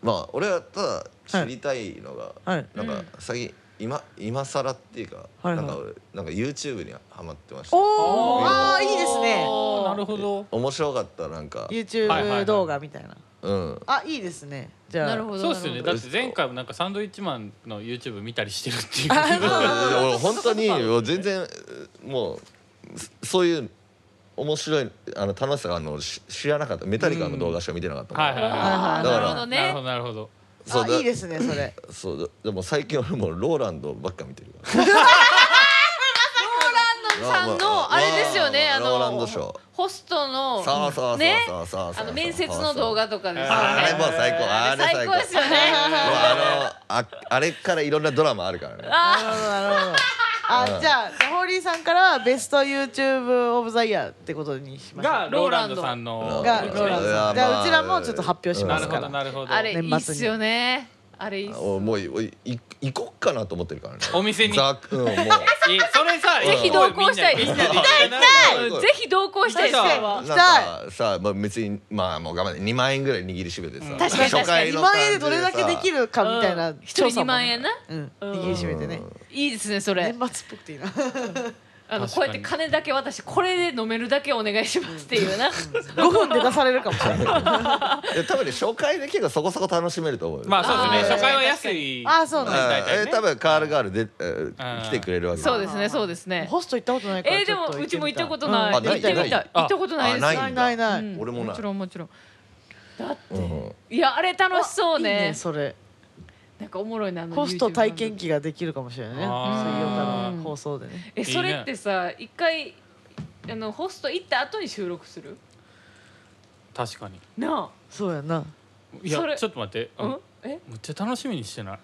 うまあ俺はただ知りたいのが、
はい
なん
う
か
ん
最近今今更っていうか、
はいはい
なんか俺なんか YouTube にハマってました
お
ー
おあーいいですね
おーなるほど
面白かったなんか、
はいはいは
YouTube
い
動画みたいな
うん
あいいですねじゃあ
なるほど。
そうですよね
な
だ
る
っ
ほ
て前回もなんかサンドウィッチマンの YouTube 見たりしてるってい
あ
う
そうそうそう
俺本当にもう全然もうそそういう面白いあの楽しさがあるのを知知らなかったメタリカの動画しか見てなかったか
はい
ら、
はい
ど
は
あー
だから
なるほど
いなるほ
ね。
どなるほど
そうだ
あいいですねそ れ
そうだでも最近俺もうローランドばっか見てるから
ローランドさんのあれですよね。
まあ
あ
まあローランドショ
の
ー
ホストの
そうそうそうそうそう
ね
そうそうそう
あの面接の動画とかですよね。
あれもう最高あ
あ
れ
れ最
最
高
高
ですよね。
もうあのああれからいろんなドラマあるからね
なるほどなるほどあじゃあじゃあホーリーさんからはベスト YouTube オブザイヤーってことにしましょう
がローランドさんの
がローランドさん
いやまあ
じゃあうちらもちょっと発表し
な
ま
る
す
ほ
から
どなるほど
あれい
年末に
いっすよね。あれいいっす
おもういおいい行こっかなと思ってるからね
お店に
ざっうんもう
えそれさ
ぜひ
すご
同行したいです
みんなみんなで行かない
行きたい
ぜひ同行したいです
そうそう
それは
行
なん
きた
かさまあ別にまあもう我慢で2万円ぐらい握りしめてさ
うん
確かに
初回
2
の
万
感じ
円でどれだけできるかみたいな
うん一人2万円な
うん
うん
握りしめてね
いいですねそれ
年末っぽくていいな
あの
確
こ
か
う
に
やって金だけ渡してこれで飲めるだけお願いしますっていうな
5分で出されるかもしれない
いや多分ね初回で結構そこそこ楽しめると思うよ
まあそうです
あー
ね初回は安い
あーそうなんだ
大体
えー
ね
多分カールガールで、えー
うん
来てくれるわけ
そうですすねそうです ね
ホスト行ったことないから
えー、でも
ょと
うちも行ったこと
み
ない
あな
行っ
い
てみたい
ない
行ったことないです
た
あ
いないないな
う
い
ん
俺もない
もちろんもちろんだって、
うん
いやあれ楽しそうね
いいねそれ
なんかおもろいなあの
ホスト
YouTube
体験記ができるかもしれないね水曜
あ
ー
からの放送でね
えそれってさ一回あのホスト行った後に収録する
確かに
な
そうや な
い
それ
やちょっと待って
あ、
う
うんん、え
めっちゃ楽しみにしてない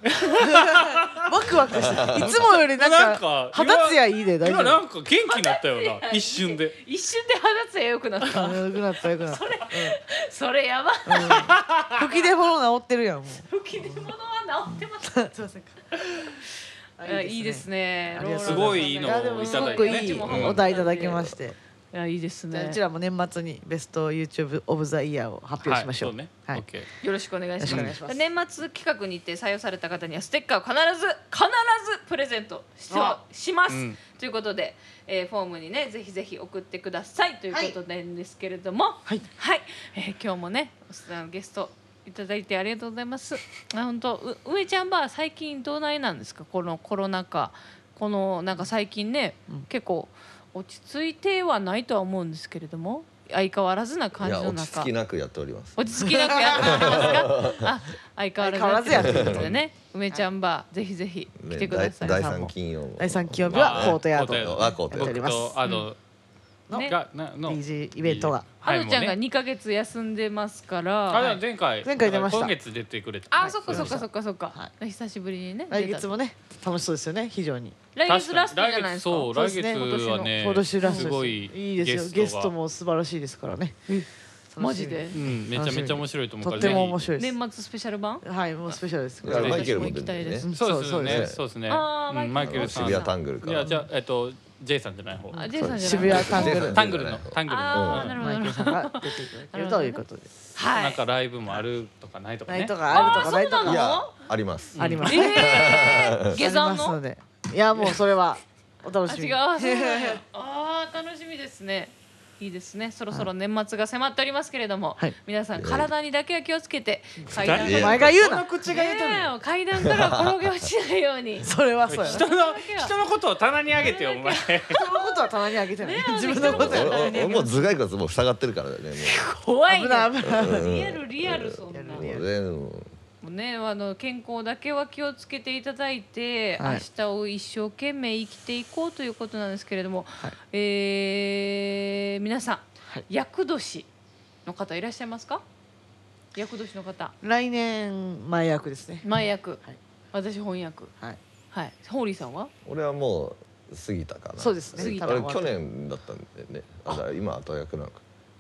ワクワクしていつもよりなん
なんか
か肌ツヤいいで大
今
丈
な
夫
んか元気になったよ な一瞬で
一瞬で肌つや良くなった
あよくなったよくなった
それやば
うん吹き出物治ってるやんも
吹き出物は治ってます
う
あいいですね
ありがとう
すごいいい
い
の
やで
を
も
い
す
た
ご
だい
く
て
い
ね
い
うん
お題いただきまして
いやいいです
じゃあ
ね
うちらも年末にベスト YouTube オブザイヤーを発表しましょう
はい、そうね、
はい
OK
よろしくお願いし
よ
ま
ろ
す
しくお願い
年末企画にて採用された方にはステッカーを必ず必ずプレゼントし
あ
します、
うん
ということで、えーフォームにねぜひぜひ送ってくださいということなんですけれども
はい
はい、えー今日もねあのゲストいただいてありがとうございますあ本当う上ちゃんば最近どうないなんですかこのコロナ禍このなんか最近ね、
うん
結構落ち着いてはないとは思うんですけれども相変わらずない感じ
や
の中
落ち着きなくやっております
落ち着きなくやってますか。あ、相変わらずやってることで ね。梅ちゃんば、ぜひぜひ来てください。
第
さん
三
も
金曜日
第三金曜日
ま
は
あ
コートヤー
コート
ド
ヤード
はコートヤー
やっており
僕
ます
とあの、
の
ね
がなの
BG イベントが
あ
はい
のちゃん
も
が
うね
2ヶ月休んでますから。
あれは前回
前回出ました
今月出てくれた
あ、そっかそっかそっかそっ
は
か。久しぶりにね。
来月
出た
もね楽しそうですよね非常に
来
確
月
か
ラ
に
ストじゃないですか。
来月
そうで
そう
すね
来月はね
今年ラスト
すごい
いいですよゲスト
が
も素晴らしいですからね
マジで
う。んめちゃめちゃ面白いと思う
と
から
っても面
ぜ
白いで
年末スペシャル版。
すはいもうスペシャルです
だからマイケルも
私も
出
行きた
て
い
る
で
ね
す
うん
ひそうです
そう
よ
で
ね
す
そうですね
あー
う
マ
んマ
イ
イ
ケ
ケ
ル
ル
さ
さ
ん
ん
渋谷タングルか
いや
ら
じゃあえっと J さんじゃない方
あ、ジェイさんじゃ
渋
ない。
谷タング ル
タングルのタングルの
あーなるほど
マイケルさんが出ていただけるということで
は
なん
い
か。ライブもあるとかないとか
ない
ね
とかあるとかないと
あーそう
か
なの
あいやあります
ありますね
ええ、下
あ
山
ります
の
の。でいやもうそれはお楽
あ、
しみ
違
に
う。あそうなんやあー、楽しみですね。いいですね。そろそろ年末が迫っておりますけれども、
はい
皆さん
いや
体にだけは気をつけて階段
い
お
や
前が言うな
口
ねえ階段から転げ落ちないように。
それはそう やな
人の人のことを棚にあげてよお前
人のことは棚にあげてない
ね
自分のこと
俺
は
俺
棚にあげ
俺も
て
う頭蓋骨もう塞がってるからねもう
怖い、
危ない
ね。
危ない
リアルリアルそんな。
リア
も
ル
う
リア
も
ル
うねもう
ねあの健康だけは気をつけていただいて、
はい
明日を一生懸命生きていこうということなんですけれども、
はい
えー皆さん、
はい
厄年の方いらっしゃいますか？厄年の方。
来年前役ですね
前役、
はい
私翻訳
はい
はいホーリーさんは
俺はもう過ぎたかな
そうですね
過ぎた
俺去年だったんでねあだから今後役なんか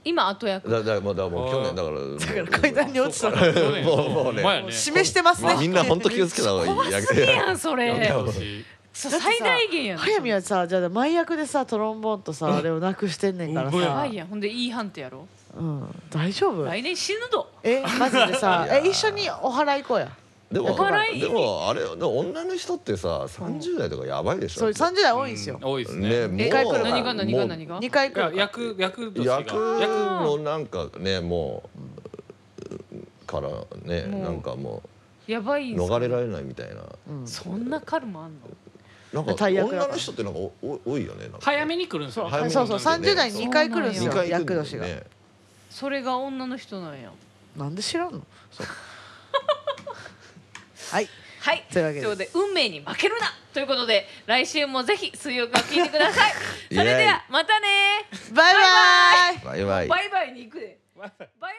今後役
だだもうだからもう去年だから
だから階段に落ちたの
もうもうね
お前やね
示してますね
みんな本当気をつけた方がいい
怖すぎやんそれ
今年
そう
だってさ
最大限やん
早見はさじゃあ前役でさトロンボーンとさあれをなくしてんねんから
うん
やば
さ
いやんほんでいい判定やろ
うん大丈夫
来年死ぬぞ
えマジでさ
いや
え一緒にお祓い行こうや
でも
お
笑い
でもあれでも女の人ってさ30代とかやばいでしょ
そう30代多いんですよ
うん多いですね
ねもう
二回来るから
何が何
も
が
う
何が
2回
いや
来るか
役役年が
役のなんかねもうからね
もう
なんかも
やば
う
いんすか
逃れられないみたいな
うん
そんなカルマあんの
なんか
大役だから
女の人ってなんかおお多いよねなんか
早めに来るんですよ
早めに
そうそう
なんで
30代2回来るんです
二
よ
回行
役
くんだよ
年が
ね
それが女の人なんや
なんで知らんのそうはい
はい
というわけで
で運命に負けるなということで来週もぜひ水曜日を聞いてく ださいそれではまたね
バイバイ
バイバイ
バイバイに行くでバイバイ